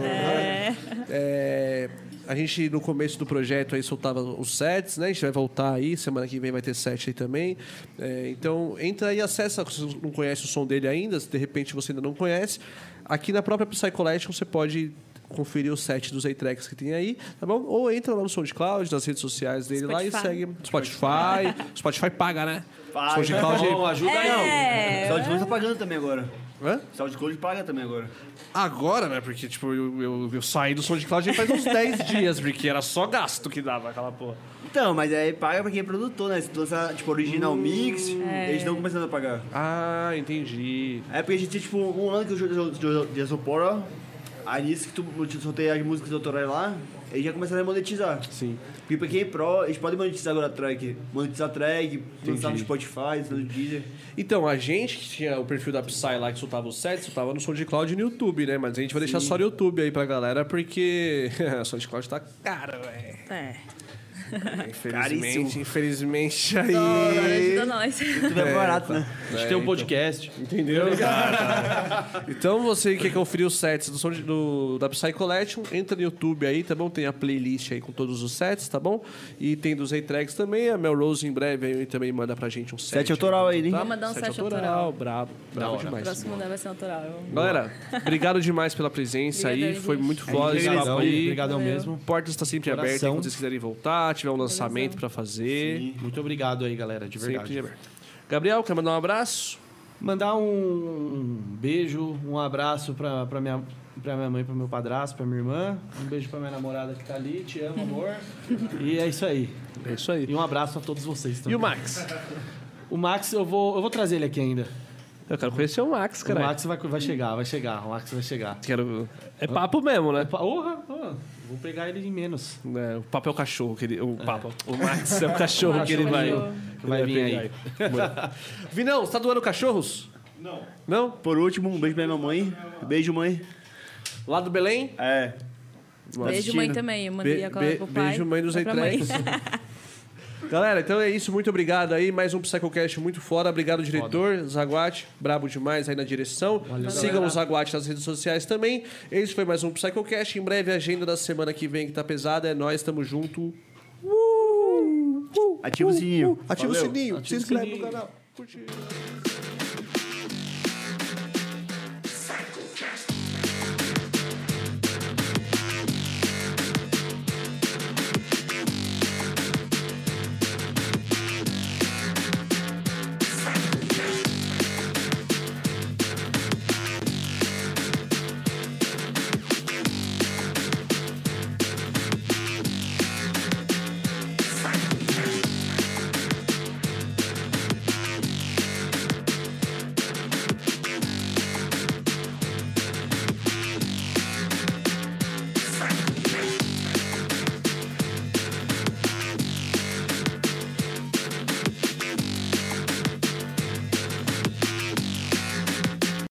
A: É. a gente, no começo do projeto, aí soltava os sets, né? A gente vai voltar aí. Semana que vem vai ter set aí também. É, então, entra aí, acessa. Se você não conhece o som dele ainda, se de repente você ainda não conhece, aqui na própria Psy Collection você pode conferir o set dos A-Tracks que tem aí, tá bom? Ou entra lá no SoundCloud, nas redes sociais dele lá e
E: Spotify.
A: segue Spotify. Spotify paga, né?
D: Paga.
A: SoundCloud...
C: Bom, ajuda
E: É.
D: SoundCloud tá pagando também agora.
A: Hã?
D: SoundCloud paga também agora.
A: Agora, né? Porque, tipo, eu, eu, eu saí do SoundCloud já faz uns 10 dias, porque era só gasto que dava aquela porra.
D: Então, mas aí paga pra quem é produtor, né? Se tu lançar, tipo, original mix,
E: é.
D: eles estão começando a pagar.
A: Ah, entendi.
D: É porque a gente tinha, tipo, um ano que eu joguei de Azopora. Aí nisso que tu, eu soltei as músicas autorais lá, eles já começaram a monetizar.
A: Sim.
D: Porque pra quem é pro, eles podem monetizar agora a track. Monetizar a track, lançar no Spotify, lançar no Deezer.
A: Então, a gente que tinha o perfil da Psy lá que soltava o set, soltava no SoundCloud e no YouTube, né? Mas a gente vai deixar só no YouTube aí pra galera, porque o SoundCloud tá caro, velho.
E: É.
A: Infelizmente, infelizmente
E: Dólar,
A: aí.
E: ajuda nós.
D: Tudo é barato, né?
C: A gente tem um podcast.
A: Entendeu? então você que quer conferir os sets do, som de- do- da Psy Collection, entra no YouTube aí, tá bom? Tem a playlist aí com todos os sets, tá bom? E tem dos A-Tracks também. A Melrose em breve aí também manda pra gente um set.
D: Sete autoral aí, hein?
A: Tá?
E: Vou mandar um set autoral.
A: Brabo, brabo demais.
E: Próximo ano vai ser natural. Eu-
A: Galera, obrigado demais pela presença aí.
E: Obrigada,
A: Foi
E: gente.
A: muito
C: É,
A: foda esse
C: obrigadão,
A: papo aí.
C: Obrigadão
E: Valeu.
C: mesmo.
A: Portas está sempre
C: Coração.
A: aberta quando vocês quiserem voltar, tiver um lançamento pra fazer.
C: Muito obrigado aí, galera, de verdade.
A: Sempre aberto. Gabriel, quer mandar um abraço?
C: Mandar um beijo, um abraço pra, pra, minha, pra minha mãe, pro meu padrasto, pra minha irmã. Um beijo pra minha namorada que tá ali. Te amo, amor. E é isso aí.
A: É isso aí.
C: E um abraço a todos vocês também.
A: E o Max?
C: O Max, eu vou, eu vou trazer ele aqui ainda.
A: Eu quero conhecer o Max, cara.
C: O Max vai, vai chegar, vai chegar. O Max vai chegar.
A: Quero... É papo mesmo, né?
C: Porra, porra, vou pegar ele em menos.
A: É, o papo é o cachorro que ele. O, papo, o Max é o cachorro que ele
E: Cachorro.
A: vai.
C: Que vai vir aí.
A: Boa. Vinão, você tá doando cachorros? Não. Não?
D: Por último, um beijo pra minha mãe. Beijo, mãe.
A: Lá do Belém?
D: É.
E: Beijo, mãe, também. Eu mandei
A: Be-
E: a cola
A: be-
E: pro pai.
A: beijo, mãe, nos
E: Vai pra mãe.
A: Galera, então é isso. Muito obrigado aí. Mais um PsychoCast muito fora. Obrigado, diretor. Zaguate, brabo demais aí na direção. Sigam o Zaguate nas redes sociais também. Esse foi mais um PsychoCast. Em breve, a agenda da semana que vem que tá pesada. É nós, tamo junto. Uh! Uh!
D: Ativa o sininho.
A: Ativa
D: Valeu.
A: o sininho.
C: Ativa
A: Se
C: o
A: inscreve
C: sininho.
A: no canal. Curte.